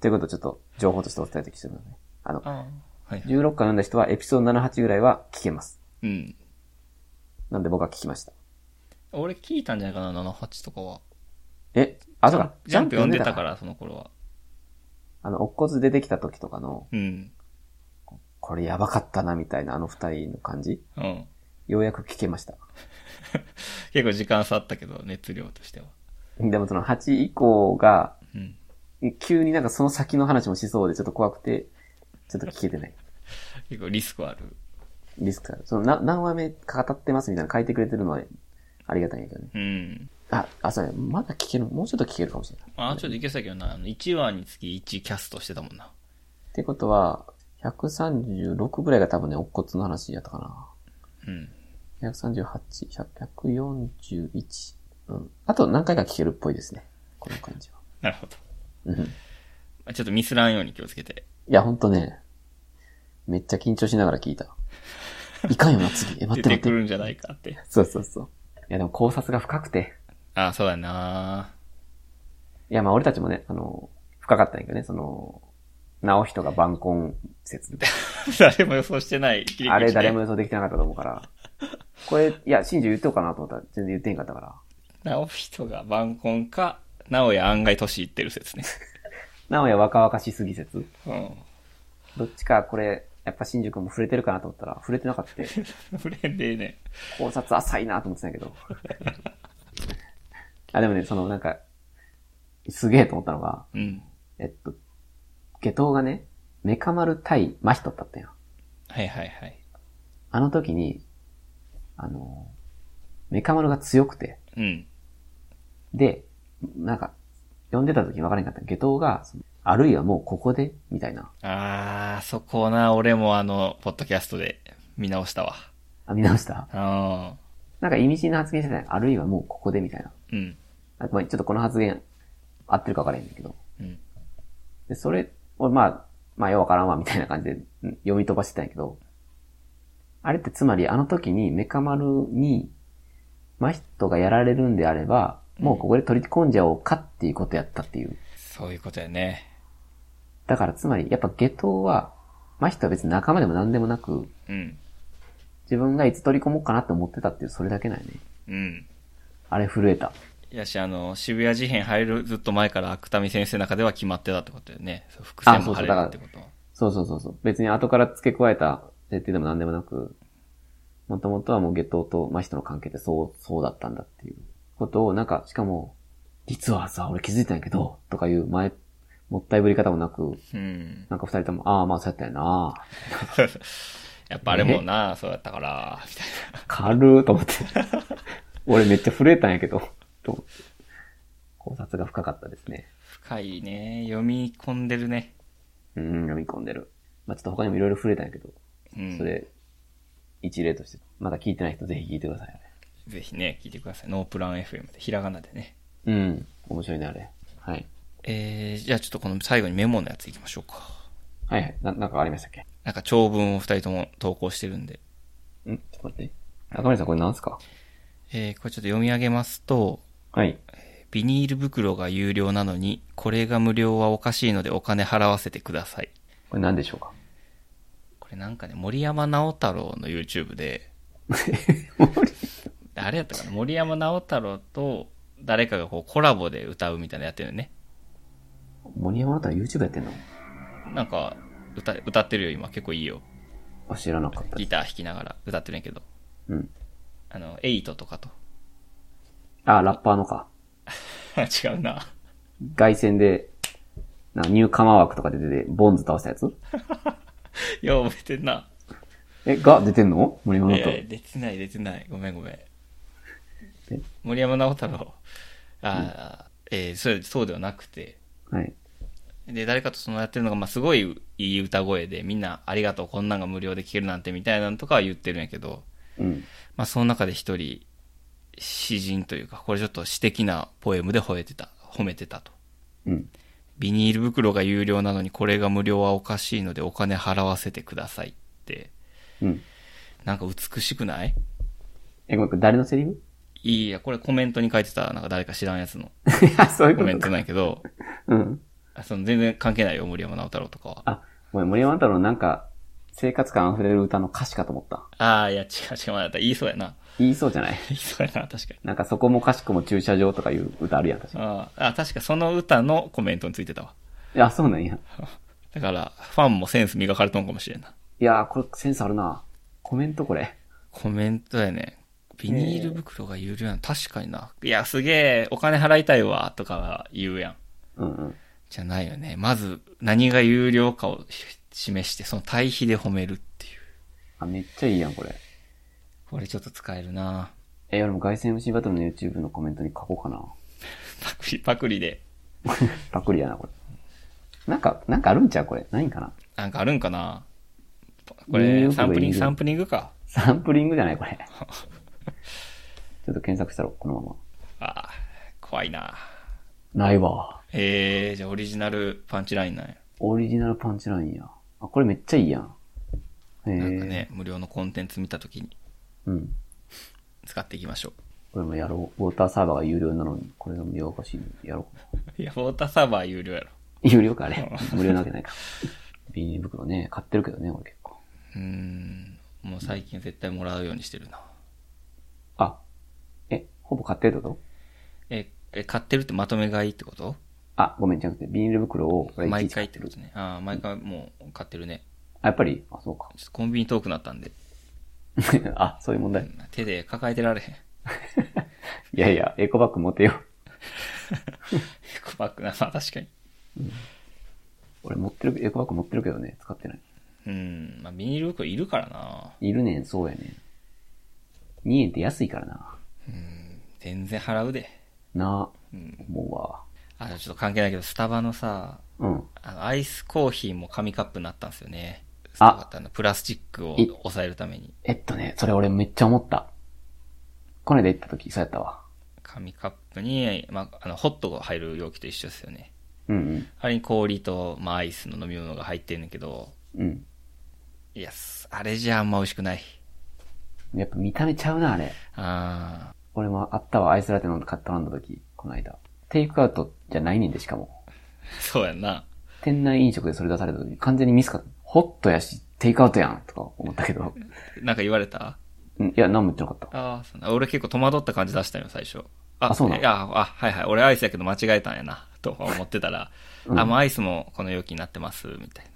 S1: ということをちょっと情報としてお伝えできてるので、あの、
S2: ああ。はいはい。
S1: 16巻読んだ人はエピソード7、8ぐらいは聞けます。
S2: うん。
S1: なんで僕は聞きました。
S2: 俺聞いたんじゃないかな、78とかは。
S1: え、あ、そうか。。
S2: ジャンプ読んでたからら、その頃は。
S1: あの、おっこず出てきた時とかの、
S2: うん。
S1: これやばかったなみたいなあの二人の感じ、
S2: うん。
S1: ようやく聞けました。
S2: 結構時間差あったけど、熱量としては。
S1: でもその8以降が、
S2: うん。
S1: 急になんかその先の話もしそうでちょっと怖くて、ちょっと聞けてない。
S2: 結構リスクある。
S1: リスクある。そのな何話目語ってますみたいなの書いてくれてるのはありがたいんやけどね。
S2: うん。
S1: あ、あ、そうや。まだ聞ける、もうちょっと聞けるかもしれない。っ
S2: あ、ちょっといけそうやけどな。あの1話につき1キャストしてたもんな。
S1: てことは、136ぐらいが多分ね、お骨の話やったか
S2: うん。
S1: な。138、141。うん。あと何回か聞けるっぽいですね。この感じは。
S2: なるほど。
S1: うん。い
S2: まあちょっとミスらんように気をつけて。
S1: や、ほんとね、めっちゃ緊張しながら聞いた。いかんよな、次。え、待
S2: 出
S1: って待っ
S2: てく
S1: て。
S2: るんじゃないかって。
S1: そうそうそう。いや、でも考察が深くて。
S2: ああ、そうだない [laughs]
S1: や、まあ俺たちもね、あの、深かったんやけどね、その、直人が晩婚
S2: [laughs]
S1: 説みたい
S2: 誰も予想してない切り口で
S1: な。あれ誰も。予想できてなかったと思うから。これ、いや、真珠言っておうかなと思ったら全然言ってへんかったから。
S2: 直人が晩婚か、直哉案外年いってる説ね。
S1: 直哉若々しすぎ説。
S2: う
S1: どっちかこれ、やっぱ新宿も触れてるかなと思ったら、触れてなかった。
S2: ん。フレンでね。
S1: 考察浅いなと思ってたんやけど。 [laughs] あ、でもね、そのなんか、すげえと思ったのが、
S2: うん。
S1: えっと、下等がね、メカ丸対マヒトだったんや。
S2: はいはいはい。
S1: あの時に、あの、メカ丸が強くて、
S2: うん。
S1: で、なんか、読んでた時に分からんかった。下等が、そのあるいはもうここで、みたいな。
S2: あー、そこな、俺もあの、ポッドキャストで見直したわ。
S1: あ、見直した
S2: あ
S1: なんか意味深な発言してたやんあるいはもうここで、みたいな。
S2: ー。うん。
S1: あまあ、ちょっとこの発言、合ってるか分からへんねんけど。
S2: うん。
S1: で、それを、まあ、まあ、ようわからんわ、みたいな感じでうん読み飛ばしてたんやけど、あれってつまり、あの時にメカ丸に、マヒトがやられるんであれば、もうここで取り込んじゃおうかっていうことやったっていう。
S2: そういうことやね。
S1: だから、つまり、やっぱ下等は、マヒトは別に仲間でも何でもなく、
S2: うん。
S1: 自分がいつ取り込もうかなって思ってたっていう、それだけなんよね。
S2: うん。
S1: あれ震えた。
S2: やし、あの、渋谷事変入るずっと前から芥見先生の中では決まってたってことよね。そう伏線も
S1: あそ
S2: 張
S1: う
S2: れ
S1: そ
S2: る
S1: う
S2: ってこと。
S1: そうそうそうそう。別に後から付け加えた設定でも何でもなく、もともとはもう下等と真人の関係ってそう、そうだったんだっていうことを、なんか、しかも、実はさ、俺気づいたんやけど、とかいう前、もったいぶり方もなく、
S2: うん。 [laughs]
S1: なんか二人とも、ああ、まあそうやったよな。
S2: やっぱあれもな、そうやったから、みたい
S1: 軽ーと思って。 [laughs] 俺めっちゃ震えたんやけど、と思って。考察が深かったですね。
S2: な。深いね。読み込んでるね。
S1: うん、読み込んでる。まあちょっと他にもいろいろ震えたんやけど、
S2: うん。
S1: それ、一例として、まだ聞いてない人ぜひ聞いてくださいね。
S2: ぜひね、聞いてください。ノープラン FM で、ひらがなでね。
S1: うん。面白いね、あれ。はい。
S2: えー、じゃあちょっとこの最後にメモのやついきましょうか。
S1: はいはい。な、なんかありましたっけ
S2: なんか長文を二人とも投稿してるんで。
S1: んちょっと待って。中森さん、これなんすか
S2: えー、これちょっと読み上げますと、
S1: はい。
S2: ビニール袋が有料なのに、これが無料はおかしいのでお金払わせてください。
S1: これ何でしょうか
S2: これなんかね、森山直太郎の YouTube で、 [laughs] あれやったかな森山直太郎と誰かがこうコラボで歌うみたいなのやってるよね。
S1: 森山あなた YouTube やってんの
S2: なんか歌、歌ってるよ今。結構いいよ。
S1: あ、知らなかったで
S2: ギ
S1: す。
S2: ター弾きながら歌ってるんやけど。
S1: うん。
S2: あの、エイトとか [laughs] と。
S1: あ、ラッパーのか。
S2: 違うな。
S1: 外線で、なんかニューカマ枠とかで出て、ボンズ倒したやつ
S2: よう覚えてんな。
S1: え、が出てんの森山あ
S2: い
S1: なた
S2: やいや出てない出てない。ごめんごめん
S1: え。
S2: 森山直太郎。ああ、えーそれ、そうではなくて。
S1: はい。
S2: で、誰かとそのやってるのが、まあ、すごいいい歌声で、みんなありがとう、こんなんが無料で聴けるなんてみたいなのとかは言ってるんやけど、
S1: うん。
S2: まあ、その中で一人、詩人というか、これちょっと詩的なポエムで吠えてた、褒めてたと。
S1: うん。
S2: ビニール袋が有料なのにこれが無料はおかしいのでお金払わせてくださいって、
S1: うん。
S2: なんか美しくない
S1: え、ごめん、これ誰のセリフ [laughs]
S2: いいや、これコメントに書いてた、なんか誰か知らんやつの
S1: いや、そういう
S2: コ
S1: こ
S2: メン
S1: と
S2: ト
S1: か。
S2: なんやけど、
S1: うん。
S2: あその全然関係ないよ、森山直太朗とかは。
S1: あ、ごめん、森山あなたのなんか、生活感溢れる歌の歌詞かと思った。
S2: ああ、いや、違う違う、まだ言いそうやな。
S1: 言いそうじゃない
S2: 言いそうやな、確かに。
S1: なんかそこもかしこも駐車場とかいう歌あるやん、確か
S2: あーあ、確かその歌のコメントについてたわ。
S1: に。あ、そうなんや。
S2: だから、ファンもセンス磨かれとんかもしれんな。
S1: いやー、これセンスあるな。コメントこれ。
S2: コメントやね。ビニール袋が有料やん。確かにな。いや、すげえ、お金払いたいわ、とかは言うやん。
S1: うんうん。
S2: じゃないよね。まず、何が有料かをし示して、その対比で褒めるっていう。
S1: あ、めっちゃいいやん、これ。
S2: これちょっと使えるな
S1: え、俺も外線 MC バトルの YouTube のコメントに書こうかな。
S2: パクリ、パクリで。
S1: パクリやな、これ。なんか、なんかあるんちゃうこれ。何かな
S2: なんかあるんかなこ
S1: 有料
S2: れ、
S1: とか
S2: サンプリン
S1: 有
S2: グ、
S1: 料
S2: サンプリングか。
S1: [laughs] サンプリングじゃないこれ。ちょっと検索したろ、このまま。
S2: ああ、怖いな。
S1: ないわ。
S2: えー、じゃあオリジナルパンチラインなんや。
S1: オリジナルパンチラインや。あ、これめっちゃいいやん。へえ
S2: なんかね、無料のコンテンツ見たときに
S1: うん。
S2: 使っていきましょ
S1: これもやろう。ウォーターサーバーが有料なのに、これが無料化しにやろ
S2: う。いや、ウォーターサーバー有料やろ。
S1: う。有料か、あれ。無料なわけないか。ビニール袋ね、買ってるけどね、俺結構。
S2: うーん、もう最近絶対もらうようにしてるな。
S1: あ、え、ほぼ買ってるってこと
S2: え、え買ってるってまとめ買いってこと
S1: あ、ごめん、じゃなくて、ビニール袋を俺い
S2: 毎
S1: ちいち買
S2: 回ってことね。ああ、毎回もう買ってるね。
S1: あ、やっぱりあ、そうか。 [laughs]
S2: ちょっとコンビニ遠くなったんで、
S1: あ、そういう問題。
S2: 手で抱えてられへん。エ
S1: いやいや、エコバッグ持てよ。
S2: コバッグな、まあ確かに。
S1: 俺持ってる、エコバッグ持ってるけどね、使ってない。
S2: うん、まあビニール袋いるからな。
S1: いるねん、そうやねん。2円って安いからな。
S2: うん、全然払うで。
S1: なあ、
S2: うん。
S1: 思うわ。
S2: あ、ちょっと関係ないけど、スタバのさ、
S1: うん。
S2: あの、アイスコーヒーも紙カップになったんですよね。
S1: あ
S2: スタバってのプラスチックを
S1: い
S2: 抑えるために。
S1: えっとね、それ俺めっちゃ思った。この間行った時、そうやったわ。
S2: 紙カップに、まあ、あの、ホットが入る容器と一緒ですよね。
S1: うん
S2: あれに氷と、まあ、アイスの飲み物が入ってんねんけど、
S1: うん。
S2: いや、すあれじゃあんま美味しくない。
S1: うん。やっぱ見た目ちゃうな、あれ。
S2: あ
S1: 俺もあったわ、アイスラテ飲んで買った飲んだ時、この間。テイクアウトじゃないねんで、しかも。
S2: ー、そうやんな。
S1: 店内飲食でそれ出された時、完全にミスか、ホットやし、テイクアウトやん、とか思ったけ
S2: [laughs]
S1: ど。
S2: なんか言われた
S1: うんいや、何も言ってなかった。
S2: ああ、そんな俺結構戸惑った感じ出したよ、最初。
S1: あそうなの
S2: いや、あ、はいはい。俺アイスやけど間違えたんやな、と思ってたら、あ、もうアイスもこの容器になってます、みたい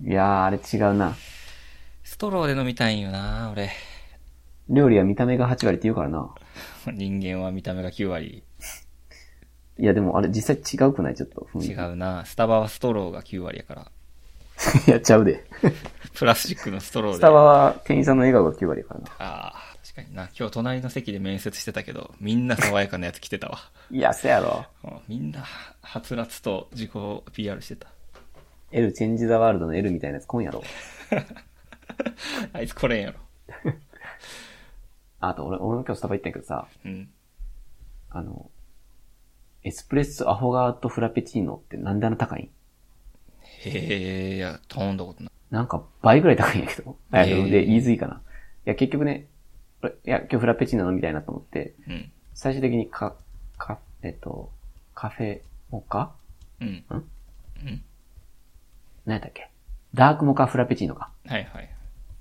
S2: な。
S1: いやー、あれ違うな。
S2: ストローで飲みたいんよな、俺。 [laughs]
S1: 料理は見た目が8割って言うからな。
S2: 人間は見た目が9割。
S1: いや、でもあれ実際違うくないちょっと雰囲気。
S2: 違うな。スタバはストローが9割やから。
S1: [laughs] いやっちゃうで。
S2: プラスチックのストローで。
S1: スタバは店員さんの笑顔が9割やからな。
S2: ああ、確かにな。今日隣の席で面接してたけど、みんな爽やかなやつ来てたわ。 [laughs]
S1: いや、そやろ。
S2: うんみんな、はつらつと自己 PR してた。 [laughs]
S1: L チェンジザワールドの L みたいなやつ今やろ。
S2: あいつ来れんやろ。
S1: あと俺、俺も今日スタバ行ったんやけどさ、
S2: うん。
S1: あの、エスプレッソアフォガートフラペチーノってなんであんな高いん
S2: へえ、いや、頼んだことない。
S1: なんか倍ぐらい高いんやけど。あいや
S2: [laughs] へー
S1: で、言い過ぎかな。いや、結局ね、俺いや、今日フラペチーノ飲みたいなと思って、
S2: うん。
S1: 最終的にか、か、えっと、カフェモカ
S2: うん。
S1: ん
S2: うん。
S1: 何やったっけダークモカフラペチーノか。
S2: はいはい。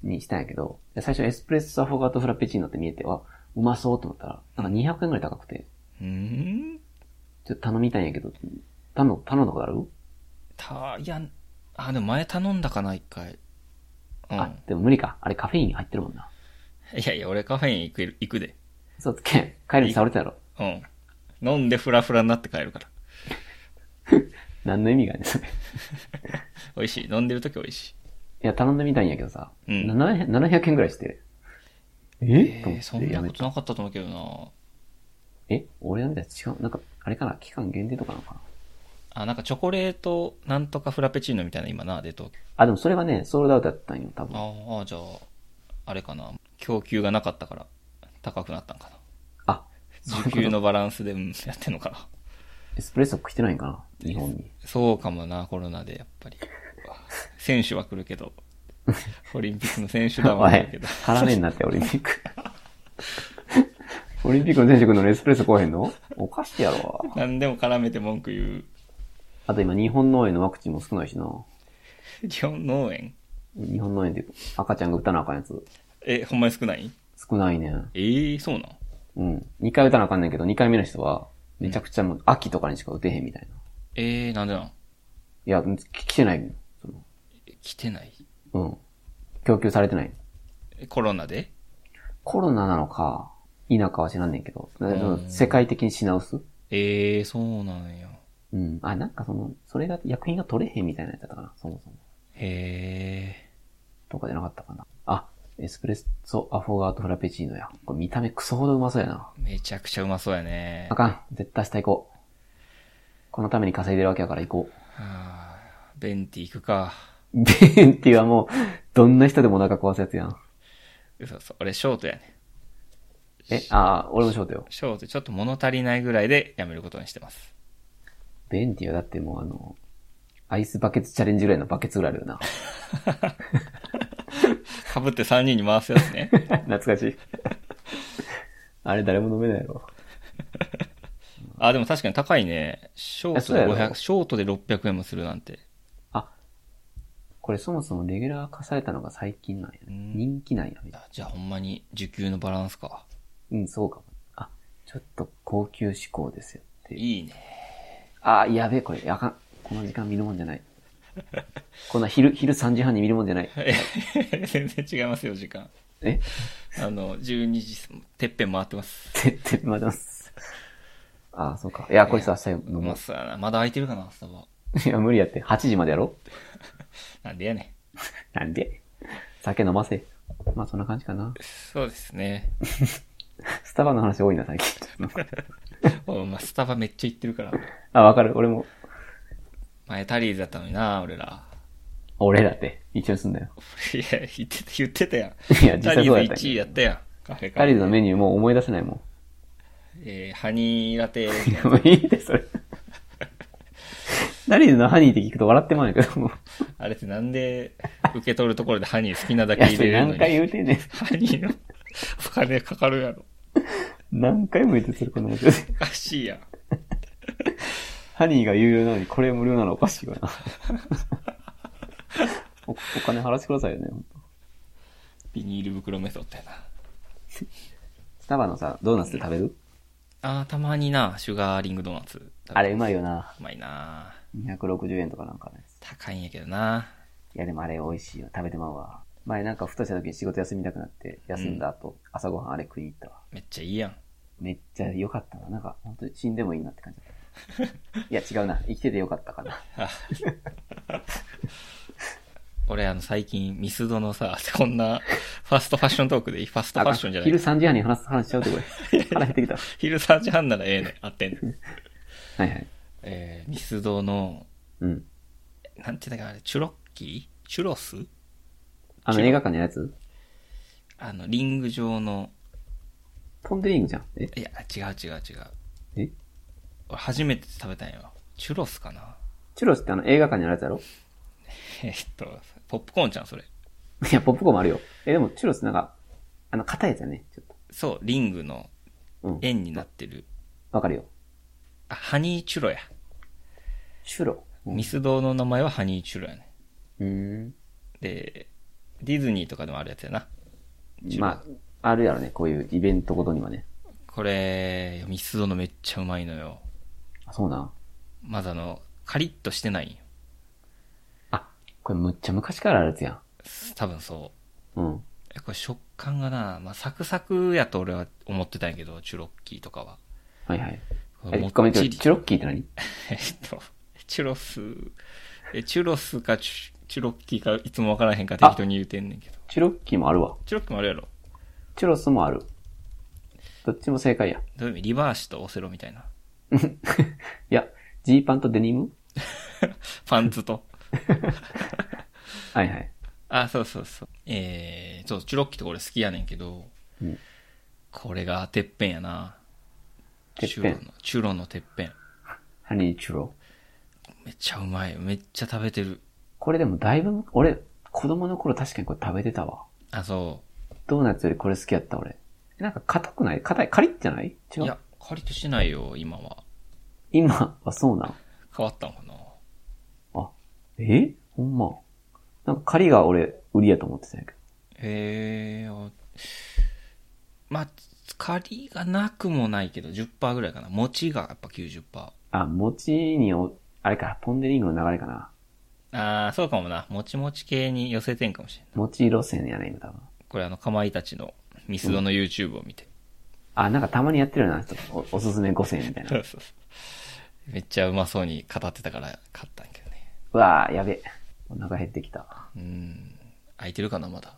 S1: にしたんやけど、で最初エスプレッソアフォガートフラペチーノって見えて、あ、うまそうと思ったら、なんか200円ぐらい高くて、
S2: うーん。
S1: ちょっと頼みたいんやけど、頼む、頼んだことある、
S2: た、いや、あ、でも前頼んだかな、一回。うん。
S1: あ、でも無理か。あれカフェイン入ってるもんな。
S2: いやいや、俺カフェイン行く、行くで。
S1: そうつけ、帰りに触れたやろ。
S2: うん。飲んでフラフラになって帰るから。
S1: 何の意味があるんですかい
S2: 美味しい。飲んでる時美味しい。
S1: や、頼んでみたいんやけどさ、
S2: うん
S1: 700 700円ぐらいして。
S2: え
S1: えと
S2: ーそ
S1: 思っ
S2: ん
S1: てや
S2: なこ
S1: め
S2: と
S1: た。
S2: なかったと思うけどな。
S1: え俺なんだよ違う。なんか、あれかな期間限定とかなのかな
S2: あ、なんかチョコレート、なんとかフラペチーノみたいな今な、出とる。
S1: あ、でもそれはね、ソールドアウトやったんよ、多分。
S2: ああ、じゃあ、あれかな。供給がなかったから、高くなったんかな。
S1: あ、
S2: 需給のバランスで、うんやってんのかな。
S1: エスプレッソ来てないんかな日本に。
S2: そうかもな、コロナで、やっぱり。選手は来るけど。オリンピックの選手団
S1: お
S2: [laughs] は来
S1: い
S2: るけど。、
S1: 腹目になって、オリンピック。 [laughs] オリンピックの全職のエスプレッソ来おへんのおかしいやろ。
S2: 何でも絡めて文句言
S1: あと今、日本農園のワクチンも少ないしな。
S2: う。日本農園
S1: 日本農園で赤ちゃんが打たなあかんやつ、
S2: え、ほんまに少ない
S1: 少ないねん。
S2: ええそうなん
S1: うん。2回打たなあかんねんけど、2回目の人は、めちゃくちゃもう、秋とかにしか打てへんみたいな。
S2: ええなんでなん
S1: いや、き来てないのその
S2: え来てない
S1: うん。供給されてない。
S2: えコロナで
S1: コロナなのか、否かは知らんねんけど、だからその世界的に品薄
S2: ええそうなんや。
S1: うん。あ、なんかその、それが、薬品が取れへんみたいなやつだったかな、そもそも。
S2: へえ。
S1: とかじゃなかったかな。あ、エスプレッソアフォガートフラペチーノや。これ見た目クソほどうまそうやな。
S2: めちゃくちゃうまそうやね
S1: あ。かん。絶対明日行こう。このために稼いでるわけやから行こう。
S2: はあ、ベンティ行くか。
S1: [laughs] ベンティはもう、どんな人でもお腹壊すやつやん。
S2: 嘘嘘。俺、ショートやね。
S1: え、あー、俺もショートよ。
S2: ショートちょっと物足りないぐらいでやめることにしてます。
S1: 便利よ。だってもうあの、アイスバケツチャレンジぐらいのバケツぐらいあるよな。
S2: かぶって3人に回すやつね。
S1: [laughs] 懐かしい。あれ誰も飲めないやろ。
S2: あ、でも確かに高いね。ショートで
S1: いやそうやろ
S2: 500、ショートで600円もするなんて。
S1: あ、これそもそもレギュラー化されたのが最近なんやね。
S2: うん
S1: 人気なんやね。
S2: あじゃあほんまに時給のバランスか。
S1: うん、そうかも。あ、ちょっと高級志向ですよっていう。
S2: いいね。
S1: あ、やべえ、これ、やかん。この時間見るもんじゃない。 [laughs] こんな昼、昼3時半に見るもんじゃない。
S2: え [laughs] 全然違いますよ、時間。
S1: え [laughs]
S2: あの、12時、てっぺん回ってます。
S1: てって、待ってます。あ、そうか。いや、これさ、明日飲
S2: ま
S1: も
S2: っすな。まだ空いてるかな、スタバ。
S1: [laughs] う。いや、無理やって。8時までやろ
S2: なんでやねん。
S1: なんで酒飲ませ。まあ、そんな感じかな。
S2: そうですね。
S1: スタバの話多いな、最近。 [laughs]
S2: おまあ、スタバめっちゃ行ってるから。
S1: あ、わかる。俺も、
S2: 前タリーズだったのにな、俺ら。
S1: 俺だって、一緒にすんだよ。
S2: いや、言ってた、言ってたやん。
S1: いや、実
S2: タ
S1: 際
S2: リ
S1: そうやった
S2: ーズ
S1: ん
S2: 1位
S1: や。
S2: やったやん。カフェ
S1: カ
S2: カ
S1: リー
S2: リ
S1: ズのメニューもう思い出せないもん。
S2: えー、ハニーラテ。
S1: いやもういいで、そ
S2: [laughs]
S1: れ。カリーズのハニーって聞くと笑ってまうんやけども。
S2: あれってなんで受け取るところでハニー好きなだ
S1: い
S2: け
S1: や、
S2: 入
S1: そ
S2: れ
S1: れ
S2: るの
S1: 何回
S2: に。
S1: 言うてんねん。
S2: ハニーのお金かかるやろ。
S1: 何回も言ってするこのやつ。
S2: おかしいやん。
S1: ハニーが有料なのにこれ無料なのおかしいわな。
S2: [laughs]
S1: おお金払ってくださいよね。ほんと
S2: ビニール袋メソッドやな。
S1: スタバのさ、ドーナツって食べる
S2: あー、たまにな、シュガーリングドーナツ。
S1: あれうまいよな。
S2: うまいな
S1: 260円とかなんかね。
S2: 高いんやけどない
S1: やでもあれ美味しいよ。食べてまうわ。前なんかふとした時に仕事休みたくなって、休んだ後、朝ごはんあれ食いに行ったわ。
S2: めっちゃいいやん。
S1: めっちゃ良かったな。なんか、本当に死んでもいいなって感じだっ
S2: [laughs]
S1: た。いや、違うな。生きてて良かったかな。
S2: 俺あの最近ミスドのさ、こんなファストファッショントークでいいファストファッションじゃない
S1: 昼。3時半に話す話しちゃうってこれ。腹減ってきた。
S2: 昼3時半ならええねん。あってんねん。
S1: はいはい。
S2: えー、ミスドの、
S1: うん。
S2: なんていうんだっけあれ、チュロッキーチュロス
S1: あの映画館のやつ
S2: あの、リング状の、
S1: ポンデリングじゃん。え
S2: いや、違う違う違う。
S1: え
S2: 俺初めて食べたんよ。チュロスかな [laughs]
S1: チュロスってあの映画館にあるやつやろ [laughs]
S2: えっと、ポップコーンちゃん、それ。
S1: いや、ポップコーンもあるよ。え、でもチュロスなんか、あの、硬いやつやね。ちょっ
S2: そう、リングの
S1: と。うん。
S2: 円になってる。
S1: わかるよ。
S2: あ、ハニーチュロや。
S1: チュロ。うん
S2: ミスドの名前はハニーチュロやね。
S1: うーん。
S2: で、ディズニーとかでもあるやつやな。
S1: まあ、あるやろね。こういうイベントごとにはね。
S2: これ、ミスドのめっちゃうまいのよ。
S1: あ、そうなん。
S2: まずあの、カリッとしてないんよ。
S1: あ、これむっちゃ昔からあるやつや
S2: 多分そ
S1: ん。うん。
S2: う。えこれ食感がな、まあ、サクサクやと俺は思ってたんやけど、チュロッキーとかは。
S1: はいはい。
S2: こ
S1: え、
S2: れ
S1: 1個目、
S2: もっ
S1: チ
S2: ち
S1: ュ
S2: り
S1: チュロッキーって何
S2: えっと、チュロス、え、チュロスかチュチュロッキーかいつもわからへんから適当に言うてんねんけど。
S1: チュロッキーもあるわ。
S2: チュロッキーもあるやろ
S1: チュロスもある。どっちも正解や。
S2: どういう意味リバーシとオセロみたいな。
S1: いや、ジーパンとデニム
S2: パンツと。
S1: はいはい。
S2: あ、そうそうそう。えー、そう、チュロッキーとこれ好きやねんけど、
S1: うん
S2: これがてっぺんやな。
S1: てっぺん
S2: チュロの、チュロのてっぺん。
S1: ハニーチュロ。
S2: めっちゃうまい。めっちゃ食べてる。
S1: これでもだいぶ、俺、子供の頃確かにこれ食べてたわ。
S2: あ、そ
S1: ドーナツよりこれ好きやった俺。なんか硬くない硬いカリッじゃない違
S2: う。
S1: う
S2: いや、カリッとしてないよ、今は。
S1: 今はそうなん。
S2: 変わったのかな。
S1: あ、えほんま。なんかカリが俺、売りやと思ってたんやけど。
S2: へえー、あまあ、借りがなくもないけど、10%ぐらいかな。持ちがやっぱ90%。あ
S1: あ、餅にお、あれか、ポンデリングの流れかな。
S2: あ、そうかもな。もちもち系に寄せてんかもしれん。
S1: 餅路線やね、今多分。
S2: これあの、かまいたちのミスドの YouTube を見 [laughs] て。
S1: あ、なんかたまにやってるよな、ちょっとおおすすめ5000みたい
S2: そ [laughs]
S1: な。
S2: うそうそうめっちゃうまそうに語ってたから買ったんやけどね。
S1: うわぁ、やべ。お腹減ってきた。
S2: うん。空いてるかな、まだ。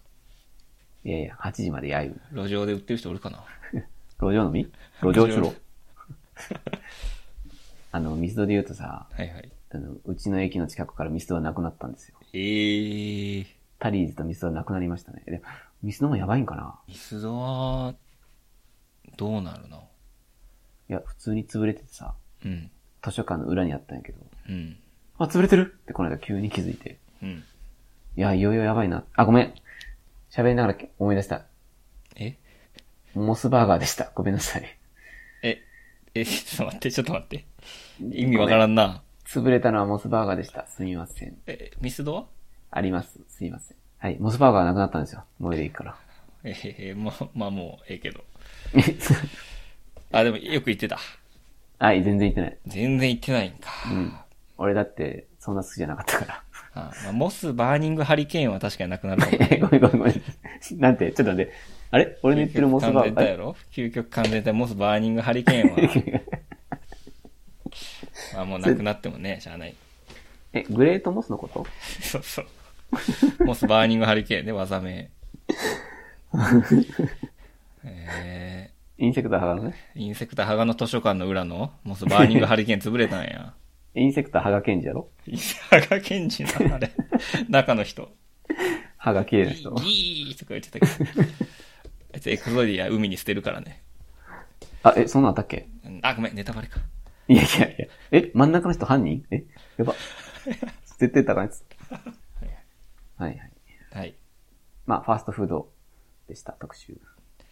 S1: いやいや、8時までやゆ。
S2: 路上で売ってる人おるかな。
S1: 路上飲み路上チュロ。あの、ミスドで言うとさ、
S2: はいはい。
S1: あの、うちの駅の近くからミスドはなくなったんですよ。
S2: ええー。
S1: タリーズとミスドはなくなりましたね。で、ミスドもやばいんかな
S2: ミスドは、どうなるの
S1: いや、普通に潰れててさ、
S2: うん。
S1: 図書館の裏にあったんやけど、
S2: うん。
S1: あ、潰れてるってこの間急に気づいて。
S2: うん。
S1: いや、いよいよやばいな。あ、ごめん。喋りながら思い出した。
S2: え
S1: モスバーガーでした。ごめんなさい。
S2: え、え、 [laughs] ちょっと待って、ちょっと待って。意味わからんな。
S1: 潰れたのはモスバーガーでした。すみません。
S2: え、ミスドは
S1: あります。すみません。はい。モスバーガーなくなったんですよ。もうでいいから。 [laughs]
S2: えへへ、ま、まあもう、ええけど。あ、でもよく言ってた。
S1: はい、全然言ってない。
S2: 全然言ってないんか。
S1: うん。俺だって、そんな好きじゃなかったから。 [laughs]
S2: あまあ、モス、バーニング、ハリケーンは確かになくなるかも。
S1: [laughs] え、ごめんごめんごめん。なんて、ちょっと待って。あれ俺の言ってるモスバ
S2: 完
S1: ー
S2: 全
S1: ガ
S2: 体
S1: ー
S2: や。ろ究極完全体、モス、バーニング、ハリケーン
S1: [laughs]
S2: は、
S1: あれ
S2: まあもうなくなってもね、しゃあない。 [laughs]
S1: え、グレートモスのこと
S2: そうそう。モス、バーニング、ハリケーンで技
S1: [laughs]
S2: 名。え
S1: インセクターハガね。
S2: ー、インセクタハガの図書館の裏の、モス、バーニング、ハリケーン潰れたんや。
S1: インセクターハガケンジやろ
S2: ハガケンジのあれ、中の人。
S1: 歯が綺麗
S2: ギ
S1: な人。
S2: ーとか言ってたけど。あいつエクゾディア海に捨てるからね。
S1: あ、え、そんなんあったっけ
S2: うんあ、ごめん、ネタバレか。
S1: いやいやいや。え、真ん中の人犯人え、やば。絶対高いやつ。はいはい。
S2: はい。
S1: まあ、ファーストフードでした、特集。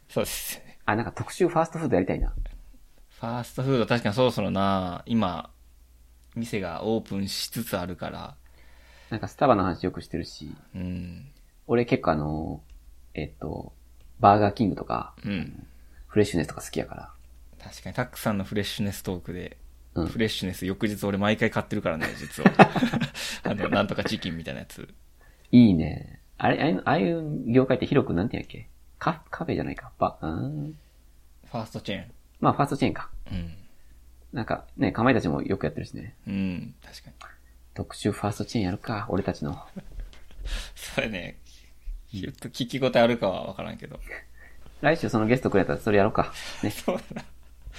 S2: そうですね。
S1: あ、なんか特集ファーストフードやりたいな。
S2: ファーストフード確かにそろそろな、今、店がオープンしつつあるから、
S1: なんかスタバの話よくしてるし、
S2: うん、
S1: 俺結構あの、えっと、バーガーキングとか、
S2: うん。
S1: フレッシュネスとか好きやか
S2: 確かに、たくさんのフレッシュネストークで、
S1: うん
S2: フレッシュネス翌日俺毎回買ってるからね、実は。あの、なんとかチキンみたいなやつ。
S1: ら。いいね。あれ、ああいうのああいう業界って広くなんて言うんやっけカカフェじゃないか。バ、うーん。
S2: ファーストチェーン。
S1: まあ、ファーストチェーンか。
S2: うん。なん
S1: かね、かまいたちもよくやってるしね。
S2: うん、確かに。
S1: 特集ファーストチェーンやるか、俺たちの。
S2: それね、ちょっと聞き応えあるかはわからんけ [laughs] ど。
S1: 来週そのゲストくれたらそれやろうか。ね、
S2: そうだな。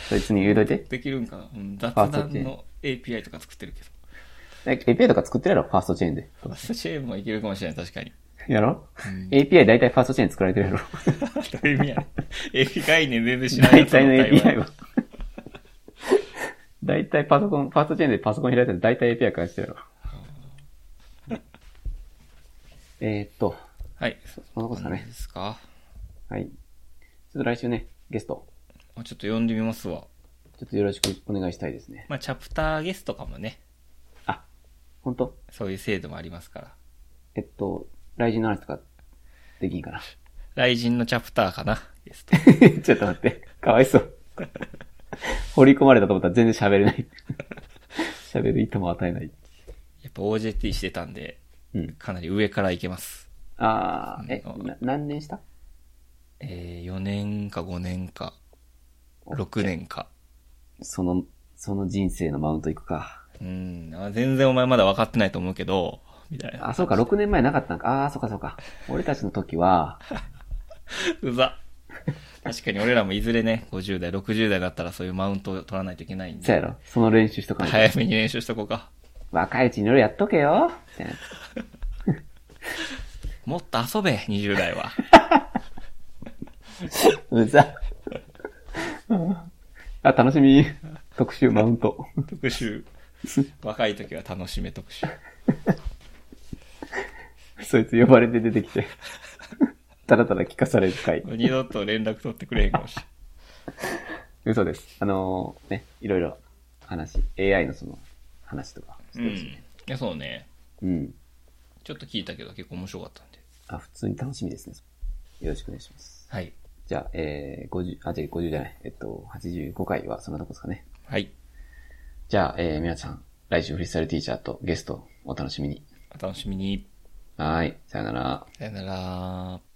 S1: そいつに言うといて。
S2: できるんかな、うん、雑
S1: あそっ
S2: 談
S1: ち
S2: の API とか作ってるけど。
S1: え API とか作ってるやろ、ファーストチェーンで。
S2: ファーストチェーンもいけるかもしれない、確か [laughs] に。
S1: やろ ?API 大体ファーストチェーン作られてるやろ。
S2: どういう意味やねん。API 概念全然知らな
S1: 大
S2: いや [laughs] つの
S1: 体の
S2: 会話
S1: API は。 [laughs] 大体パソコン、ファーストチェーンでパソコン開いたら大体 API 返してるやろ。 [laughs] えーっと、
S2: はい。
S1: そんなことですか
S2: 何
S1: ね。
S2: ですか
S1: はい。ちょっと来週ね、ゲスト、
S2: あちょっと読んでみますわ。
S1: ちょっとよろしくお願いしたいですね。
S2: まあ、チャプターゲストかもね。
S1: あ、本当
S2: そういう制度もありますから。
S1: えっと、来人の話とか、できんかな。 [laughs]
S2: 雷神のチャプターかな。ゲスト。
S1: ちょっと待って。かわいそう。掘り込まれたと思ったら全然喋れない。喋る意図も与えない。
S2: やっぱ OJT してたんで、
S1: うん。
S2: かなり上からいけます。
S1: ああ、え、
S2: うん
S1: な何年した
S2: えー、4年か5年か、6年か。
S1: その、その人生のマウントいくか。
S2: うん、あ全然お前まだ分かってないと思うけど、みたいな。
S1: あ、そうか、6年前なかったんか。ああ、そうかそうか。俺たちの時 [laughs] は、
S2: [laughs] うざ。確かに俺らもいずれね、50代、60代だったらそういうマウントを取らないといけないん
S1: そう
S2: で、
S1: やろ。その練習しとかないと。
S2: 早めに練習しとこうか。
S1: 若いうちにいろいろやっとけよ。みたいな。
S2: もっと遊べ、20
S1: [laughs]
S2: 代は。
S1: うざ。 [laughs] あ、楽しみ。特集マウント。 [laughs]
S2: 特集。若い時は楽しめ特集。
S1: そいつ呼ばれて出てき [laughs] て、たらたら聞かされる回。
S2: 二度と連絡取ってくれへんかもしれん。
S1: 嘘です。あのーね、いろいろ話、AI のその話とかし
S2: う
S1: て
S2: ん。
S1: るし
S2: い
S1: ね。
S2: や、そうね。
S1: うん、
S2: ちょっと聞いたけど結構面白かったんで。
S1: あ、普通に楽しみですね。よろしくお願いします。
S2: はい。
S1: じゃあ、えー、50、あ、違う、50じゃない。えっと、85回はそんなとこですかね。
S2: はい。
S1: じゃあ、えー、皆さん、来週フリースタイルティーチャーとゲストお楽しみに。
S2: お楽しみに。
S1: はーい、さよなら。
S2: さよなら。